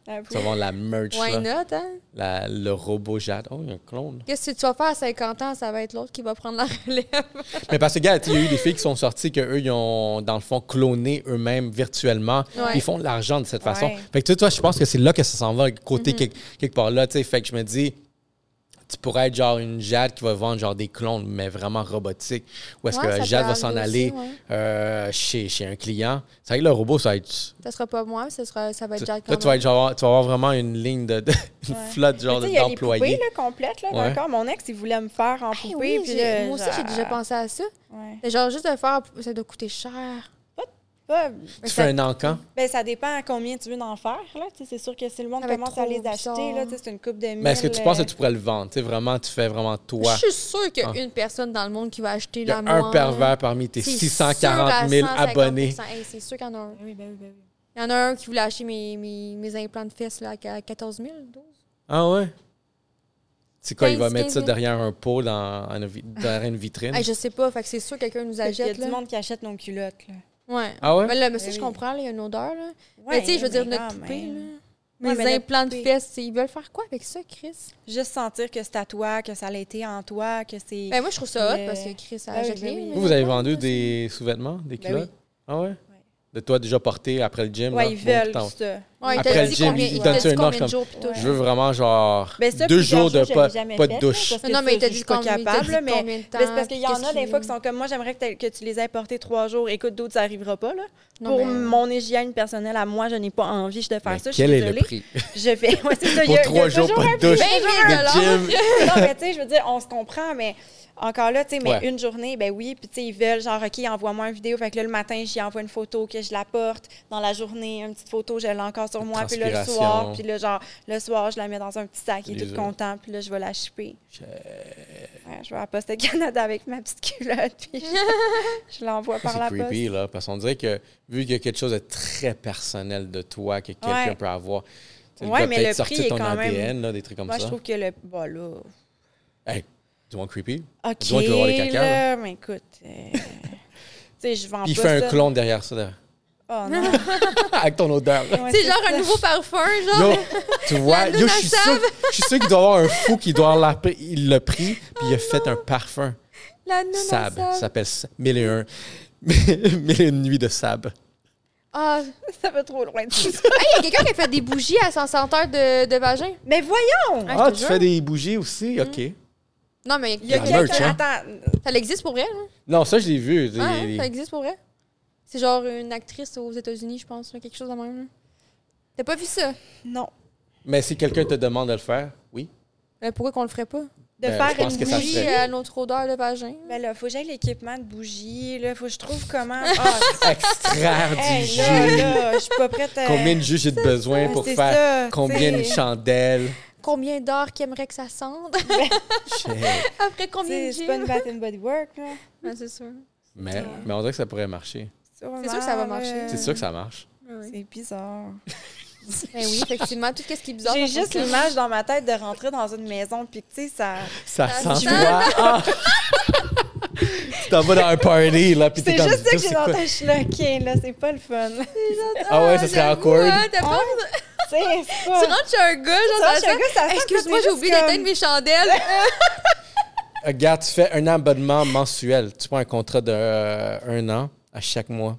Avoue. Tu vas avoir la merch, Why là, not, hein? la- le robot Jade. Oh, il y a un clone. Qu'est-ce que tu vas faire à 50 ans? Ça va être l'autre qui va prendre la relève. Mais parce que, gars, il y a eu des filles qui sont sorties que eux ils ont, dans le fond, cloné eux-mêmes virtuellement. Ouais. Ils font de l'argent de cette Ouais. façon. Fait que, tu sais, toi, je pense que c'est là que ça s'en va, côté quelque, quelque part là, tu sais. Fait que je me dis, tu pourrais être genre une Jade qui va vendre genre des clones, mais vraiment robotiques. Ou est-ce Ouais, ça que peut Jade va s'en arriver aller aussi, ouais. euh, chez, chez un client? C'est vrai que le robot, ça va être. Ça sera pas moi, ça, sera, ça va être Jack. Là, tu vas, être genre- tu vas avoir vraiment une ligne de. de- une flotte, genre, Tu sais, il y a les poupées d'employés. là, complètes. Là, Ouais. Encore, mon ex, il voulait me faire en poupée. Hey, Ah oui, puis, j'ai- euh, moi aussi, genre, j'ai déjà pensé à ça. ouais. Mais Genre, juste de le faire, ça doit coûter cher. Pas- Tu fais Mais ça- un encan. ben, ça dépend à combien tu veux en faire. là. Tu sais, C'est sûr que si le monde Ça va être commence à trop les acheter, bizarre. là, tu sais, c'est une coupe de mille. Mais est-ce que tu penses que euh, tu pourrais le vendre? Tu sais, vraiment, tu fais vraiment toi. Je suis sûre qu'il y a Ah. une personne dans le monde qui va acheter Il y a la un pervers parmi tes 640 000 abonnés. c'est sûr qu'il y en a un. Oui, ben oui, ben oui. Il y en a un qui voulait acheter mes, mes, mes implants de fesses là, à 14 000, 12 Ah ouais? C'est quoi, il va 15, mettre ça 15. derrière un pot, dans, une vi- derrière une vitrine? Ah, Hey, je sais pas, fait que c'est sûr que quelqu'un nous Il y a achète. du Là. monde qui achète nos culottes. Là. Ouais. Ah ouais? Mais là, mais ça, Ben je oui. comprends, là, il y a une odeur. Là. mais tu sais, je veux dire, notre poupée, là. Ouais, mais mes notre implants de poupée. fesses, t'sais, ils veulent faire quoi avec ça, Chris? Juste sentir que c'est à toi, que ça l'a été en toi, que c'est. Ben, moi, je trouve ça hot Mais- parce que Chris, ça Ben oui, achète ben les- oui. mes Vous, vous avez implants, vendu là, des sous-vêtements, des Ben oui. culottes? Ah ouais? De toi déjà porté après le gym? là? ouais, ils Bon, veulent putain. ça. c'est- Ouais, il Après t'a le dit gym, combien, il il donne t'a ça dit une combien offre de comme- jours, puis tout. Je veux vraiment, genre, Ben, ça, deux plusieurs jours de je pas, l'ai jamais pas fait, de là, douche. parce que Non, mais il ça, t'a je dit suis pas combien- il t'a capable, dit là, mais combien de Ben, c'est parce qu'il y temps, en a qu'est-ce des qu'il- fois qui sont comme moi, j'aimerais que, t'aies- que tu les aies portés trois jours. Écoute, d'autres, ça n'arrivera pas. Là. Non, Pour mais- mon hygiène personnelle à moi, je n'ai pas envie de faire Mais ça. Je suis quel est le désolée. prix? Je fais. <laughs> Ouais, c'est Pour ça, il y a- il y a trois jours, toujours pas un de douche. Ben, Ah, Le alors, gym. non, mais tu sais, je veux dire, on se comprend, mais encore là, tu sais, mais Ouais. une journée, ben oui, puis tu sais, ils veulent, genre, OK, envoie-moi une vidéo. Fait que là, le matin, j'y envoie une photo que je la porte. Dans la journée, une petite photo, je l'ai encore sur moi. Puis là, le transpiration. soir, puis là, genre, le soir, je la mets dans un petit sac, il est Les tout œufs. content, puis là, je vais la shipper. Ouais, je vais à la Poste Canada avec ma petite culotte, puis <laughs> je, je l'envoie par C'est la poste. creepy, là, parce qu'on dirait que, vu qu'il y a quelque chose de très personnel de toi que quelqu'un Ouais. peut avoir, tu sais, Ouais, gars mais peut-être le sorti prix est ton quand même- ADN, là, des trucs comme Moi, je ça. trouve que le. Bah là. Hey, du moins creepy. OK, moins, tu vas avoir les caca, là, mais écoute. <laughs> euh, tu sais, je vends Puis il pas fait un ça. clone derrière ça, derrière. <laughs> Oh non. avec ton odeur. là. Ouais, <laughs> C'est genre un nouveau parfum, genre. Yo, tu vois, La lune yo, à je suis sable. sûr, je suis sûr qu'il doit y avoir un fou qui doit avoir l'appris- il l'a pris, puis il a fait un parfum. La nana Sab, sable. ça s'appelle sa- <laughs> 1001. 1001 nuits de sable. Ah, ça va trop loin de ça. Hey, il y a quelqu'un qui a fait des bougies à 100 senteur de, de vagin. <laughs> Mais voyons! Ah, Ah, je te tu jure. fais des bougies Mm. aussi? OK. Non, mais Il y a La merch, quelqu'un. hein? Attends, ça existe pour vrai. Hein? Non, ça, je l'ai vu. des- Ah, hein, des- ça existe pour vrai. C'est genre une actrice aux États-Unis, je pense, là, quelque chose de même. là. T'as pas vu ça? non. Mais si quelqu'un te demande de le faire, oui. Mais pourquoi qu'on le ferait pas? De Ben, je faire pense une que ça se bougie. fait. Bougie à notre odeur de vagin. Ben là, faut que j'aille l'équipement de bougie. Là, faut que je trouve <laughs> comment. Ah, Extraire du hey, jus. là, là, je suis pas prête à. Combien de jus j'ai de besoin Ah, pour c'est faire ça, combien de t'sais. <laughs> chandelles? Combien d'heures qu'il aimerait que ça sente? Shit. <laughs> Après Tu combien sais, de C'est pas une gym? Bath and Body Work, là. Ouais, c'est sûr. Mais, mais on dirait que ça pourrait marcher. Sûrement, sûr que ça va là. marcher. C'est sûr que ça marche. C'est bizarre. Ben oui, effectivement, tout ce qui est bizarre. J'ai ça juste fonctionne. l'image dans ma tête de rentrer dans une maison, puis que, tu sais, ça. Ça Ça sent sent. quoi? <laughs> Ah! tu t'en vas dans un party, là, puis t'es C'est comme... juste ça que c'est j'ai quoi? dans ta là. OK, là, c'est pas le fun. <laughs> tu Ah ouais, ça serait J'avoue, awkward. hein, t'as pas- sais, c'est Tu pas. rentres chez un gars, genre, Ah dans Tu rentres chez la un gars, ça salle, sent, Excuse-moi, c'est j'ai juste oublié comme- d'éteindre mes chandelles. Regarde, Euh, tu fais un abonnement mensuel. Tu prends un contrat de euh, un an à chaque mois.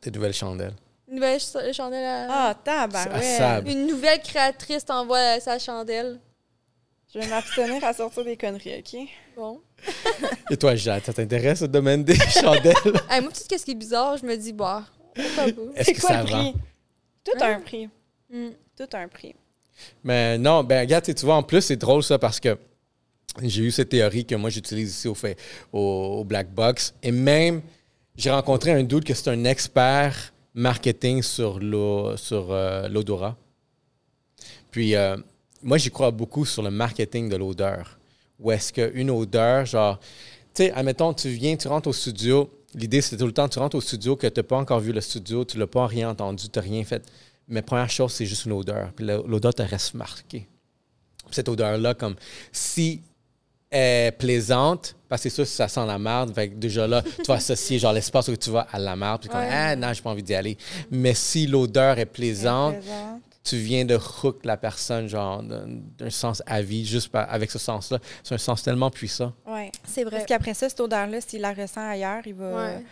Tes nouvelles chandelles. Une nouvelle ch- chandelle à... Ah, tabarouette. C'est à sable. Une nouvelle créatrice t'envoie sa chandelle. Je vais m'abstenir à sortir des conneries, OK? Bon. Et toi, Jade, ça t'intéresse le domaine des <laughs> chandelles? Hey, moi, tout ce qui est bizarre, je me dis, bah, <laughs> pourquoi pas. Est-ce que ça le vend? prix? Tout un prix. Mm. Tout un prix. Mais non, ben regarde, tu sais, tu vois, en plus, c'est drôle ça parce que j'ai eu cette théorie que moi j'utilise ici au, fait, au, au Black Box. Et même, j'ai rencontré un doute que c'est un expert marketing sur l'o- sur, euh, l'odorat. Puis, euh, moi, j'y crois beaucoup sur le marketing de l'odeur. Ou est-ce qu'une odeur, genre, tu sais, admettons, tu viens, tu rentres au studio. L'idée, c'est tout le temps, tu rentres au studio, que tu n'as pas encore vu le studio, tu l'as pas rien entendu, tu n'as rien fait. Mais première chose, c'est juste une odeur. Puis la- l'odeur te reste marquée. Puis Cette odeur-là, comme si elle est plaisante, parce que c'est sûr, ça sent la merde. Fait que déjà là, tu vas associer genre l'espace où tu vas à la merde. Puis comme, Ouais. ah non, j'ai pas envie d'y aller. Mais si l'odeur est plaisante, tu viens de hook la personne, genre, d'un d'un sens à vie, juste par- avec ce sens-là. C'est un sens tellement puissant. Oui. C'est vrai. Parce qu'après ça, cette odeur-là, s'il la ressent ailleurs, il va. Ouais.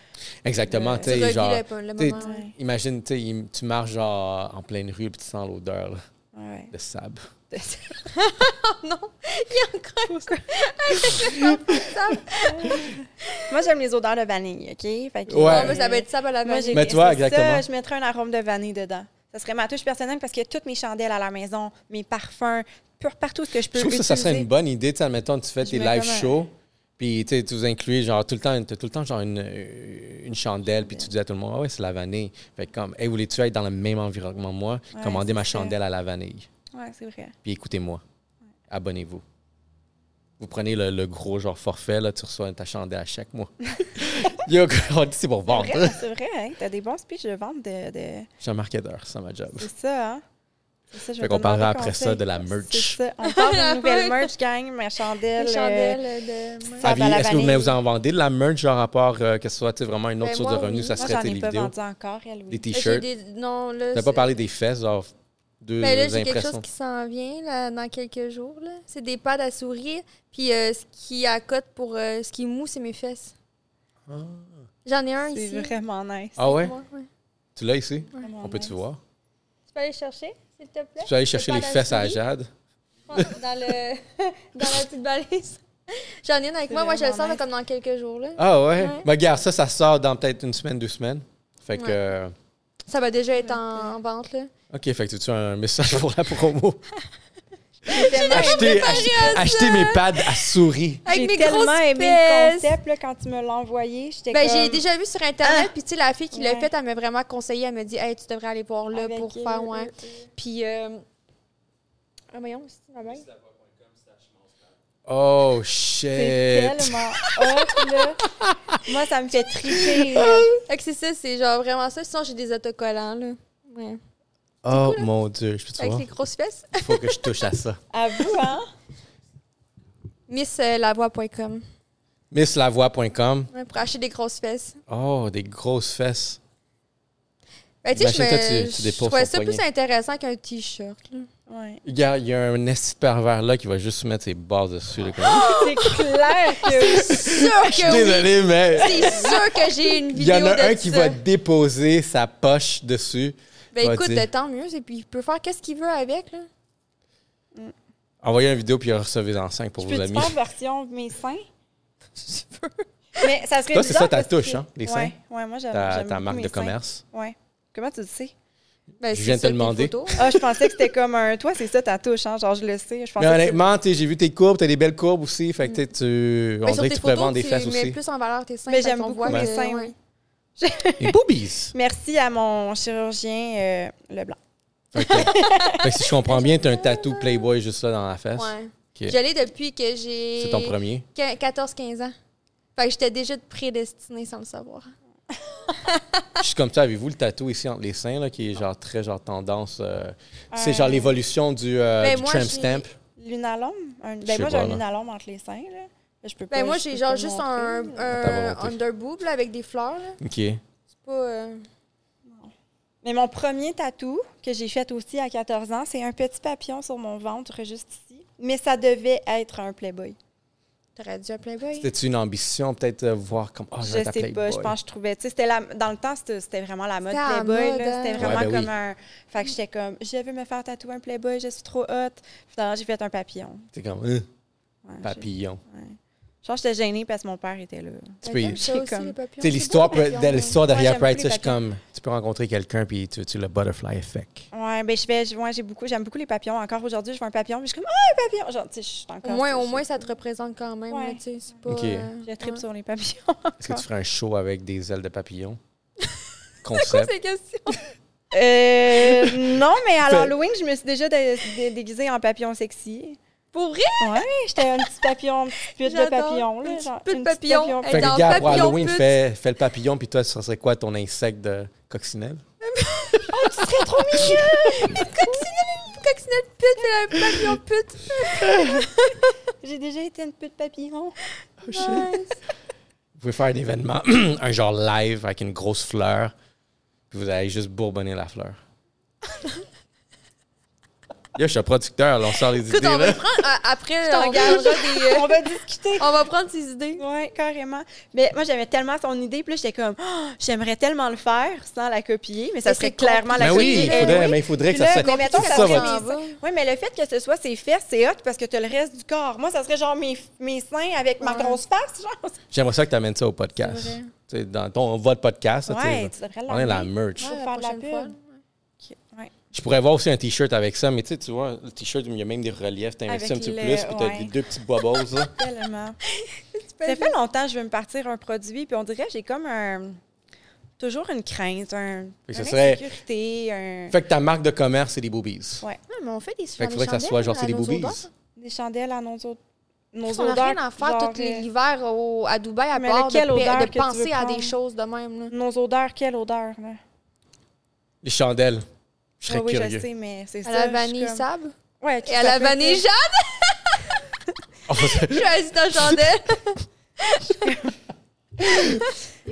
Exactement, Ouais. tu Tu revis sais, genre... le, le t'sais, moment. ouais. Ouais. Imagine, tu sais, il- tu marches genre en pleine rue puis tu sens l'odeur là, Ouais. de sable. <laughs> non, il y a encore ça. <laughs> Moi, j'aime les odeurs de vanille, OK? Fait que- Ouais. Ouais, moi, ça va être ça à la Moi, magie. j'ai- Mais toi, c'est exactement. Ça, je mettrais un arôme de vanille dedans. Ça serait ma touche personnelle parce que toutes mes chandelles à la maison, mes parfums, par- partout ce que je peux Je trouve que ça, utiliser. ça serait une bonne idée, tu sais, admettons, tu fais Je tes mets live comme un- shows, puis tu sais, tu vous inclues genre tout le temps, t'as tout le temps genre une, une chandelle, puis tu dis à tout le monde, ah ouais, c'est la vanille. Fait que comme, hey, voulez-tu être dans le même environnement que moi, Ouais, commandez c'est ma ça. chandelle à la vanille. Ouais, c'est vrai. puis écoutez-moi. Abonnez-vous. Vous prenez le, le gros genre forfait, là, tu reçois ta chandelle à chaque <laughs> mois. Yo, on dit c'est pour vendre. Vrai, C'est vrai, hein? T'as des bons speeches de vente de. de- Je suis un marketeur, c'est ça ma job. C'est ça, hein? C'est ça, je Fait vais qu'on te parlera demander après ça conseil. de la merch. C'est ça. <laughs> On parle La d'une nouvelle merch. merch, gang, ma chandelle. Les euh, chandelles de. ouais. ça- Aviez- va à la Est-ce que vous, mais vanille. vous en vendez de la merch, genre à part euh, que ce soit tu sais, vraiment une autre Ben, source moi, de revenus, oui. ça Moi, serait j'en tu sais, les ai pas vidéos, vendu encore, elle. les Oui. J'ai t-shirts. des- Non, là. T'as c'est- pas parlé des fesses, genre deux Ben là, j'ai quelque impressions. chose qui s'en vient là, dans quelques jours. là. C'est des pads à sourire. Puis euh, ce qui accote pour euh, ce qui est mou, c'est mes fesses. J'en ai un C'est ici. vraiment nice. Ah ouais? Moi, ouais. Tu l'as ici? Vraiment On peut-tu nice. voir? Tu peux aller chercher, s'il te plaît? Tu vas aller chercher pas les la fesses à souris. Jade? dans, le, <laughs> dans la petite balise. J'en ai une avec C'est moi. Moi, je le vraiment sors mais nice. comme dans quelques jours. Là. Ah ouais? Ouais. Ben, regarde, ça, ça sort dans peut-être une semaine, deux semaines. Fait que. Ouais. euh, Ça va déjà être en, en vente. Là. OK, fait que tu as un message pour la <laughs> promo. J'ai tellement acheter, acheter, acheter mes pads à souris. Avec mes J'ai tellement grosses aimé le fesses. concept là, quand tu me l'as envoyé. J'étais Ben, comme... Ah! J'ai déjà vu sur Internet. Puis, tu sais, la fille qui l'a Ouais. fait, elle m'a vraiment conseillé. Elle m'a dit, hey, tu devrais aller voir là Avec pour eux, faire. eux, Ouais. eux. Puis, euh... ah, voyons, c'est ma bague. Oh, C'est shit. tellement hot, là. Moi, ça me fait <laughs> triper. là. Fait que c'est ça, c'est genre vraiment ça. Sinon, j'ai des autocollants, là. Ouais. Oh, mon Dieu. Je peux te Avec voir? les grosses fesses. <laughs> Il faut que je touche à <laughs> ça. À vous, hein? euh, MissLavoie.com. Misslavoie.com. Ouais, pour acheter des grosses fesses. Oh, des grosses fesses. Ben, tu sais, je, Imagine-toi, me- tu- tu je déposes trouvais ton ça plus poignet. intéressant qu'un T-shirt, là. Ouais. Regarde, il y a un esti de pervers là qui va juste mettre ses barres dessus. là, comme- C'est clair Oh, que sûr <laughs> je suis que oui. désolé, mais C'est sûr que j'ai une il y vidéo en de a un qui ça. va déposer sa poche dessus. Ben va écoute, dire. tant mieux. Et puis il peut faire qu'est-ce qu'il veut avec là. Envoyez une vidéo puis recevez en 5 pour je vos peux amis. faire version <laughs> mes seins. Mais ça serait Toi, c'est bizarre ça ta parce que- touche, hein, les seins? Ouais, ouais moi, j'aime Ta, j'aime ta beaucoup marque mes de seins. commerce. Ouais. Comment tu le sais? Ben, Je c'est viens de ça, te tes demander. photos. Ah, je pensais que c'était comme un... Toi, c'est ça ta touche, hein? Genre, je le sais. Je pensais Mais que honnêtement, tu sais, j'ai vu tes courbes, t'as des belles courbes aussi. Fait que tu sais, tu. On Ben, sur dirait tes que tu pourrais photos, vendre des tu fesses mets aussi. plus en valeur tes seins. Mais fait Ben, j'aime qu'on beaucoup voit mes que- seins, ouais. oui. Les boobies. Merci à mon chirurgien euh, Leblanc. OK. fait que si je comprends bien, t'as un tatou Playboy juste là dans la fesse. Ouais. Ok. J'allais depuis que j'ai C'est ton premier. qu- 14-15 ans. Fait que j'étais déjà prédestinée sans le savoir. Je suis comme ça, avez-vous le tatou ici entre les seins, là, qui est genre très genre tendance. euh, C'est Euh, genre l'évolution du, euh, ben, du moi, tramp j'ai- stamp. Lunalome? Un- Je sais Ben, moi, j'ai pas, un là. lunalome entre les seins, là. Là, Je peux pas, Ben moi je j'ai peux genre pas juste le un, montrer. À un ta volonté. underboob là, avec des fleurs. là. OK. C'est pas. euh, Mais mon premier tatou que j'ai fait aussi à 14 ans, c'est un petit papillon sur mon ventre, juste ici. Mais ça devait être un Playboy. T'aurais dû un Playboy. C'était-tu une ambition, peut-être euh, voir comme. Oh, je j'ai un sais Playboy. pas, je pense que je trouvais... Tu sais, c'était la- dans le temps, c'était c'était vraiment la mode C'était la Playboy. mode, là. hein. C'était vraiment Ouais, ben comme oui. un... Fait que j'étais comme, je veux me faire tatouer un Playboy, je suis trop hot. Finalement, j'ai fait un papillon. C'est comme. euh, Ouais, j'ai- papillon. Genre, j'étais gênée parce que mon père était là. Tu peux- J'aime ça j'ai aussi, comme- les papillons. Tu C'est sais, l'histoire, beau, les peut- papillons, l'histoire derrière Moi, j'aime Pride, plus ça, les je suis comme, tu peux rencontrer quelqu'un, puis tu, tu le butterfly effect. Ouais, ben je fais, je- ouais, j'ai beaucoup, j'aime beaucoup les papillons. Encore aujourd'hui, je vois un papillon, mais je suis comme, ah, un papillon! Genre, tu sais, je suis Au encore. moins, au je- moins, ça te représente quand même. Ouais. là, tu sais, c'est pas, Ok. euh, Je tripe ouais. sur les papillons. <laughs> Est-ce que tu ferais un show avec des ailes de papillon? Quoi, Concept. ces questions? Euh, non, mais à Fait- l'Halloween, je me suis déjà dé- dé- déguisée en papillon sexy. Pour rire, Ouais, j'étais un petit papillon, une petite pute de J'adore. papillon. Là, Une petite genre, pute de une papillon. Elle- Fait dans que, gars, pour papillon Halloween, pute. fais, fais le papillon, puis toi, ça serait quoi ton insecte de coccinelle? coccinelle pute, mais un papillon pute. J'ai déjà été une pute <laughs> papillon. Nice. Vous pouvez faire un événement, <clears throat> un genre live avec une grosse fleur, puis vous allez juste bourbonner la fleur. Yo, je suis un producteur, là, on sort les Écoute, idées, on va là. le prendre euh, après. Je euh, on t'engage. <laughs> gardera des, euh, On va <laughs> discuter. on va prendre ses idées. Oui, carrément. Mais moi, j'aimais tellement son idée. Puis là, j'étais comme, Oh, j'aimerais tellement le faire sans la copier. Mais ça Mais serait c'est clairement la Mais copier. oui, il Ben faudrait, oui. mais il faudrait que Puis ça là, se... mais mettons, tout ça ça serait va- s'en va. Oui, mais le fait que ce soit ses fesses, c'est hot parce que tu as le reste du corps. Moi, ça serait genre mes, mes seins avec ma Ouais. grosse face. Genre. J'aimerais ça que tu amènes ça au podcast. C'est vrai. Tu sais, Dans ton votre podcast, ça, tu sais, Ouais, tu devrais on est la l'emmener. merch. Ouais. la faire de la prochaine pub. fois. Ok, ouais. Je pourrais avoir aussi un t-shirt avec ça, mais tu sais, tu vois, le t-shirt, il y a même des reliefs, t'investis un Avec petit peu le- plus, puis t'as ouais. des deux petits bobos, là. <laughs> Tellement. Ça fait longtemps que je veux me partir un produit, puis on dirait que j'ai comme un. Toujours une crainte, un, Fait que ce une serait- insécurité, un- Fait que ta marque de commerce, c'est des boobies. Ouais. Ah, mais on fait des hein, Fait qu'il faudrait que ça soit genre, c'est des boobies. des chandelles à nos, au- nos On n'a odeurs. rien à faire genre, tout l'hiver au- à Dubaï, à Mais part de, lequel pe- odeur de que tu veux penser à des prendre? choses de même. là. euh, Nos odeurs, quelle odeur, là? Les chandelles. Je serais Ah oui, curieux. je sais, mais c'est ça. À la je suis vanille comme- sable. Ouais, tout Et à ça la peut vanille être- Jeanne! Je suis assise dans la <laughs> chandelle. Ah,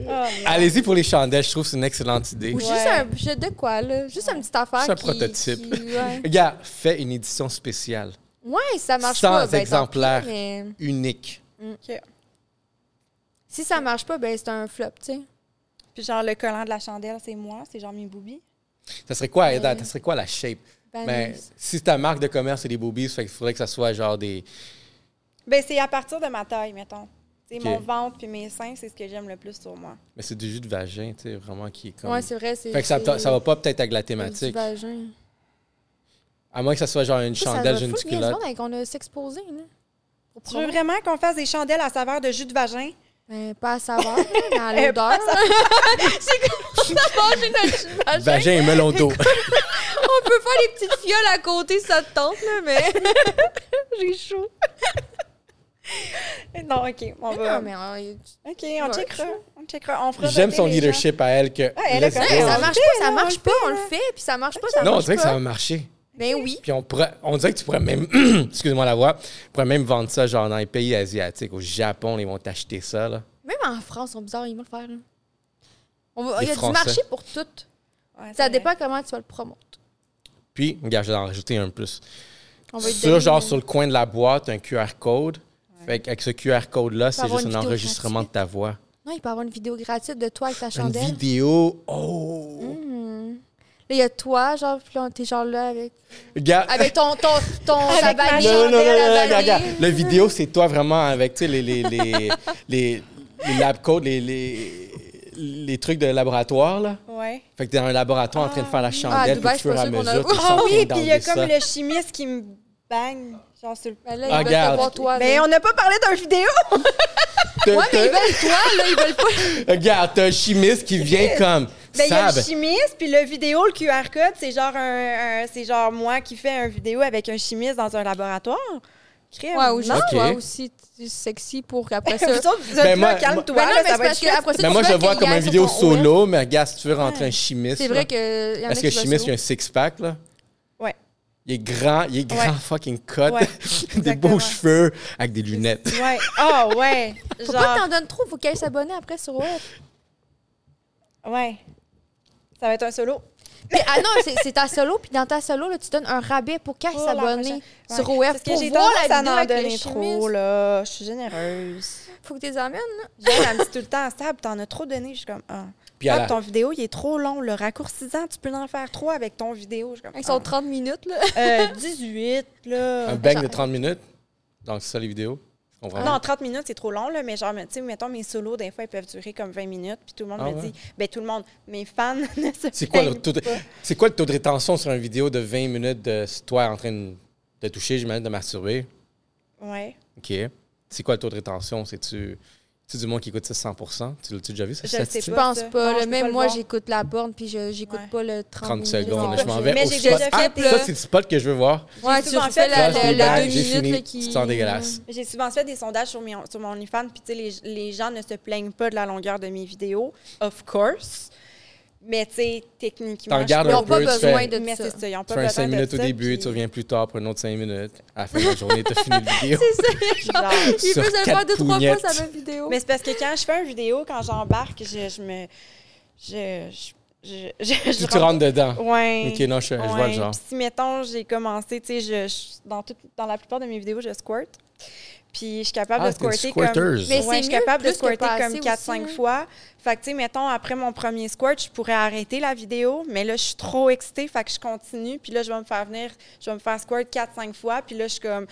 mais- Allez-y pour les chandelles, je trouve que c'est une excellente idée. Ou Ouais. juste un juste de quoi, là? Juste une petite affaire. Juste un qui- prototype. qui- ouais. Regarde, fais une édition spéciale, Ouais, <laughs> ça marche Sans pas. ben, tant pis, exemplaires. mais unique. si ça marche pas, ben c'est un flop, tu sais. Puis genre, le collant de la chandelle, c'est moi, c'est genre mes boobies. Ça serait quoi, Mais- ça serait quoi la shape? Ben, Ben, si ta marque de commerce, c'est des boobies, fait qu'il faudrait que ça soit genre des... Ben, c'est à partir de ma taille, mettons. C'est Ok. mon ventre puis mes seins, c'est ce que j'aime le plus sur moi. Mais c'est du jus de vagin, tu sais, vraiment qui est comme... Ouais, c'est vrai. c'est- fait que ça, c'est- ça va pas peut-être avec la c'est du thématique. vagin. À moins que ça soit genre une Ça, chandelle, Ça j'ai une va petite full bien se culotte. vendre, qu'on a s'exposé, là. Pour Tu veux promouvoir. vraiment qu'on fasse des chandelles à saveur de jus de vagin? Ben, pas à savoir, là, mais <laughs> Eh, à l'odeur. là. <laughs> C'est comme ça, manger notre vagin. Vagin et melon <laughs> d'eau. On peut faire les petites fioles à côté, ça te tente, là, mais. <laughs> J'ai chaud. Non, OK, on Mais <laughs> va... non, mais. euh, tu- OK, on Ouais, checkera. On checkera. On fera J'aime voter son les gens. leadership à elle que... elle a Let's quand go. même- hey, ça on marche pas, le fait, ça là, on marche le pas, fait, on le fait, puis ça marche pas, ça Non, on marche dirait que ça va pas. marcher. Ben oui. Puis on pourrait, on dirait que tu pourrais même, <clears throat> excuse-moi la voix, tu pourrais même vendre ça genre dans les pays asiatiques, au Japon, ils vont t'acheter ça là. Même en France, ils sont bizarres, ils vont le faire, là. On va- Les Il y a du Français. marché pour tout. Ouais, Ça c'est dépend comment tu vas le promouvoir. Puis, regarde, je vais en rajouter un plus. On va être Sur donné, genre là. sur le coin de la boîte, un QR code. Fait qu'avec ce QR code là, c'est avoir juste une un vidéo enregistrement de ta voix. Non, il peut y avoir une vidéo gratuite de toi avec ta Une chandelle. vidéo. Oh. Hmm. Là, il y a toi, genre, puis là, t'es genre là avec. Regarde. Mm. Avec ton. ton, ton ta Avec ma vanille, Non, non, non, non, non, ta vanille. regarde, regarde. La vidéo, c'est toi vraiment avec tu sais, les, les, les, les, les lab codes, les, les, les trucs de laboratoire là. vrai. Ouais. Fait que t'es dans un laboratoire en train de faire la Ah, à chandelle, Dubaï, puis au fur et je à suis pas sûre qu'on a- mesure, t'es Ah en Ah train oui, puis il y a d'enlever ça. comme le chimiste qui me bang, genre sur le... Ben Ah, là, ils veulent te regarde. voir toi. Mais là. on n'a pas parlé d'un vidéo! T'as- Ouais, mais <laughs> ils t'as- veulent toi, là, ils veulent <laughs> pas. Regarde, t'as un chimiste qui vient comme Ben, il y a Sab. le chimiste, puis le vidéo, le QR code, c'est genre un, un- c'est genre moi qui fais un vidéo avec un chimiste dans un laboratoire. Crème. Ouais, ou <laughs> Non? genre Ok. toi aussi, tu es sexy pour qu'après ça. Vous autres, vous êtes Ben, là, moi- calme-toi, Ben non, là, mais c'est ça va être parce que chiant. après ça, Mais tu moi, vois je le que vois les comme gars, une ils vidéo sont en haut, là. solo, mais regarde, si tu veux rentrer un chimiste. C'est là, vrai que. y en a Est-ce que qui le voient chimiste, il ça. a un six-pack, là? Ouais. Il est grand, il est grand Ouais. fucking cut, Ouais, <laughs> des beaux exactement. cheveux avec des lunettes. Ouais. Ah ouais. Faut pas que Genre t'en donnes trop, faut qu'elle s'abonne après sur web. ouais. Ça va être un solo. Puis, ah non, c'est- c'est ta solo, puis dans ta solo, là, tu donnes un rabais pour qu'elle Pour la s'abonne Oh prochaine. Ouais. sur OF Parce que pour j'ai voir tendance la à vidéo en avec le donner chimiste. trop là, je suis généreuse. Faut que tu les emmènes. Genre elle me dit tout le temps stable, t'en as trop donné, je suis comme ah. Puis à Ah, la- ton vidéo, il est trop long, le raccourcisant, tu peux en faire trois avec ton vidéo, je suis comme Ils sont ah. 30 minutes, là. Euh, 18 là. Ah un bang de 30 minutes. Donc, c'est ça les vidéos. On va- Non, 30 minutes, c'est trop long, là, mais genre, mais, tu sais, mettons, mes solos, des fois, ils peuvent durer comme 20 minutes. Puis tout le monde Ah me ouais? dit, ben tout le monde, mes fans <laughs> ne se C'est quoi, le plaignent taux de- pas. c'est quoi le taux de rétention sur une vidéo de 20 minutes de toi en train de- de toucher, j'imagine, de masturber? Ouais. OK. C'est quoi le taux de rétention? C'est-tu c'est du monde qui écoute ça 100 Tu l'as-tu déjà vu, cette Je le sais statistique? Je Pas pense ça. pas. Non, là. je peux pas même le moi, voir. j'écoute la porn, puis je j'écoute Ouais. pas le 30, 30 minutes. secondes, Ouais. je m'en vais Mais au j'ai spot. déjà Ah, fait, ça, là. c'est le spot que je veux voir. Ouais, J'ai tu souvent refais fait la, le- la- c'est le la bad, deux j'ai minutes fini. là, qui. Tu te sens dégueulasse. J'ai souvent fait des sondages sur, mes, sur mon OnlyFans, puis tu sais, les, les gens ne se plaignent pas de la longueur de mes vidéos, of course. Mais tu sais, techniquement. T'en je regardes Ils un n'ont pas peu, tu besoin fais, de mais ça. c'est ça, ils ont tu pas fais un besoin 5 de minutes au ça, début, puis- tu reviens plus tard pour une autre 5 minutes. À la fin de la journée, t'as fini le vidéo. C'est ça. genre, <laughs> Genre. Il Sur peut se quatre faire deux, trois fois pougnettes. sa même vidéo. Mais c'est parce que quand je fais une vidéo, quand j'embarque, je, je me. Je. je- Je. Je. je, Tu, tu rentres dedans. Ouais. OK, non, je, je vois le Ouais. genre. Puis si, mettons, j'ai commencé, tu sais, je, je- dans, tout- dans la plupart de mes vidéos, je squirt. Puis je suis capable Ah, de t'es une squirter comme. squirteuse. Mais- Ouais, je suis mieux, capable de plus que squirter pas assez comme aussi, 4-5 hein. fois. Fait que, tu sais, mettons, après mon premier squirt, je pourrais arrêter la vidéo, mais là, je suis trop excitée, fait que je continue. Puis là, je vais me faire venir, je vais me faire squirt 4-5 fois. Puis là, je suis comme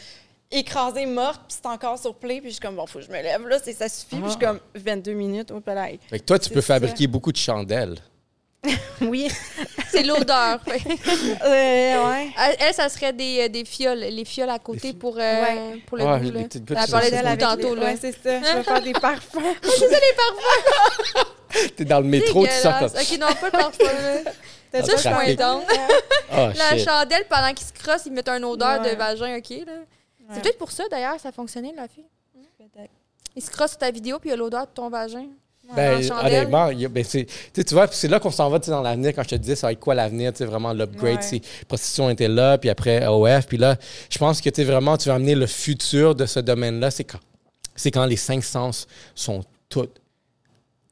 écrasée, morte, puis c'est encore sur play. Puis je suis comme, bon, faut que je me lève, là, c'est- ça suffit. Puis je suis Ah. comme, 22 minutes, oh, au palais. Fait que toi, tu peux C'est ça. fabriquer beaucoup de chandelles. Oui. C'est l'odeur. Fait- Euh, ouais. Elle, elle, ça serait des, euh, des fioles, les fioles à côté pour, euh, Ouais. pour le Ouais, goût. les Là. petites gouttes, Elle c'est parlait ça, de goût avec tantôt. les- là. Ouais, c'est ça. Je vais faire des parfums. <laughs> T'es dans le métro, tu sors comme... Dégueulasse. Ok, non, pas le parfum. là. T'as Ah, Ça, je suis moins trafic. down. Oh, La shit. chandelle, pendant qu'ils se crossent, ils mettent une odeur Ouais. de vagin, OK? Là. C'est Ouais. peut-être pour ça, d'ailleurs, ça fonctionnait, la fille. Ils se crossent sur ta vidéo, puis il y a l'odeur de ton vagin. Ben, en chandelle. honnêtement, il y a- ben, c'est- tu sais, tu vois, puis c'est là qu'on s'en va tu sais, dans l'avenir. Quand je te disais, ça va être quoi l'avenir, tu sais, vraiment l'upgrade. Ouais. si Prostitution était là, puis après OF. Puis là, je pense que tu sais, vraiment, tu vas amener le futur de ce domaine-là. C'est quand, c'est quand les cinq sens sont tous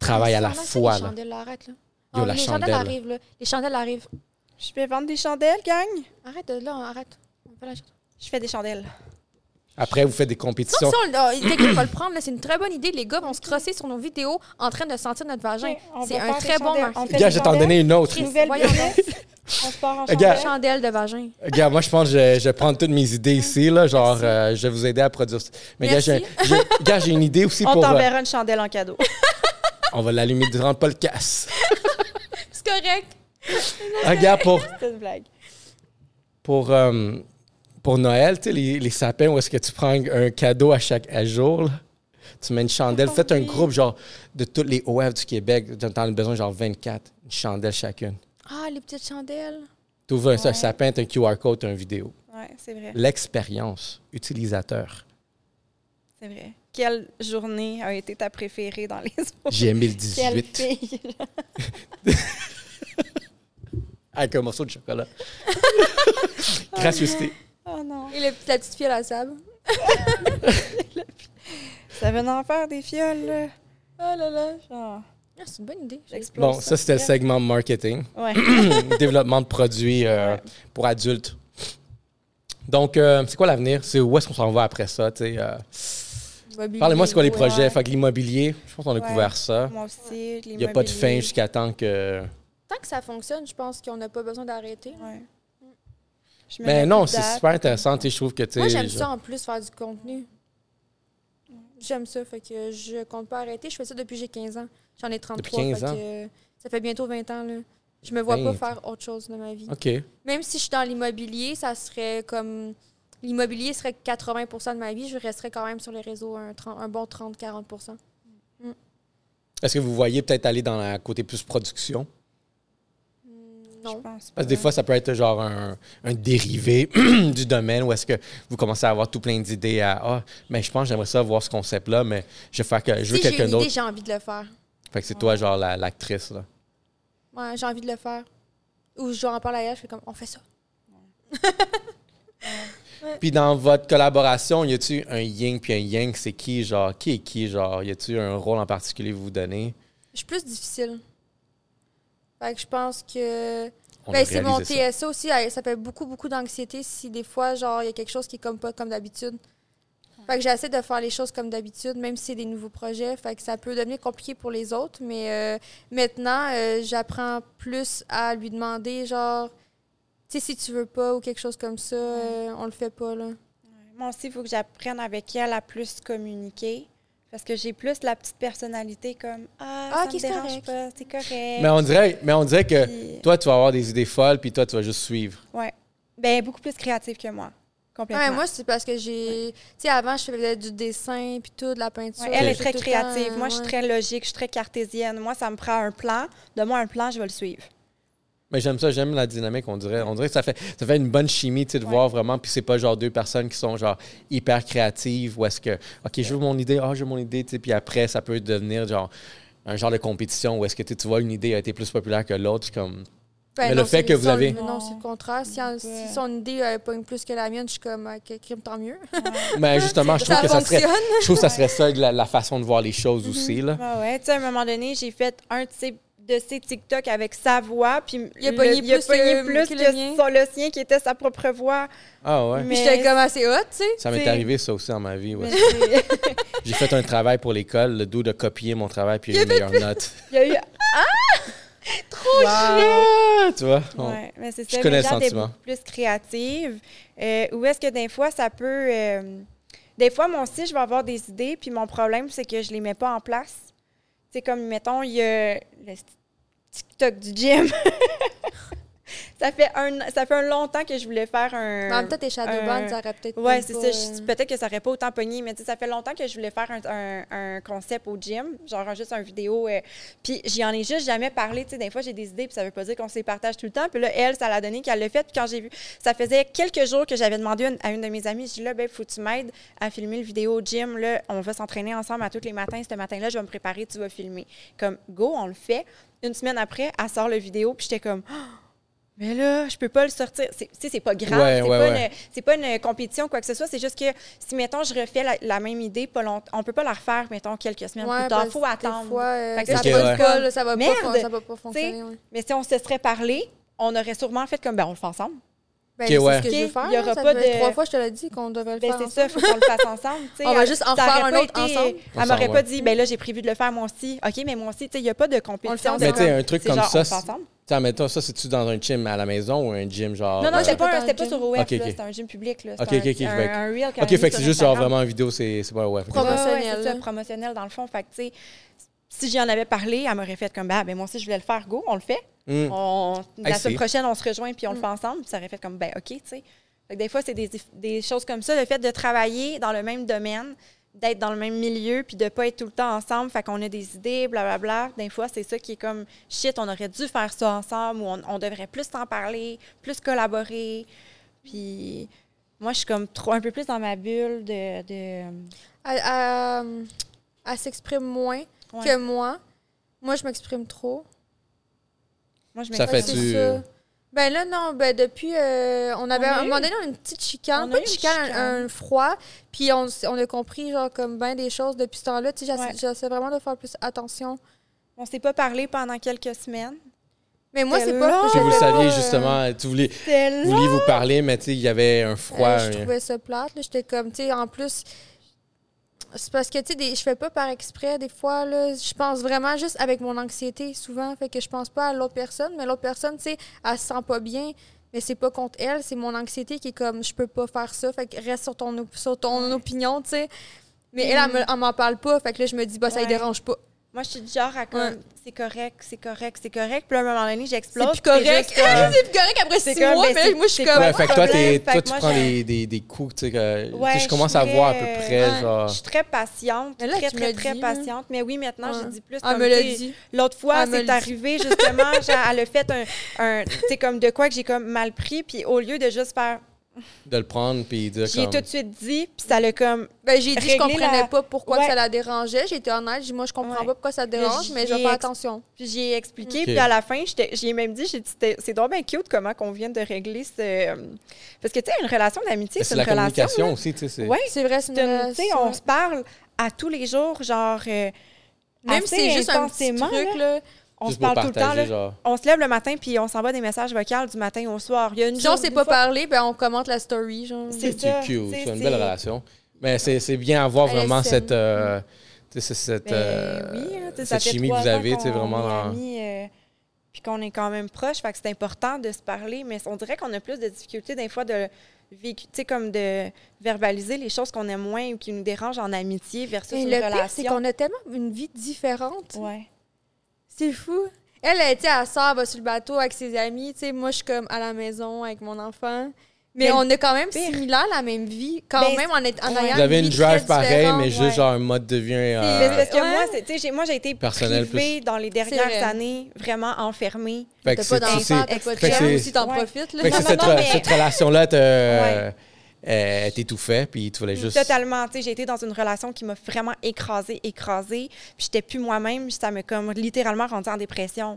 travaillent à la Comment Ah, ça, fois. Les là. chandelles, là, arrête, là. Yo, Ah, la les chandelle, chandelles là. arrivent, là. Les chandelles arrivent. Je vais vendre des chandelles, gang. Arrête, de- là, on- arrête. On va pas la chandelle. Je fais des chandelles. Après, vous faites des Non, compétitions. ça, on, le- ah, t'inquiète, on va le prendre. là, C'est une très bonne idée. Les gars vont se crosser sur nos vidéos en train de sentir notre vagin. Ouais, on C'est va un faire très des bon chandelles. marché. On fait- Gars, je vais t'en chandelles? donner une autre. Chris, Nouvelle voyons donc. On se part en Regarde. chandelle. Chandelle de vagin. Gars, moi, je pense que je, je vais prendre toutes mes idées ici. Là, genre, euh, je vais vous aider à produire. ça. Mais gars, j'ai, Merci. j'ai- gars, j'ai une idée aussi On pour. euh, t'enverra une chandelle en cadeau. on va l'allumer durant le podcast. C'est correct. Regarde, pour <laughs> C'est une blague. pour, euh, pour Noël, tu sais, les, les sapins, où est-ce que tu prends un cadeau à chaque à jour? là? Tu mets une chandelle. Faites un groupe, genre, de tous les OF du Québec. T'en as besoin, genre 24. Une chandelle chacune. Ah, les petites chandelles. Tu ouvres un seul sapin, t'as un QR code, t'as une vidéo. Ouais, c'est vrai. L'expérience utilisateur. C'est vrai. Quelle journée a été ta préférée dans les autres? J'ai aimé le <laughs> Quelle 18. fille? Avec un morceau de chocolat. <laughs> Gracieuseté. <laughs> Oh non. Et le- la petite fille à la Oh sable. Ça venait en faire des fioles, là. Oh là là. Genre, Ah, c'est une bonne idée. j'explose. Bon, ça, c'était le segment marketing. <clears throat> Ouais. Développement de produits euh, Ouais. pour adultes. Donc, euh, c'est quoi l'avenir? C'est où est-ce qu'on s'en va après ça? tu sais, euh? Parlez-moi, c'est quoi les Ouais. projets? Fait que l'immobilier, je pense qu'on a Ouais. couvert ça. Moi aussi, Il n'y a pas de fin jusqu'à temps que. Tant que ça fonctionne, je pense qu'on n'a pas besoin d'arrêter. Ouais. Je me Mais mets non, plus c'est date. super intéressant. tu sais, Je trouve que tu sais, Moi, j'aime je- ça en plus, faire du contenu. J'aime ça, fait que je compte pas arrêter. Je fais ça depuis que j'ai 15 ans. J'en ai 33, Depuis 15 fait ans. que ça fait bientôt 20 ans. Là. Je me vois pas 20. faire autre chose de ma vie. OK. Même si je suis dans l'immobilier, ça serait comme... L'immobilier serait 80 de ma vie, je resterais quand même sur les réseaux un, 30 un bon 30-40 Est-ce que vous voyez peut-être aller dans la côté plus production? Je Non. pense pas. Parce que des fois, ça peut être genre un, un dérivé <clears throat> du domaine où est-ce que vous commencez à avoir tout plein d'idées à Ah, mais je pense que j'aimerais ça voir ce concept-là, mais je veux, faire que, je veux Si j'ai quelqu'un une idée, d'autre. j'ai envie de le faire. Fait que c'est toi, genre, la- l'actrice. là. Ouais, j'ai envie de le faire. Ou je en parle à elle, je fais comme, on fait ça. Puis dans votre collaboration, y a-tu un yin puis un yang? C'est qui, genre? Qui est qui, genre? Y a-tu un rôle en particulier que vous vous donnez? Je suis plus difficile. Fait que je pense que... On Ben, a c'est mon réalisé ça. TSA aussi, elle- ça fait beaucoup, beaucoup d'anxiété si des fois, genre, il y a quelque chose qui est comme pas comme d'habitude. Fait que j'essaie de faire les choses comme d'habitude, même si c'est des nouveaux projets. Fait que ça peut devenir compliqué pour les autres, mais euh, maintenant, euh, j'apprends plus à lui demander, genre, tu sais, si tu veux pas ou quelque chose comme ça, euh, on le fait pas, là. Moi, moi aussi, il faut que j'apprenne avec elle à plus communiquer. Parce que j'ai plus la petite personnalité comme Ah, Ah, ça ok, me c'est dérange correct. pas, c'est correct. Mais on dirait, mais on dirait que Puis- toi, tu vas avoir des idées folles, puis toi, tu vas juste suivre. Ouais. Ben, beaucoup plus créative que moi. Complètement. Ouais, moi, c'est parce que j'ai. Tu sais, avant, je faisais du dessin, puis tout, de la peinture. Ouais, elle Ok. est J'ai très tout le créative. temps, moi, je suis ouais. très logique, je suis très cartésienne. Moi, ça me prend un plan. Donne-moi un plan, je vais le suivre. Mais j'aime ça, j'aime la dynamique, on dirait. On dirait que ça fait, ça fait une bonne chimie, tu sais, de Ouais. voir vraiment. Puis c'est pas genre deux personnes qui sont genre hyper créatives ou est-ce que, OK, je veux mon idée, ah, je veux mon idée, tu sais. Puis après, ça peut devenir genre un genre de compétition où est-ce que tu sais, tu vois une idée a été plus populaire que l'autre. c'est comme, Ben Mais le fait c'est- que vous son- avez- Non, c'est le contraire. Si, en- si son idée euh, pogne plus que la mienne, je suis comme, OK, crime, tant mieux. <laughs> Mais justement, je trouve Ça que ça serait, fonctionne. je trouve que ça serait ça la, la façon de voir les choses aussi, là. Ah ouais, tu sais, à un moment donné, j'ai fait un de ses, de ses TikTok avec sa voix, puis Il a le- pogné il a plus pogné que- que plus que, le mien. son- le sien qui était sa propre voix. Ah ouais. Puis j'étais comme assez hot, tu sais. Ça m'est c'est- arrivé, ça aussi, dans ma vie. ouais. mais j'ai- J'ai fait un travail pour l'école, le dude a copié mon travail, puis il a eu une meilleure note. il y <laughs> a eu. Ah! Trop chiant! Ah, tu vois? on- Ouais, mais c'est Je ça. connais le les gens étaient sentiment. beaucoup plus créatives. Euh, Ou est-ce que des fois, ça peut. euh, des fois, moi aussi, je vais avoir des idées, puis mon problème, c'est que je les mets pas en place. C'est comme, mettons, il y a le sti- TikTok du gym. <laughs> ça, fait un, ça fait un longtemps que je voulais faire un. Mais en même temps, tes Shadowban, un- ça aurait peut-être. Ouais, même c'est pas, ça. euh, Je- Peut-être que ça aurait pas autant pogné, mais tu sais, ça fait longtemps que je voulais faire un, un- un concept au gym, genre un- juste un vidéo. euh, puis j'y en ai juste jamais parlé. Tu sais, des fois, j'ai des idées, puis ça veut pas dire qu'on se les partage tout le temps. Puis là, elle, ça l'a donné qu'elle l'a fait. Puis quand j'ai vu, ça faisait quelques jours que j'avais demandé une- à une de mes amies, je dis là, ben, faut que tu m'aides à filmer le vidéo au gym. Là, on va s'entraîner ensemble à tous les matins. Ce matin-là, je vais me préparer, tu vas filmer. Comme, go, on le fait. Une semaine après, elle sort le vidéo, puis j'étais comme, Ah! mais là, je peux pas le sortir. C'est- Tu sais, c'est pas grave. Ouais, c'est ouais, pas ouais. une- c'est pas une compétition, quoi que ce soit. C'est juste que si, mettons, je refais la, la même idée, pas long- on peut pas la refaire, mettons, quelques semaines ouais, plus tard. parce faut que des attendre. fois, euh, Fait que ça, c'est va comme- pas, là, ça va pas, fon- Merde! ça va pas fonctionner. ouais. Mais si on se serait parlé, on aurait sûrement fait comme, ben, on le fait ensemble. Ben, Ok, c'est ouais. ce que je veux Ok, faire. il y là. aura Ça pas devait être de- Trois fois, je te l'ai dit qu'on devait le Ben, faire. c'est ça, ensemble. faut qu'on le fasse ensemble. <laughs> tu sais. On va Elle- juste en ça faire aurait un pas autre été- ensemble. Ensemble, Elle m'aurait ouais. pas dit, ben là, j'ai prévu de le faire moi aussi. OK, mais moi aussi, tu sais, il n'y a pas de compétition. on Mais C'est tu sais, comme- un truc c'est comme genre, on ça, le fait c'est- ensemble. Tiens, mais toi, ça, c'est-tu dans un gym à la maison ou un gym genre. Non, non, euh, c'était pas, dans un- le c'était pas gym. sur OF, Ok, là, ok. c'était un gym public. Là, Ok, c'était ok, ok, je un, vais- un reel qu'on a Ok, mis fait que sur c'est juste genre Instagram. vraiment une vidéo, c'est c'est pas. Ouais, ok. Promo- Ah Ouais, ouais, Promotionnel, c'est ça, là. promotionnel dans le fond. Fait que, tu sais, si j'y en avais parlé, elle m'aurait fait comme, ben, ben moi aussi, je voulais le faire, go, on le fait. Hmm. On, I la see. semaine prochaine, on se rejoint puis on le Mm. fait ensemble. Puis ça aurait fait comme, ben, OK, tu sais. Fait que des fois, c'est des, des choses comme ça. Le fait de travailler dans le même domaine, d'être dans le même milieu, puis de pas être tout le temps ensemble, fait qu'on a des idées, blablabla. Des fois, c'est ça qui est comme, shit, on aurait dû faire ça ensemble ou on, on devrait plus s'en parler, plus collaborer. Puis moi, je suis comme trop, un peu plus dans ma bulle de. de Elle- elle- Elle s'exprime moins Ouais. que moi. Moi, je m'exprime trop. moi, je Ça Ouais, fait m'exprime. c'est tu- ça. Ben là, non, ben depuis, euh, on avait, On a à un eu- moment donné, on a eu une petite on chicane, a pas eu une une chicane, un, chicane. un froid, puis on, s- on a compris, genre, comme ben des choses depuis ce temps-là, tu sais, j'essa- Ouais. j'essaie vraiment de faire plus attention. On s'est pas parlé pendant quelques semaines. Mais moi, C'était c'est pas... long. Puis je vous le fais pas, saviez, euh, justement, tu voulais, C'est vous vouliez vous parler, mais tu sais, il y avait un froid. Euh, je un- trouvais ça plate. là. J'étais comme, tu sais, en plus, c'est parce que, tu sais, des- je fais pas par exprès des fois. Là, je pense vraiment juste avec mon anxiété souvent. Fait que je pense pas à l'autre personne, mais l'autre personne, tu sais, elle se sent pas bien. Mais c'est pas contre elle, c'est mon anxiété qui est comme, je peux pas faire ça. Fait que reste sur ton, op- sur ton opinion, tu sais. Mais elle, elle, me- elle m'en parle pas. Fait que là, je me dis, bah, ça lui Mm. Ouais. dérange pas. Moi, je suis du genre à comme, Ouais. c'est correct, c'est correct, c'est correct. Puis là, à un moment donné, C'est j'explose. plus correct. puis t'es juste <laughs> c'est plus correct après C'est six comme, mois, ben, mais c'est- moi, je suis c'est comme. Ouais, pas fait de que toi, problème. t'es- Fait toi, que tu moi, prends j'ai- des, des, des coups, tu sais, que tu Ouais, sais, je je commence à voir à peu dirais, près, ouais, genre. comme- Je suis très patiente, Mais là, très, tu très, me très dis, là. patiente. Mais oui, maintenant, Ouais. je dis plus ah, Elle comme, me l'a tu sais, dit. L'autre fois, Elle me le c'est dit. arrivé justement, <laughs> genre, elle a fait un, un tu sais, comme de quoi que j'ai comme mal pris. Puis au lieu de juste faire, de le prendre, puis de j'ai comme... tout de suite dit, puis ça l'a comme, Ben, j'ai dit, je Régler comprenais la- pas pourquoi Ouais. que ça la dérangeait. J'étais honnête, j'ai dit, moi, je comprends Ouais. pas pourquoi ça te Là, dérange, j'y mais je vais ai faire ex- attention. Puis j'y ai expliqué. Ok. Puis à la fin, j'étais- j'y ai même dit, j'ai dit, C'était- c'est donc bien cute comment qu'on vient de régler ce... Parce que, tu sais, une relation d'amitié, Mais c'est Ben, C'est une la relation... communication aussi, tu sais. c'est- Oui, C'est vrai, c'est une tu sais, relation. on se parle à tous les jours, genre... euh, Même si assez c'est juste un petit intensément, truc, là. là. on se Juste pour parle tout le temps, partager, là. genre. On se lève le matin, puis on s'envoie des messages vocaux du matin au soir. Il y a une Si on jour- s'est une pas fois- parlé, ben on commente la story, genre. C'est- C'est ça, cute, c'est- c'est une c'est- belle relation. Mais c'est c'est bien à voir Elle est vraiment saine. cette, euh, tu sais, c'est cette, Ben euh, oui, hein, tu sais, ça cette fait chimie que trois vous ans avez, tu sais, qu'on vraiment. est dans- amis, euh, puis qu'on est quand même proche. Fait que c'est important de se parler, mais on dirait qu'on a plus de difficultés des fois de vécu- tu sais, comme de verbaliser les choses qu'on aime moins ou qui nous dérangent en amitié versus Et une le pire, c'est relation. qu'on a tellement une vie différente. Ouais. C'est fou. Elle, elle, tu sais, elle sort, va sur le bateau avec ses amis. Tu sais, moi, je suis comme à la maison avec mon enfant. Mais, Mais on a quand même pire- similaire la même vie, quand Ben, même, en, est, en ouais. ayant Vous avez une, une vie très drive pareille, différente. mais juste ouais. genre un mode de vie. euh, Mais c'est parce que Ouais. moi, c'est- tu sais, j'ai- moi, j'ai été Personnel privée dans les vrai. dernières années, vraiment enfermée. fait que T'as c'est- pas d'enfant, c'est- t'as pas de fait que chum, c'est- aussi, t'en Ouais. profites. Là. fait que <laughs> c'est Non, non, cette, non, re- mais- cette relation-là te- euh, Ouais. euh, t'étouffait, puis tu voulais juste. Totalement, tu sais, j'ai été dans une relation qui m'a vraiment écrasée, écrasée, puis j'étais plus moi-même, ça m'a comme littéralement rendue en dépression.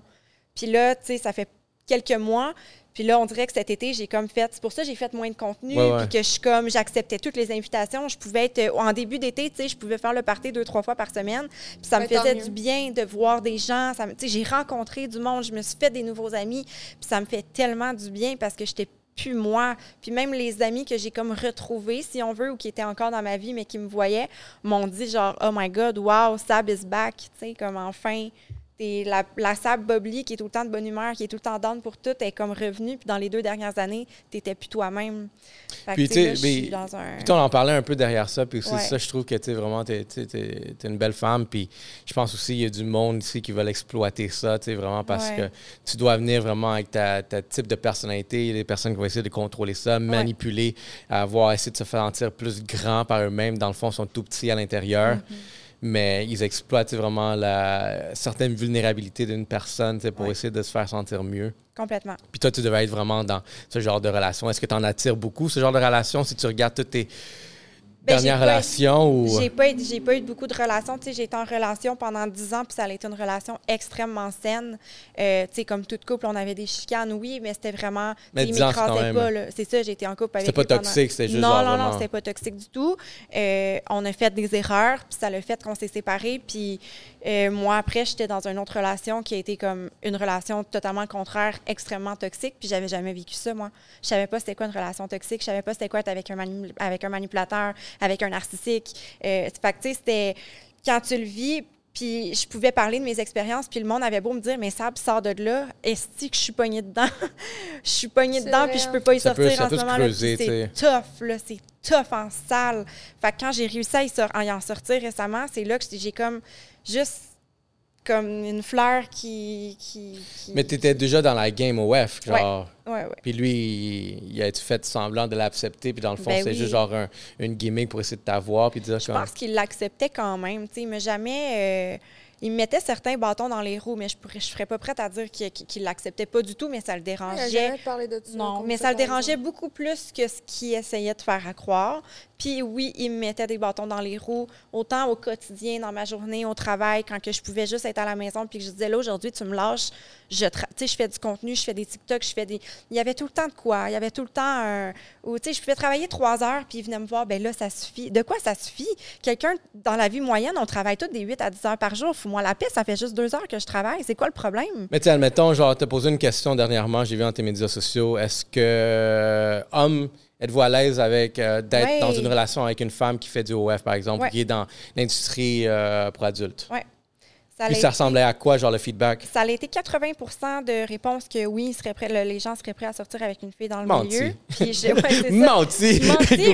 Puis là, tu sais, ça fait quelques mois, puis là, on dirait que cet été, j'ai comme fait, c'est pour ça que j'ai fait moins de contenu, Ouais, ouais. puis que je suis comme, j'acceptais toutes les invitations, je pouvais être, euh, en début d'été, tu sais, je pouvais faire le party deux, trois fois par semaine, puis ça Ouais, me tant faisait mieux. du bien de voir des gens, ça me- tu sais, j'ai rencontré du monde, je me suis fait des nouveaux amis, puis ça me fait tellement du bien parce que j'étais plus moi. Puis même les amis que j'ai comme retrouvés, si on veut, ou qui étaient encore dans ma vie, mais qui me voyaient, m'ont dit genre, oh my God, wow, Sab is back. Tu sais, comme enfin, t'es la, la Sab Bobli qui est tout le temps de bonne humeur, qui est tout le temps down pour tout, elle est comme revenue. Puis dans les deux dernières années, t'étais plus toi-même. Fait que, Puis, tu sais, tu là, je sais, mais- suis dans un. Puis on en parlait un peu derrière ça, puis aussi Ouais. ça, je trouve que tu sais, vraiment, tu es, une belle femme, puis je pense aussi qu'il y a du monde ici qui veulent exploiter ça, tu sais, vraiment parce Ouais. que tu dois venir vraiment avec ta, ta type de personnalité, il y a des personnes qui vont essayer de contrôler ça, manipuler, avoir essayé de se faire sentir plus grand par eux-mêmes, dans le fond, ils sont tout petits à l'intérieur. Mm-hmm. Mais ils exploitent tu sais, vraiment la certaine vulnérabilité d'une personne tu sais, pour Ouais. essayer de se faire sentir mieux. Complètement. Puis toi, tu devais être vraiment dans ce genre de relation. Est-ce que tu en attires beaucoup, ce genre de relation, si tu regardes toutes tes Ben, dernières j'ai pas- relations? Ou... euh, J'ai pas, été- j'ai pas eu beaucoup de relations. Tu sais, j'ai été en relation pendant 10 ans, puis ça a été une relation extrêmement saine. Euh, tu sais, comme toute couple, on avait des chicanes, oui, mais c'était vraiment. tu Mais sais, 10 ils ans, c'est quand m'écrasaient même- pas, là. C'est ça, j'ai été en couple avec C'était pas lui pendant- toxique, c'était juste Non, genre non, vraiment- non, c'était pas toxique du tout. Euh, on a fait des erreurs, puis ça l'a fait qu'on s'est séparés. Puis euh, moi, après, j'étais dans une autre relation qui a été comme une relation totalement contraire, extrêmement toxique, puis j'avais jamais vécu ça, moi. Je savais pas c'était quoi une relation toxique, je savais pas c'était quoi être avec un, mani- avec un manipulateur, avec un narcissique. Euh, fait que, tu sais, c'était quand tu le vis, puis je pouvais parler de mes expériences, puis le monde avait beau me dire, mais Sab, sors de là, est-ce que je suis pognée dedans? <laughs> je suis pognée C'est dedans, vrai, puis je hein. peux pas y Ça peut- sortir ça en peut ce se moment. creuser, puis tu c'est sais. tough, là, c'est tough en salle. Fait que quand j'ai réussi à y, sor- à y en sortir récemment, c'est là que j'ai- j'ai comme juste comme une fleur qui. qui, qui- Mais tu étais déjà dans la game OF, genre. Ouais, ouais. Puis lui, il- il a fait semblant de l'accepter, puis dans le fond, Ben c'est oui. juste genre un- une gimmick pour essayer de t'avoir, puis dire Je comme. pense qu'il l'acceptait quand même. tu sais, Il m'a jamais. euh, il me mettait certains bâtons dans les roues, mais je pourrais, je serais pas prête à dire qu'il qu'il- qu'il l'acceptait pas du tout, mais ça le Elle a dérangeait. jamais parlé de ça, Non, comme mais ça le par dérangeait exemple. beaucoup plus que ce qu'il essayait de faire à croire. Puis oui, il me mettait des bâtons dans les roues, autant au quotidien, dans ma journée, au travail, quand que je pouvais juste être à la maison, puis que je disais, là, aujourd'hui, tu me lâches, je, tra- tu sais, je fais du contenu, je fais des TikTok, je fais des... Il y avait tout le temps de quoi, il y avait tout le temps un... Ou, tu sais, je pouvais travailler trois heures, puis il venait me voir, ben là, ça suffit. De quoi ça suffit? Quelqu'un, dans la vie moyenne, on travaille tous des 8 à 10 heures par jour. Fous-moi la paix, ça fait juste deux heures que je travaille. C'est quoi le problème? Mais tu sais, admettons, genre, t'as posé une question dernièrement, j'ai vu dans tes médias sociaux. Est-ce que, euh, homme, êtes-vous à l'aise avec euh, d'être Ouais. dans une relation avec une femme qui fait du OF, par exemple, Ouais. qui est dans l'industrie euh, pour adultes? Ça Puis l'a ça ressemblait à quoi, genre, le feedback? Ça a été 80 de réponses que oui, ils seraient prêts- le- les gens seraient prêts à sortir avec une fille dans le Menti. milieu. Puis j'ai- ouais, <laughs> c'est ça. Menti! Menti,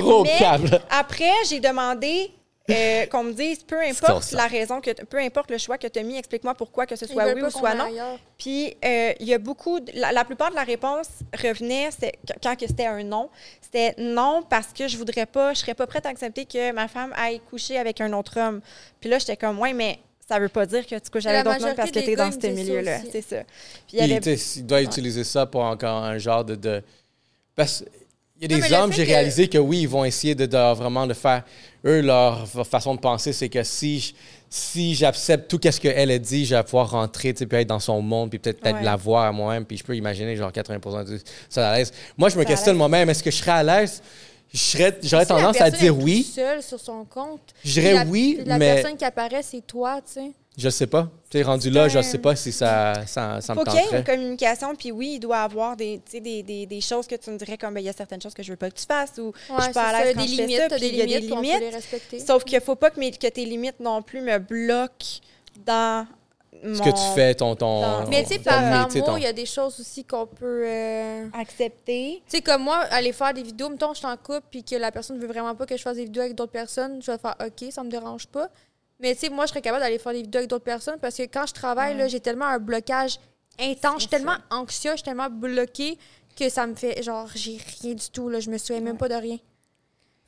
<laughs> Gros mais câble! Après, j'ai demandé euh, qu'on me dise, peu importe ça. la raison, que t- peu importe le choix que tu as mis, explique-moi pourquoi, que ce Ils soit veulent oui pas ou qu'on soit aille non. ailleurs. Puis euh, il y a beaucoup, de- la, la plupart de la réponse revenait c'est- qu- quand que c'était un non. C'était non parce que je voudrais pas, je serais pas prête à accepter que ma femme aille coucher avec un autre homme. Puis là, j'étais comme ouais, mais ça veut pas dire que tu couches Mais avec la d'autres hommes parce que majorité tu es des gars, ils me dans ce disent ça milieu-là, aussi. c'est ça. Puis il y Puis, avait- tu sais, il doit utiliser ça pour encore un genre de. de- Parce qu'il y a Non, des mais le hommes, fait j'ai que- réalisé que oui, ils vont essayer de, de- vraiment de faire. Eux, leur fa- façon de penser, c'est que si je- si j'accepte tout ce qu'elle a dit, je vais pouvoir rentrer, tu sais, puis être dans son monde, puis peut-être peut-être Ouais. la voir à moi-même, puis je peux imaginer genre 80 du ça à l'aise. Moi, je me Ça à questionne l'aise. moi-même, est-ce que je serais à l'aise? Je serais- J'aurais Si la tendance à personne dire est oui. toute seule sur son compte. Je puis dirais la- oui, puis La mais- personne qui apparaît, c'est toi, tu sais. Je sais pas. Tu sais, rendu là, je un- sais pas si ça, ça, ça me faut qu'il y ait une tenterait. communication, puis oui, il doit avoir des, tu sais, des, des, des choses que tu me dirais comme Ben, il y a certaines choses que je veux pas que tu fasses ou je suis c'est pas à ça, l'aise des quand je limites, fais t'as ça, puis des il y a des limites, puis on peut les limites. respecter. Sauf qu'il faut pas que, mes- que tes limites non plus me bloquent dans ce que tu fais, ton. ton Dans- Mais tu sais, par ton métier, amour, ton- il y a des choses aussi qu'on peut. euh, Accepter. Tu sais, comme moi, aller faire des vidéos, mettons, je suis en couple, puis que la personne veut vraiment pas que je fasse des vidéos avec d'autres personnes, je vais faire OK, ça me dérange pas. Mais tu sais, moi, je serais capable d'aller faire des vidéos avec d'autres personnes parce que quand je travaille, là, j'ai tellement un blocage intense, je suis C'est tellement anxieuse, je suis tellement bloquée que ça me fait, genre, j'ai rien du tout, là, je me souviens même pas de rien.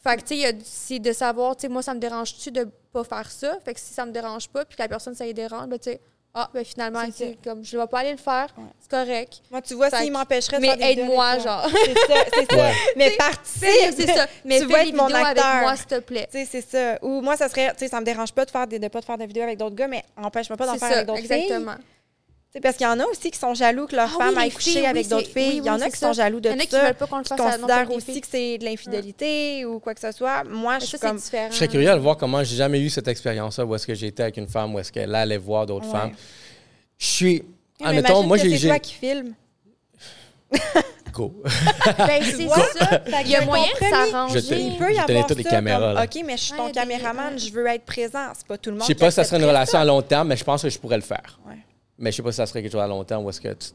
Fait que, tu sais, il y a- c'est de savoir, tu sais, moi, ça me dérange-tu de pas faire ça? Fait que si ça me dérange pas, puis que la personne, ça y dérange, ben, tu sais, ah, ben, finalement, C'est tu sais, ça. comme, je vais pas aller le faire, Ouais. c'est correct. Moi, tu vois, Fait s'il que- m'empêcherait de Mais faire des vidéos aide-moi, avec moi. genre. C'est ça, c'est ça. Ouais. Mais participe. Fais- c'est ça. Mais tu fais vas les être mon vidéos avec acteur. moi, s'il te plaît. Tu sais, c'est ça. Ou moi, ça serait, tu sais, ça me dérange pas de faire des, de pas de faire des vidéos avec d'autres gars, mais empêche-moi pas d'en C'est faire ça, avec d'autres filles. exactement. Tu sais, parce qu'il y en a aussi qui sont jaloux que leur Ah femme oui, les aille coucher filles, oui, avec d'autres c'est- filles. oui, Il y en oui, a c'est qui ça. sont jaloux de Il y en a qui ça, veulent pas qu'on le qui fasse à n'importe considèrent quelle aussi fille. que c'est de l'infidélité ou quoi que ce soit. Moi, Mais je ça, suis c'est comme. différent. Je serais curieux de voir comment j'ai jamais eu cette expérience-là où est-ce que j'étais avec une femme, où est-ce qu'elle allait voir d'autres Ouais. femmes. Je suis. Mais Admettons, imagine moi, que j'ai. C'est j'ai- toi qui filme. Go. Ben, c'est vois? ça. Il y a moyen de Je te- s'arranger. Il peut y Je avoir tenais toutes les ça, caméras, comme, là. OK, mais je suis Ouais, ton il y a des- caméraman, ouais. je veux être présent. C'est pas tout le monde Je sais pas qui si ça serait une accepterait relation à long terme, mais je pense que je pourrais le faire. Ouais. Mais je sais pas si ça serait quelque chose à long terme ou est-ce que. tu-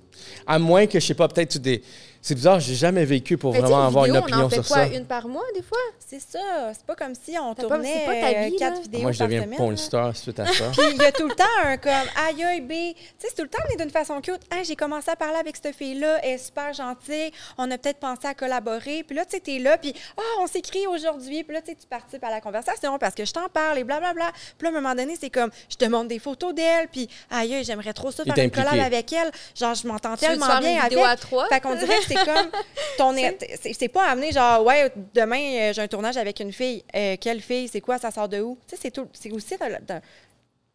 À moins que, je sais pas, peut-être tu des. C'est bizarre, j'ai jamais vécu pour Mais tu sais, vraiment avoir vidéos, une opinion on en fait sur quoi, ça. une par mois, des fois? C'est ça. C'est pas comme si on T'as pas- tournait c'est pas ta euh, vie, quatre là. vidéos Moi, je par deviens semaine, porn là. star suite <laughs> à ça. Puis il y a tout le temps un comme aïe aïe B. Tu sais, c'est tout le temps on est d'une façon cute. Hein, j'ai commencé à parler avec cette fille-là, elle est super gentille. On a peut-être pensé à collaborer. Puis là, tu sais, t'es là, puis ah, on s'écrit aujourd'hui. Puis là, tu sais, tu participes à la conversation parce que je t'en parle et blablabla. Puis là, à un moment donné, c'est comme je te montre des photos d'elle, puis aïe aïe, j'aimerais trop ça Il faire une t'impliquait. collab avec elle. Genre, je m'entends Tu veux te tellement faire bien une avec. vidéo à trois? Fait qu'on dirait que c'est comme <laughs> ton c'est c'est pas amené genre ouais demain euh, j'ai un tournage avec une fille Euh, quelle fille c'est quoi ça sort de où tu sais c'est tout c'est aussi de- de-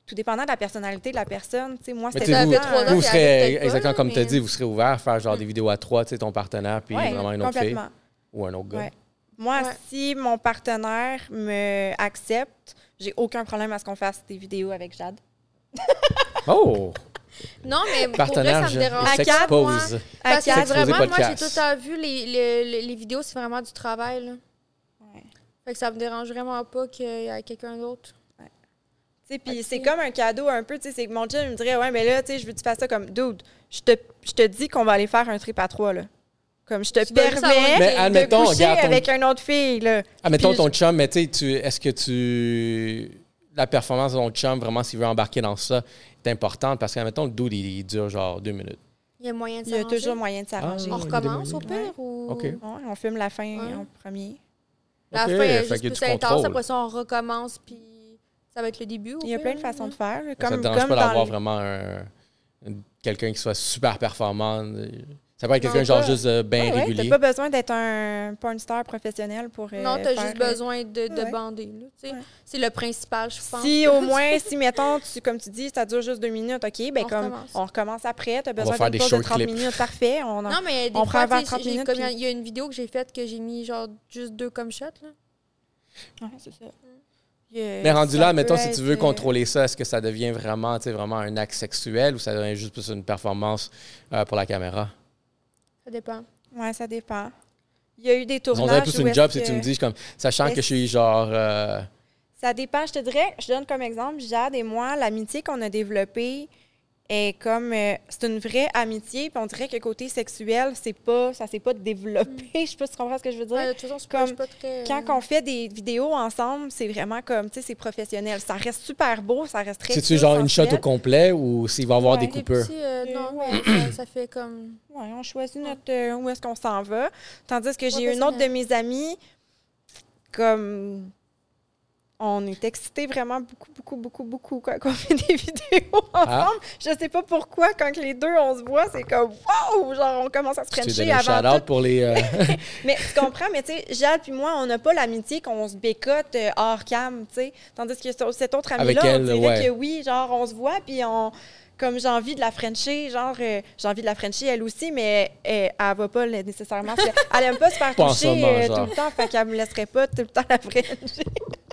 tout dépendant de la personnalité de la personne tu sais moi Mais tu c'était sais, vous, Ça fait trois vous ans, c'est serez, peut-être pas, exactement là, comme tu as mais- dit, vous serez ouvert à faire genre des vidéos à trois, tu sais, ton partenaire, puis Ouais, vraiment une autre fille. complètement Ou un autre gars. Ouais. moi Ouais. si mon partenaire me accepte j'ai aucun problème à ce qu'on fasse des vidéos avec Jade Oh! Non, mais pour vrai, Partenaire, ça je me dérange. À quatre, moi. s'expose. Parce À que quatre, S'exposer vraiment, moi, j'ai podcast. tout le temps vu les, les, les- les vidéos, c'est vraiment du travail. Là. Ouais. Fait que ça me dérange vraiment pas qu'il y ait quelqu'un d'autre. Tu sais, Puis Ok. c'est comme un cadeau un peu. tu sais, c'est que Mon chum il me dirait Ouais, mais là, tu sais, je veux que tu fasses ça comme dude. Je te, je te dis qu'on va aller faire un trip à trois. Là. Comme je te Tu vas juste avoir- permets Mais de admettons, coucher regarde ton- avec une autre fille. Là. Ah, mettons Puis ton chum, mais tu sais, tu- est-ce que tu. La performance de ton chum, vraiment, s'il veut embarquer dans ça, est importante parce que, mettons, le dude, il, il dure genre deux minutes. Il y a moyen de Il y a s'arranger. toujours moyen de s'arranger. On Il y a des recommence au moyens. pire ou... OK. Ouais, on filme la fin Ouais. en premier. La OK, fin, elle est fait juste qu'il y a plus du intense. contrôle. Après ça, on recommence, puis ça va être le début. au Il y a pire, plein de là, façons ouais. de faire. là. ça Comme, ne dérange comme pas dans d'avoir le- vraiment un- un- quelqu'un qui soit super performant. euh, Ça peut être Non, quelqu'un, genre, pas- juste euh, bien Ouais, ouais, régulier. T'as pas besoin d'être un porn star professionnel pour. euh, Non, t'as faire, juste euh, besoin de, de Ouais. bander. là, tu sais. Ouais. C'est le principal, je pense. <laughs> Si au moins, si mettons, tu, comme tu dis, ça dure juste deux minutes, OK, ben On comme recommence. on recommence après, tu as besoin faire d'une des pause de short 30 clips. minutes, parfait. On en- Non, mais des On prend fois, 20, tu sais, 30 j'ai- minutes, comme il y a- puis- il y a une vidéo que j'ai faite que j'ai mis genre juste deux comme shot. Là. Ouais, c'est ça. Yeah, Mais rendu ça là, peut mettons, si tu veux être, euh, contrôler ça, est-ce que ça devient vraiment, tu sais, vraiment un acte sexuel ou ça devient juste plus une performance euh, pour la caméra? Ça dépend. euh, Ouais, ça dépend. Il y a eu des tournages. On dirait plus où une est-ce job si que- tu me dis, comme, sachant Est-ce- que je suis genre. euh, Ça dépend, je te dirais, je donne comme exemple, Jade et moi, l'amitié qu'on a développée est comme. euh, c'est une vraie amitié, puis on dirait que côté sexuel, c'est pas, ça s'est pas développé. <laughs> je sais pas si tu comprends ce que je veux dire. Ouais, de toute façon, je suis Comme pas- je suis pas très. Quand euh, on fait des vidéos ensemble, c'est vraiment comme, tu sais, c'est professionnel. Ça reste super beau, ça reste très. C'est-tu cute, genre une shot sensuel. au complet ou s'il va y avoir Ouais. des coupures? petits, euh, Euh, non, ouais. mais ça, ça fait comme. Ouais, on choisit notre euh, où est-ce qu'on s'en va. Tandis que j'ai Professionnel. une autre de mes amies, comme on est excités vraiment beaucoup, beaucoup, beaucoup, beaucoup quand on fait des <laughs> vidéos ensemble. Ah. Je sais pas pourquoi, quand que les deux on se voit, c'est comme wow! Genre on commence à se Tu t'es frencher donné un avant shout-out tout. pour les. <laughs> euh, Mais tu comprends, mais tu sais, Jade puis moi, on n'a pas l'amitié qu'on se bécote euh, hors cam, tu sais. Tandis que sur- cette autre Avec amie-là, on elle, dirait ouais. que oui, genre on se voit puis on comme j'ai envie de la Frenchie, genre euh, j'ai envie de la Frenchie elle aussi, mais euh, elle va pas le- nécessairement. se- Elle aime pas se <laughs> faire Pas en toucher ce moment, euh, genre. tout le temps, fait qu'elle me laisserait pas tout le temps la Frenchie.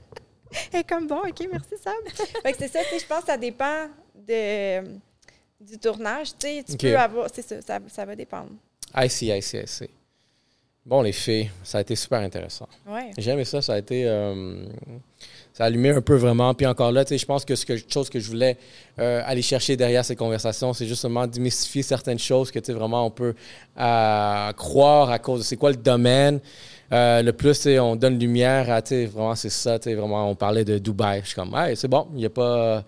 <laughs> elle est comme bon, ok, merci Sam. fait que c'est ça, tu sais, je pense que ça dépend de du tournage, tu sais, tu Ok. peux avoir, c'est ça, ça, ça va dépendre. I see, I see, I see. Bon, les filles, ça a été super intéressant. Ouais. J'ai aimé ça, ça a été. euh, ça allumait un peu vraiment. Puis encore là, tu sais, je pense que ce que chose que je voulais euh, aller chercher derrière ces conversations, c'est justement démystifier certaines choses que tu sais, vraiment on peut euh, croire à cause de c'est quoi le domaine. Euh, le plus, tu sais, on donne lumière à, tu sais, vraiment, c'est ça, tu sais, vraiment, on parlait de Dubaï. Je suis comme, hey, c'est bon, il n'y a pas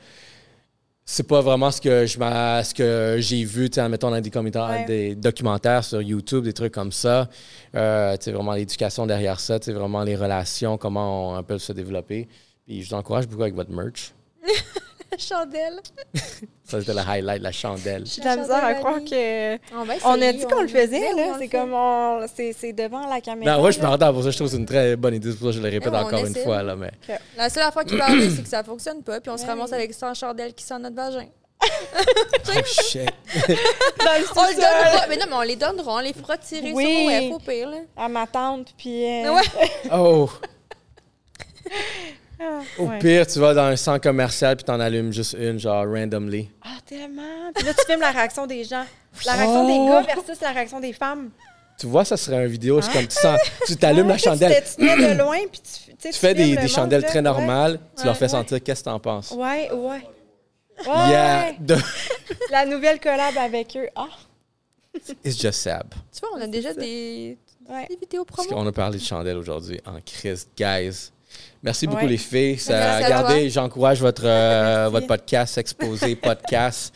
c'est pas vraiment ce que je m'a- ce que j'ai vu tu sais, admettons dans des commentaires Ouais. des documentaires sur YouTube des trucs comme ça euh, tu sais, vraiment l'éducation derrière ça tu sais, vraiment les relations comment on, un peu se développer puis je vous encourage beaucoup avec votre merch <laughs> Chandelle. ça c'était le highlight la chandelle J'ai de la misère à croire que. On, va On a essayer, dit qu'on le faisait, on là. le C'est fait. comme on. C'est c'est devant la caméra. non Ben ouais je là. m'entends pour ça je trouve que c'est une très bonne idée c'est pour ça que je le répète Ouais, on encore une essaie. fois là mais La seule affaire qui va arriver, c'est que ça fonctionne pas, puis on se Ouais. ramasse avec 100 chandelles qui sont notre vagin. <laughs> oh shit Dans le On le sous-sol. donnera. Mais non, mais on les donnera, on les fera tirer Oui. sur OF au pire, là. À ma tante, puis. euh, Ouais. oh ah, au ouais. pire tu vas dans un centre commercial puis t'en allumes juste une genre randomly Ah, tellement. Puis là, tu filmes la réaction des gens. La réaction Oh. des gars versus la réaction des femmes. tu vois ça serait une vidéo c'est comme tu sens tu t'allumes la chandelle Tu te mets de loin, puis tu, tu sais, tu fais filmes des, le des monde, chandelles là. très normales, tu leur Ouais, fais ouais. sentir qu'est-ce que t'en penses. Ouais, ouais. ouais. Yeah, Ouais. the- La nouvelle collab avec eux. Ah, it's just Sab. Tu vois, on a déjà des, ouais. des vidéos Parce promo. qu'on a parlé de chandelles aujourd'hui en crise, guys. Merci beaucoup Ouais. les filles. Ça, Merci à regardez, toi. j'encourage votre, euh, Merci. votre podcast, <laughs> Exposé Podcast.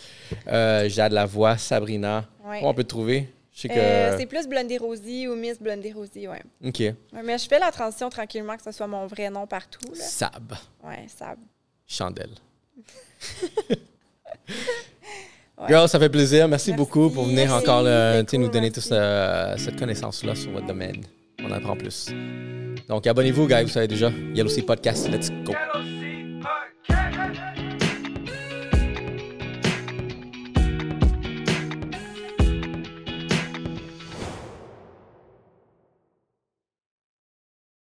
Euh, Jade Lavoie, Sabrina. ouais. Où on peut te trouver? Je sais que... Euh, c'est plus Blondie Rosie ou Miss Blondie Rosie, ouais. OK. Ouais, Mais je fais la transition tranquillement que ce soit mon vrai nom partout. Là. Sab. Ouais, ça. Chandelle. <laughs> Ouais. Girl, ça fait plaisir. Merci, Merci. beaucoup pour venir Merci. encore euh, C'est tu sais, nous cool, donner merci. toute cette connaissance-là sur votre domaine. On apprend plus. Donc, abonnez-vous, guys, vous savez déjà. Yellow aussi Podcast. Let's go. Yellow